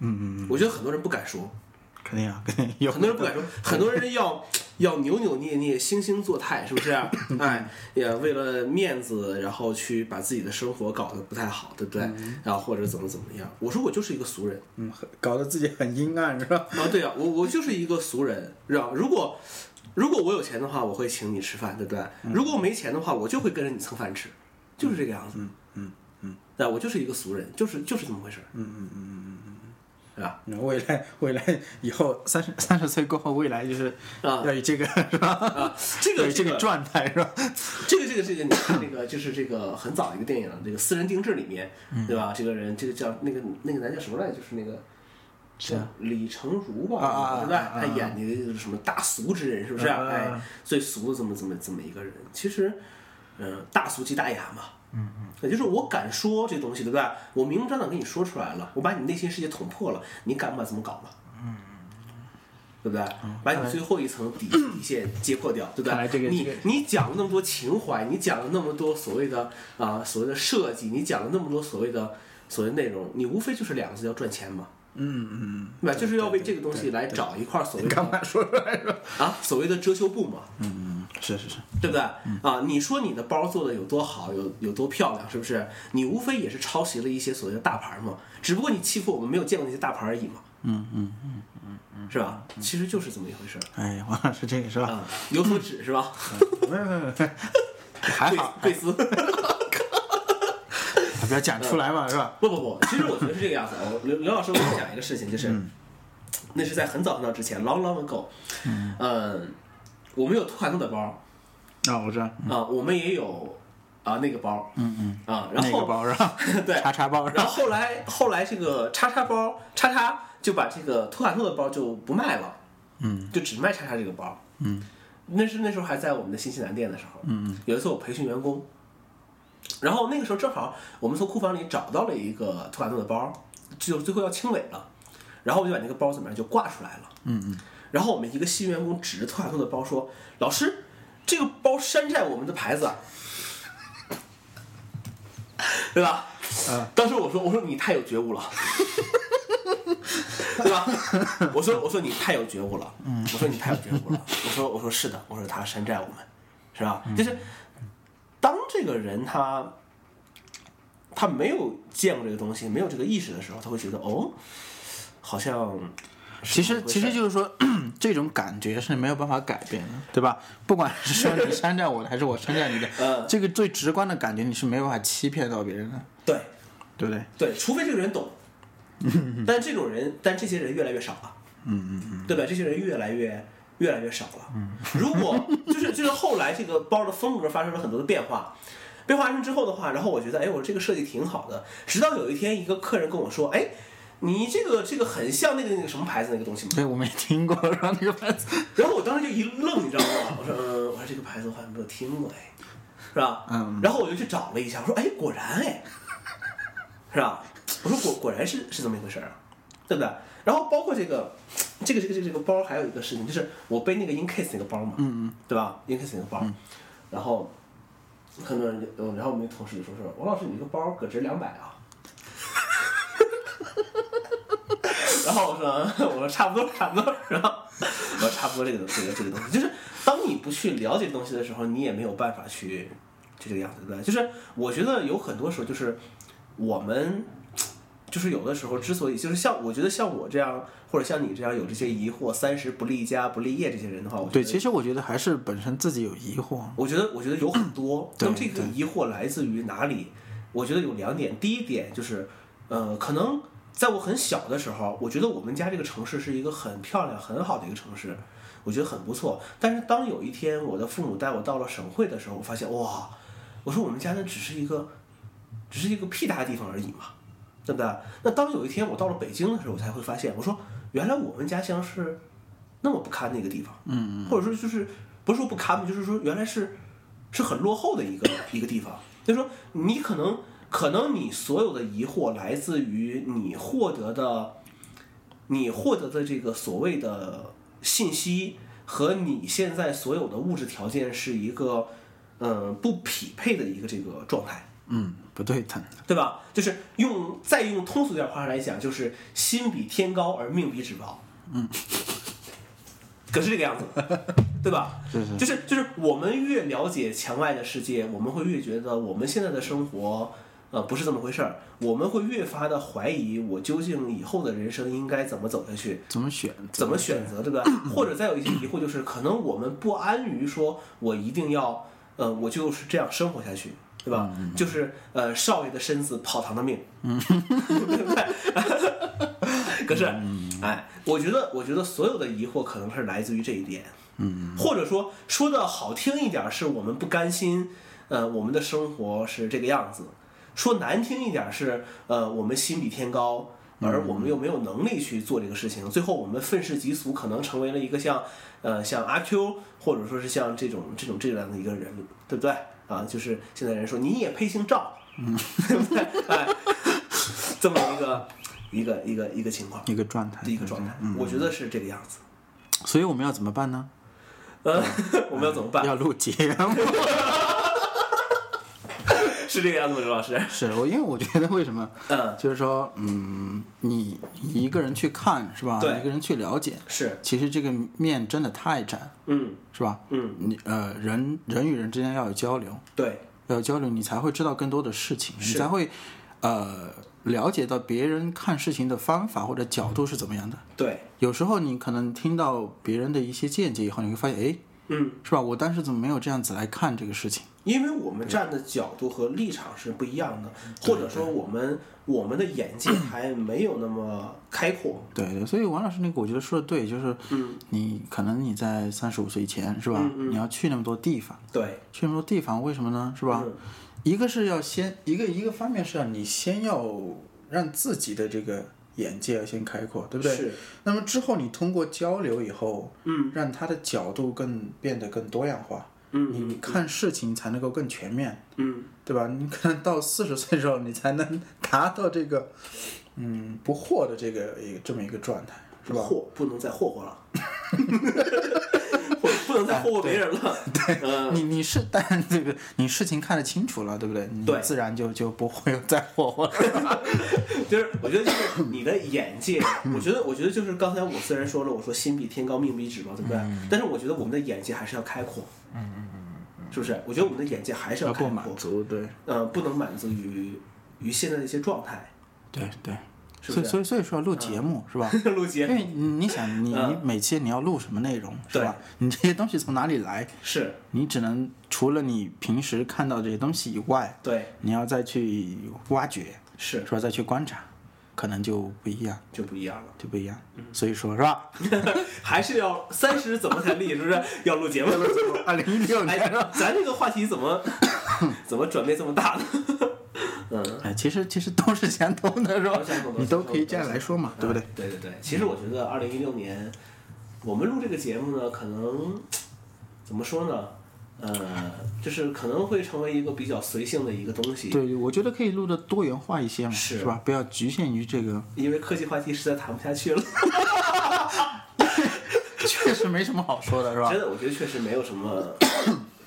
[SPEAKER 2] 嗯嗯，我觉得很多人不敢说，
[SPEAKER 1] *laughs* 肯定啊，肯定有
[SPEAKER 2] 很多人不敢说，很多人要要扭扭捏捏、惺惺作态，是不是、哎，也为了面子，然后去把自己的生活搞得不太好，对不对？然后或者怎么怎么样？我说我就是一个俗人，
[SPEAKER 1] 嗯，很搞得自己很阴暗是吧？
[SPEAKER 2] 啊，对啊，我我就是一个俗人，知道吧如果如果我有钱的话，我会请你吃饭，对不对？如果我没钱的话，我就会跟着你蹭饭吃，就是这个样子。嗯
[SPEAKER 1] 嗯
[SPEAKER 2] 嗯，对、我就是一个俗人，就是就是这么回事。嗯嗯嗯嗯嗯嗯，对吧？
[SPEAKER 1] 那未来 *laughs* 未来以后三十三十岁过后，未来就是
[SPEAKER 2] 啊
[SPEAKER 1] 要以这个、是吧？
[SPEAKER 2] 啊，这
[SPEAKER 1] 要
[SPEAKER 2] 个
[SPEAKER 1] 以这个状态是吧？
[SPEAKER 2] 这个这个这个，你看那个就是这个很早的一个电影，这个私人定制里面，
[SPEAKER 1] 嗯
[SPEAKER 2] 对吧？这个人这个叫那个那个男叫什么来着？就是那个。
[SPEAKER 1] 是啊
[SPEAKER 2] 李成儒
[SPEAKER 1] 啊啊啊
[SPEAKER 2] 吧，对吧？
[SPEAKER 1] 啊啊
[SPEAKER 2] 他演的一个什么大俗之人，是不是？
[SPEAKER 1] 啊啊啊
[SPEAKER 2] 哎，最俗的这么这么这么一个人，其实，嗯、大俗即大雅嘛。嗯嗯。也就是我敢说这东西，对不对？我明目张胆跟你说出来了，我把你内心世界捅破了，你敢不敢这么搞了？对不对？把你最后一层底底线揭破掉，对
[SPEAKER 1] 嗯
[SPEAKER 2] 不
[SPEAKER 1] 看来
[SPEAKER 2] 对？
[SPEAKER 1] 这个
[SPEAKER 2] 你
[SPEAKER 1] 这个
[SPEAKER 2] 你讲了那么多情怀，你讲了那么多所谓的啊、所谓的设计，你讲了那么多所谓的所谓内容，你无非就是两个字叫赚钱嘛，
[SPEAKER 1] 嗯嗯
[SPEAKER 2] 对吧？就是要为这个东西来找一块所谓
[SPEAKER 1] 嗯，干
[SPEAKER 2] 的
[SPEAKER 1] 嘛说出来是吧？
[SPEAKER 2] *laughs* 啊所谓的遮羞布嘛，
[SPEAKER 1] 嗯嗯，嗯是是是，
[SPEAKER 2] 对不对？啊，你说你的包做的有多好，有有多漂亮，是不是？你无非也是抄袭了一些所谓的大牌嘛，只不过你欺负我们没有见过那些大牌而已嘛，
[SPEAKER 1] 嗯嗯，
[SPEAKER 2] 是吧？其实就是这么一回事儿
[SPEAKER 1] 哎，王老师这个是
[SPEAKER 2] *laughs*
[SPEAKER 1] 吧？
[SPEAKER 2] 啊，嗯有所指是吧？
[SPEAKER 1] *laughs* 没有没有没有，还
[SPEAKER 2] 贵
[SPEAKER 1] 好，
[SPEAKER 2] 贵司。
[SPEAKER 1] 不要讲出来嘛，是吧？
[SPEAKER 2] 不不不，其实我觉得是这个样子。我刘刘老师，我跟你讲一个事情，就是、那是在很早很早之前，long long ago，嗯、我们有兔卡诺的包啊、
[SPEAKER 1] 啊，我知道，
[SPEAKER 2] 我们也有啊、那个包，嗯嗯啊，然
[SPEAKER 1] 那个
[SPEAKER 2] 后、
[SPEAKER 1] 包是吧？
[SPEAKER 2] *laughs* 对，
[SPEAKER 1] 叉叉包是
[SPEAKER 2] 然
[SPEAKER 1] 吧？
[SPEAKER 2] 后后来后来这个叉叉包叉叉就把这个托卡托的包就不卖了，
[SPEAKER 1] 嗯，
[SPEAKER 2] 就只卖叉叉这个包，
[SPEAKER 1] 嗯，
[SPEAKER 2] 那是那时候还在我们的新西兰店的时候，嗯，有一次我培训员工，然后那个时候正好我们从库房里找到了一个托卡托的包，就最后要清理了，然后我就把那个包怎么样就挂出来了，嗯嗯，然后我们一个新员工指着托卡托的包说：“老师，这个包山寨我们的牌子啊。” *laughs* 对吧？
[SPEAKER 1] 嗯
[SPEAKER 2] 当时我说，我说你太有觉悟了， *laughs* 对吧？我说，我说你太有觉悟了，我说你太有觉悟了，我说，我说是的，我说他山寨我们，是吧？就是当这个人他他没有见过这个东西，没有这个意识的时候，他会觉得哦，好像
[SPEAKER 1] 其实其实就是说， *clears throat* 这种感觉是没有办法改变的，对吧？不管是说
[SPEAKER 2] *laughs*
[SPEAKER 1] 你山寨我的，还是我山寨你的，
[SPEAKER 2] 嗯
[SPEAKER 1] 这个最直观的感觉，你是没有办法欺骗到别人的，
[SPEAKER 2] 对
[SPEAKER 1] 对不对？
[SPEAKER 2] 对，除非这个人懂， *laughs* 但这种人，但这些人越来越少了，嗯嗯嗯，对吧？这些人越来越越来越少了。如果就是就是后来这个包的风格发生了很多的变化，变化生之后的话，然后我觉得，哎，我这个设计挺好的。直到有一天，一个客人跟我说，哎，你这个这个很像那个那个什么牌子那个东西吗？
[SPEAKER 1] 对，我没听过，然后那个牌 *laughs* 子，
[SPEAKER 2] *laughs* 然后我当时就一愣，你知道吗？我说，嗯，我说这个牌子我好像没有听过，哎，是吧？
[SPEAKER 1] 嗯。
[SPEAKER 2] 然后我就去找了一下，我说，哎，果然，哎，是吧？我说果果然是是这么一回事儿啊，对不对？然后包括这个，这个这个这个这个包，还有一个事情就是我背那个 In Case 那个包嘛，
[SPEAKER 1] 嗯嗯，
[SPEAKER 2] 对吧？In Case 那个包，然后很多人就，嗯然后我们那同事就说是王老师，你这个包可值两百啊。 *laughs* 然后我说， *laughs* 我说差不多，差不多，然后我说差不多这个这个这个东西，就是当你不去了解东西的时候，你也没有办法去就这个样子，对吧？就是我觉得有很多时候就是我们。就是有的时候，之所以就是像我觉得像我这样，或者像你这样有这些疑惑，三十不立家不立业这些人的话，我觉得
[SPEAKER 1] 对，其实我觉得还是本身自己有疑惑，
[SPEAKER 2] 我觉得，我觉得有很多。
[SPEAKER 1] 对
[SPEAKER 2] 那么这个疑惑来自于哪里？我觉得有两点。第一点就是，呃，可能在我很小的时候，我觉得我们家这个城市是一个很漂亮、很好的一个城市，我觉得很不错。但是当有一天我的父母带我到了省会的时候，我发现哇，我说我们家那只是一个，只是一个屁大的地方而已嘛，对不对？那当有一天我到了北京的时候，我才会发现，我说原来我们家乡是那么不堪的一个地方。
[SPEAKER 1] 嗯
[SPEAKER 2] 或者说就是不是说不堪吧，就是说原来是是很落后的一个一个地方。就是说你可能可能你所有的疑惑来自于你获得的你获得的这个所谓的信息和你现在所有的物质条件是一个嗯、呃不匹配的一个这个状态。
[SPEAKER 1] 嗯，不对等，
[SPEAKER 2] 对吧？就是用再用通俗点话来讲，就是心比天高而命比纸薄。嗯，可是这个样子，对吧？
[SPEAKER 1] 是是
[SPEAKER 2] 就是就是我们越了解墙外的世界，我们会越觉得我们现在的生活。呃，不是这么回事儿，我们会越发的怀疑我究竟以后的人生应该怎么走下去，
[SPEAKER 1] 怎么选？
[SPEAKER 2] 怎么选择，对 *coughs* 吧？或者再有一些疑惑，就是可能我们不安于说，我一定要，呃，我就是这样生活下去，对吧？就是呃，少爷的身子，跑堂的命，对不对？ *laughs* 可是，哎，我觉得，我觉得所有的疑惑可能是来自于这一点，嗯，或者说说的好听一点，是我们不甘心，呃，我们的生活是这个样子；说难听一点是，呃，我们心比天高。而我们又没有能力去做这个事情，最后我们愤世嫉俗，可能成为了一个像，呃，像阿 Q，或者说是像这种这种这样的一个人，对不对？啊，就是现在人说你也配姓赵，对不对？ *laughs* 哎，这么一个一个一个一个情况，
[SPEAKER 1] 一个状态，
[SPEAKER 2] 一个状态，我觉得是这个样子。 *laughs*
[SPEAKER 1] 所以我们要怎么办呢？
[SPEAKER 2] 呃，我们要怎么办？
[SPEAKER 1] 要录节目。 *laughs*
[SPEAKER 2] 是这个样子吗，刘老师？
[SPEAKER 1] 是我，因为我觉得为什么，
[SPEAKER 2] 嗯，
[SPEAKER 1] 就是说，嗯，你你一个人去看是吧？
[SPEAKER 2] 对
[SPEAKER 1] 一个人去了解，
[SPEAKER 2] 是，
[SPEAKER 1] 其实这个面真的太窄，
[SPEAKER 2] 嗯
[SPEAKER 1] 是吧？
[SPEAKER 2] 嗯，
[SPEAKER 1] 你呃，人人与人之间要有交流，
[SPEAKER 2] 对，
[SPEAKER 1] 要有交流，你才会知道更多的事情，你
[SPEAKER 2] 是
[SPEAKER 1] 才会呃了解到别人看事情的方法或者角度是怎么样的。
[SPEAKER 2] 对，
[SPEAKER 1] 有时候你可能听到别人的一些见解以后，你会发现，哎，
[SPEAKER 2] 嗯，
[SPEAKER 1] 是吧？我当时怎么没有这样子来看这个事情？
[SPEAKER 2] 因为我们站的角度和立场是不一样的，或者说我们我们的眼界还没有那么开阔。
[SPEAKER 1] 对对，所以王老师那个我觉得说的对，就是，
[SPEAKER 2] 嗯
[SPEAKER 1] 你可能你在三十五岁以前是吧？你要去那么多地方，
[SPEAKER 2] 对，
[SPEAKER 1] 去那么多地方，为什么呢？是吧？
[SPEAKER 2] 嗯
[SPEAKER 1] 一个是要先一个一个方面是要你先要让自己的这个眼界要先开阔，对不对？
[SPEAKER 2] 是，
[SPEAKER 1] 那么之后你通过交流以后，嗯，让他的角度更变得更多样化，
[SPEAKER 2] 嗯
[SPEAKER 1] 你你看事情才能够更全面，
[SPEAKER 2] 嗯，
[SPEAKER 1] 对吧？你可能到四十岁的时候，你才能达到这个，嗯，不惑的这个一个这么一个状态，是吧？
[SPEAKER 2] 霍不能再霍霍了， *laughs* 或者不能再霍霍别人了。对，嗯，
[SPEAKER 1] 你你是，但这个你事情看得清楚了，对不对？你
[SPEAKER 2] 对
[SPEAKER 1] 自然就就不会有再霍霍了。
[SPEAKER 2] *laughs* 就是我觉得就是你的眼界，我觉得我觉得就是刚才我虽然说了，我说心比天高，命比纸薄，对不对？但是我觉得我们的眼界还是要开阔。嗯嗯嗯，是不是？我觉得我们的眼界还是要开
[SPEAKER 1] 不
[SPEAKER 2] 阔
[SPEAKER 1] 满，足，对
[SPEAKER 2] 呃，不能满足于于现在的一些状态。 *laughs*
[SPEAKER 1] 对对，
[SPEAKER 2] 是
[SPEAKER 1] 所
[SPEAKER 2] 不
[SPEAKER 1] 以
[SPEAKER 2] 是嗯
[SPEAKER 1] 所以所以说要录节目、是吧？
[SPEAKER 2] 陆杰
[SPEAKER 1] 因为你你想，你
[SPEAKER 2] 嗯
[SPEAKER 1] 你每期你要录什么内容是吧？你这些东西从哪里来？
[SPEAKER 2] 是
[SPEAKER 1] 你只能除了你平时看到这些东西以外，
[SPEAKER 2] 对，
[SPEAKER 1] 你要再去挖掘，
[SPEAKER 2] 是
[SPEAKER 1] 是吧？再去观察，可能就不一样，
[SPEAKER 2] 就不一样了。
[SPEAKER 1] 就不一样。所以说是吧？
[SPEAKER 2] 还是要三十怎么才立？是不是 *laughs* 要录节目？
[SPEAKER 1] *laughs* 二零一六
[SPEAKER 2] 哎，
[SPEAKER 1] 年，
[SPEAKER 2] 咱这个话题
[SPEAKER 1] *laughs*
[SPEAKER 2] 怎么怎么转变这么大呢？嗯，
[SPEAKER 1] 哎，其实其实都是相同的，是吧
[SPEAKER 2] 都相同？都
[SPEAKER 1] 你都
[SPEAKER 2] 相同
[SPEAKER 1] 可以这样来说嘛，对不对？
[SPEAKER 2] 啊？对对对，其实我觉得二零一六年我们录这个节目呢，可能怎么说呢？呃，就是可能会成为一个比较随性的一个东西，
[SPEAKER 1] 对，我觉得可以录的多元化一些嘛，嗯
[SPEAKER 2] 是
[SPEAKER 1] 是吧？不要局限于这个， *laughs*
[SPEAKER 2] 因为科技话题实在谈不下去了。
[SPEAKER 1] 确实没什么好说的，是吧
[SPEAKER 2] 真？的，我觉得确实没有什么，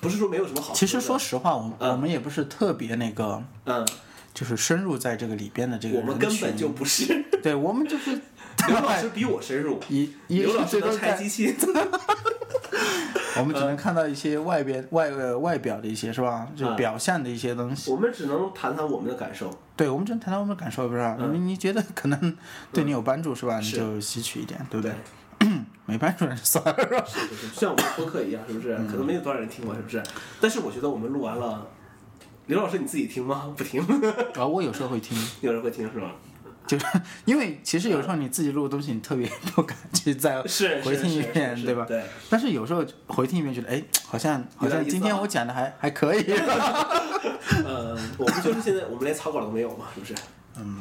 [SPEAKER 2] 不是说没有什么好。
[SPEAKER 1] 其实说，实话，我
[SPEAKER 2] 嗯
[SPEAKER 1] 我们也不是特别那个，
[SPEAKER 2] 嗯，
[SPEAKER 1] 就是深入在这个里边的这个
[SPEAKER 2] 我们根
[SPEAKER 1] 人群
[SPEAKER 2] 本就不是。
[SPEAKER 1] 对，我们 *laughs* 就是
[SPEAKER 2] 刘老师比我深入，
[SPEAKER 1] 一一
[SPEAKER 2] 刘老师
[SPEAKER 1] 最多
[SPEAKER 2] 能拆
[SPEAKER 1] 在 *laughs*
[SPEAKER 2] 机，器，
[SPEAKER 1] 我们只能看到一些外边外呃外表的一些是吧？就
[SPEAKER 2] 嗯
[SPEAKER 1] 表象的一些东西。
[SPEAKER 2] 我们只能谈谈我们的感受。
[SPEAKER 1] 对，我们只能谈谈我们的感受，不是吧？
[SPEAKER 2] 嗯
[SPEAKER 1] 你你觉得可能对你有帮助是吧？你就吸取一点，对不对？ *clears throat* 没帮助那就算了，是吧？
[SPEAKER 2] 是是是，像我们播客一样，是不是？可能没有多少人听过，是不是？但是我觉得我们录完了，刘老师你自己听吗？不听， *laughs*
[SPEAKER 1] 啊，我有时候会听，
[SPEAKER 2] 有人会听是吗？
[SPEAKER 1] 就是因为其实有时候你自己录的东西，你特别不敢去再
[SPEAKER 2] 嗯是
[SPEAKER 1] 回听一遍，
[SPEAKER 2] 是是
[SPEAKER 1] 对吧？
[SPEAKER 2] 对，
[SPEAKER 1] 但是有时候回听一遍，觉得哎，好像好
[SPEAKER 2] 有点
[SPEAKER 1] 像
[SPEAKER 2] 意思
[SPEAKER 1] 今天
[SPEAKER 2] 啊
[SPEAKER 1] 我讲的还还
[SPEAKER 2] *laughs*
[SPEAKER 1] 可以，
[SPEAKER 2] 呃，我们就是现在，我们连草稿都没有嘛，是不是？嗯，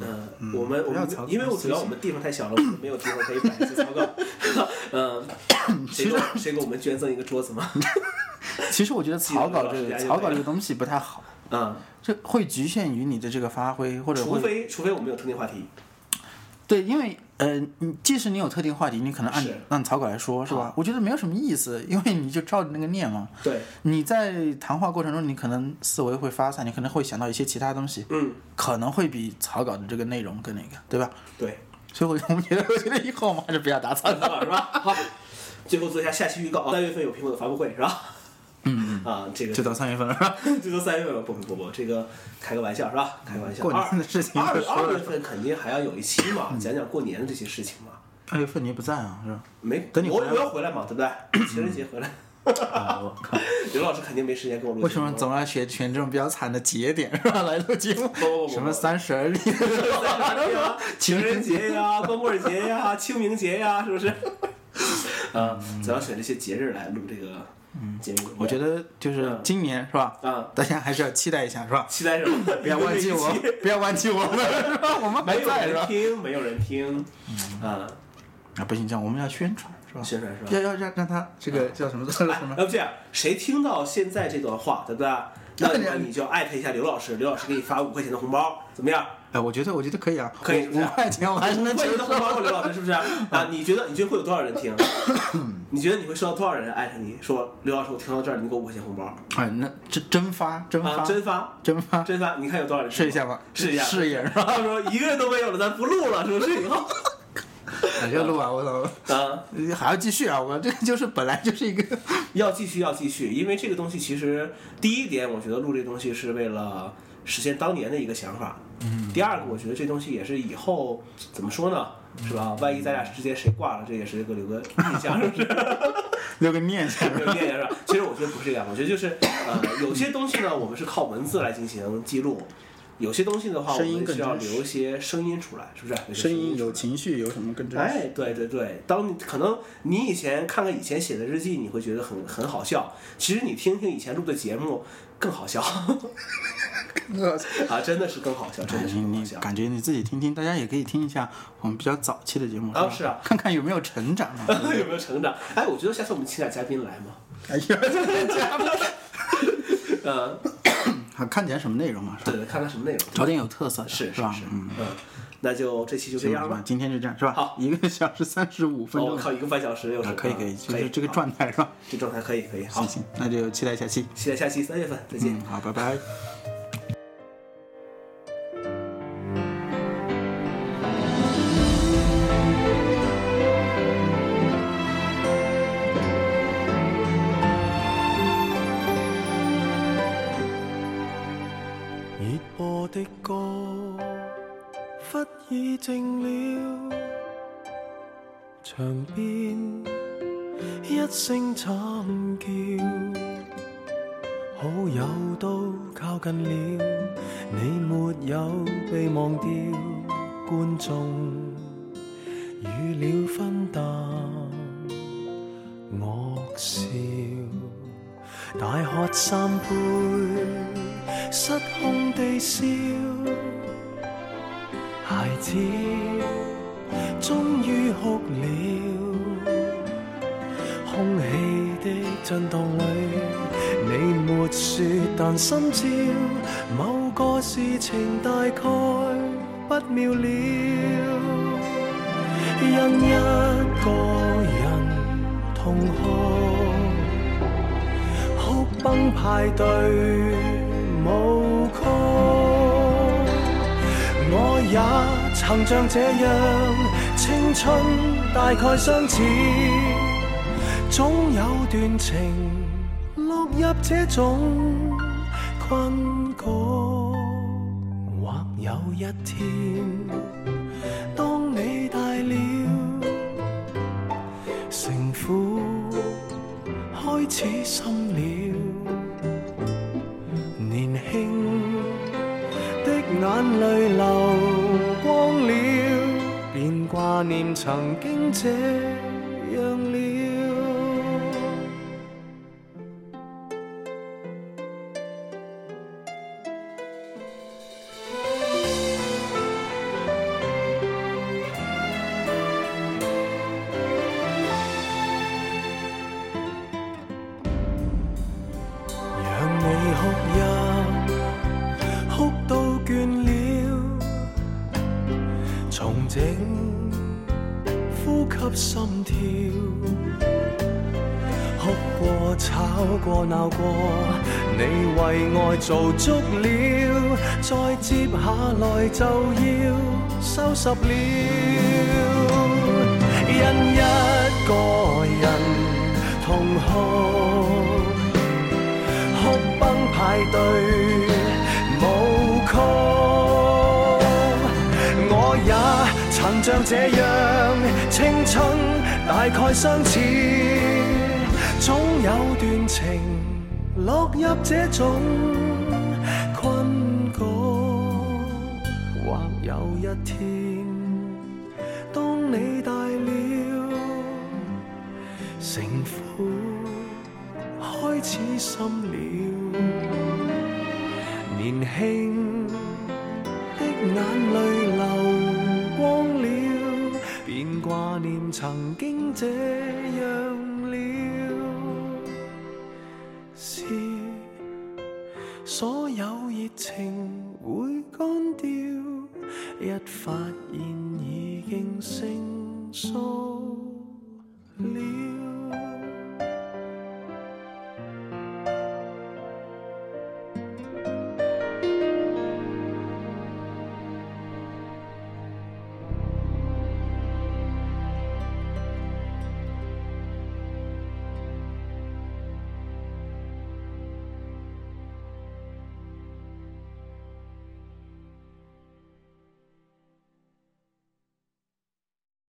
[SPEAKER 2] 我们我
[SPEAKER 1] 不要
[SPEAKER 2] 们
[SPEAKER 1] 草稿
[SPEAKER 2] 因为我主要我们地方太小了，我们没有地方可以摆一次草稿。嗯，
[SPEAKER 1] *laughs*
[SPEAKER 2] 谁给我谁给我们捐赠一个桌子吗？
[SPEAKER 1] 其实我觉得草稿这
[SPEAKER 2] 记得
[SPEAKER 1] 个
[SPEAKER 2] 了
[SPEAKER 1] 草稿这个东西不太好，
[SPEAKER 2] 嗯，
[SPEAKER 1] 这会局限于你的这个发挥，或者
[SPEAKER 2] 除
[SPEAKER 1] 会
[SPEAKER 2] 非除非我们有特定话题，
[SPEAKER 1] 对，因为呃，你即使你有特定话题，你可能按
[SPEAKER 2] 是啊
[SPEAKER 1] 按草稿来说是吧？我觉得没有什么意思，因为你就照着那个念嘛。
[SPEAKER 2] 对，
[SPEAKER 1] 你在谈话过程中，你可能思维会发散，你可能会想到一些其他东西，
[SPEAKER 2] 嗯，
[SPEAKER 1] 可能会比草稿的这个内容更那个，对吧？
[SPEAKER 2] 对，
[SPEAKER 1] 所以我我们觉得，我觉得以后我们还是不要打草
[SPEAKER 2] 草
[SPEAKER 1] 稿。
[SPEAKER 2] 稿 *laughs* 是吧？好，最后做一下下期预告啊，三月份有苹果的发布会是吧？嗯啊，这个
[SPEAKER 1] *laughs*
[SPEAKER 2] *laughs*
[SPEAKER 1] 就到三月份了，是吧？
[SPEAKER 2] 这都三月份了，不不不不，这个开个玩笑是吧？开个玩笑。
[SPEAKER 1] 过年的事情
[SPEAKER 2] 二
[SPEAKER 1] 就
[SPEAKER 2] 二
[SPEAKER 1] 说
[SPEAKER 2] 二
[SPEAKER 1] 了嗯
[SPEAKER 2] 月份肯定还要有一期嘛，讲讲过年的这些事情嘛。
[SPEAKER 1] 二月份你不在啊，是吧？
[SPEAKER 2] 没，
[SPEAKER 1] 等你
[SPEAKER 2] 我
[SPEAKER 1] 回来
[SPEAKER 2] 我要回来嘛，对不
[SPEAKER 1] *coughs*
[SPEAKER 2] 对？情人节回来。 *laughs* 刘老师肯定没时间跟我录。
[SPEAKER 1] 为什么？总要选选这种比较惨的节点是吧？来录节目，
[SPEAKER 2] 不不不
[SPEAKER 1] 什么三十而立，
[SPEAKER 2] 啊
[SPEAKER 1] *laughs*
[SPEAKER 2] 情人
[SPEAKER 1] 啊
[SPEAKER 2] 节呀，光棍节呀，清明节呀，是
[SPEAKER 1] *laughs*
[SPEAKER 2] 不是？啊，总要选这些节日来录这个节目。
[SPEAKER 1] 嗯我觉得就是今年是吧？
[SPEAKER 2] 嗯，
[SPEAKER 1] *laughs* 大家还是要期待一下是吧？
[SPEAKER 2] 期待
[SPEAKER 1] *laughs*
[SPEAKER 2] 什么？，
[SPEAKER 1] 不要忘记我
[SPEAKER 2] *laughs*
[SPEAKER 1] 不要忘记我们是吧？我们
[SPEAKER 2] 没
[SPEAKER 1] 还
[SPEAKER 2] 有
[SPEAKER 1] 在是嗯
[SPEAKER 2] 人
[SPEAKER 1] 吧？
[SPEAKER 2] 听，没有人听。啊，
[SPEAKER 1] 啊，不行，这样我们要宣传是吧？
[SPEAKER 2] 宣传是吧？
[SPEAKER 1] 要要让让他这个叫什么叫什
[SPEAKER 2] *laughs*
[SPEAKER 1] 么？
[SPEAKER 2] 要哎不这样，谁听到现在这段话，对不对？那你就艾特一下刘老师，刘老师给你发五块钱的红包，
[SPEAKER 1] *laughs*
[SPEAKER 2] 怎么样？
[SPEAKER 1] 哎，我觉得我觉得可以啊，
[SPEAKER 2] 可以
[SPEAKER 1] 五五块钱我还是
[SPEAKER 2] 五
[SPEAKER 1] 能
[SPEAKER 2] 块
[SPEAKER 1] 接
[SPEAKER 2] 钱的
[SPEAKER 1] 受。
[SPEAKER 2] 红包给刘老
[SPEAKER 1] *laughs*
[SPEAKER 2] 师，是不是？啊，你觉得你觉得会有多少人听？你觉得你会收到多少人艾特你说刘老师，我听到这儿，你给我五块钱红包
[SPEAKER 1] 哎，那真真发真
[SPEAKER 2] 啊？
[SPEAKER 1] 发
[SPEAKER 2] 真发，
[SPEAKER 1] 真发，
[SPEAKER 2] 真发，你看有多少人？
[SPEAKER 1] 试一下吧，
[SPEAKER 2] *laughs* 试一下
[SPEAKER 1] 试一下是吧？
[SPEAKER 2] 到时候一个人都没有了，咱不录了，是
[SPEAKER 1] *laughs*
[SPEAKER 2] 不是？以后
[SPEAKER 1] 哎这录完我操。
[SPEAKER 2] 啊，
[SPEAKER 1] 还要继续啊！我这个就是本来就是一个，
[SPEAKER 2] 要继续，要继续，因为这个东西其实第一点，我觉得录这东西是为了实现当年的一个想法。嗯。第二个，我觉得这东西也是以后怎么说呢，是吧？万一咱俩之间谁挂了，这也是个留个印象， *laughs* 是不是？
[SPEAKER 1] 留个念
[SPEAKER 2] *laughs*
[SPEAKER 1] 想。
[SPEAKER 2] 留个念想是吧？其实我觉得不是这样，我觉得就是呃，有些东西呢，我们是靠文字来进行记录。有些东西的话，我
[SPEAKER 1] 声音
[SPEAKER 2] 们
[SPEAKER 1] 更
[SPEAKER 2] 是要
[SPEAKER 1] 真实
[SPEAKER 2] 留一些声音出来，是不是？留一些出来
[SPEAKER 1] 情绪，有什么更
[SPEAKER 2] 哎，对对对，当你可能你以前看看以前写的日记，你会觉得很很好笑，其实你听听以前录的节目更好笑 *laughs* 啊，真的是更好笑，真的是
[SPEAKER 1] 你
[SPEAKER 2] 更好
[SPEAKER 1] 你
[SPEAKER 2] 笑。
[SPEAKER 1] 感觉你自己听听，大家也可以听一下我们比较早期的节目，
[SPEAKER 2] 啊
[SPEAKER 1] 吧
[SPEAKER 2] 是啊
[SPEAKER 1] 看看有没有成长啊。
[SPEAKER 2] *laughs* 有没有成长？哎，我觉得下次我们请点嘉宾来嘛。 *laughs*
[SPEAKER 1] 哎 *coughs* 呀，
[SPEAKER 2] 呃，
[SPEAKER 1] 还
[SPEAKER 2] *coughs*
[SPEAKER 1] 看点什么内容啊？是吧
[SPEAKER 2] 对，看看什么内容。
[SPEAKER 1] 找点有特色的，
[SPEAKER 2] 是
[SPEAKER 1] 是
[SPEAKER 2] 是
[SPEAKER 1] 吧？
[SPEAKER 2] 是，
[SPEAKER 1] 嗯，
[SPEAKER 2] 嗯，那就这期就这
[SPEAKER 1] 行
[SPEAKER 2] 样
[SPEAKER 1] 吧
[SPEAKER 2] 吧。，
[SPEAKER 1] 今天就这样，是吧？
[SPEAKER 2] 好，
[SPEAKER 1] 一个小时三十五分
[SPEAKER 2] 哦，我
[SPEAKER 1] 钟，
[SPEAKER 2] 靠，一个半小时又是
[SPEAKER 1] 啊，可以
[SPEAKER 2] 啊
[SPEAKER 1] 可以，就
[SPEAKER 2] 可以
[SPEAKER 1] 是这个
[SPEAKER 2] 好
[SPEAKER 1] 状态是吧？
[SPEAKER 2] 这状态可以可以。好
[SPEAKER 1] 行，，行，那就期待下期。
[SPEAKER 2] 期待下期三月份再见。
[SPEAKER 1] 嗯，好，拜拜。
[SPEAKER 3] 热播的歌忽已静了，墙边一声惨叫，好友都靠近了，你没有被忘掉，观众，与了分担恶笑，大喝三杯，失控地笑，孩子终于哭了。空氣的震動裏，你沒說，但心照某個事情大概不妙了。因一個人痛哭，哭崩派對舞曲。我也曾像這樣，青春大概相似，總有段情落入這種困局。或有一天，當你大了，城府開始深了，年輕。的眼泪流光了，便挂念曾经这样了。让你哭泣。哭到倦了，重整呼吸心跳，哭過吵過鬧過，你為愛做足了，再接下來就要收拾了，因一個人痛哭。哭崩派對舞曲。我也曾像這樣，青春大概相似，總有段情落入這種困局。或有一天，當你大了，城府。開始深了，年輕的眼淚流光了，便掛念曾經這樣了。是所有熱情會乾掉，一發現已經生疏了。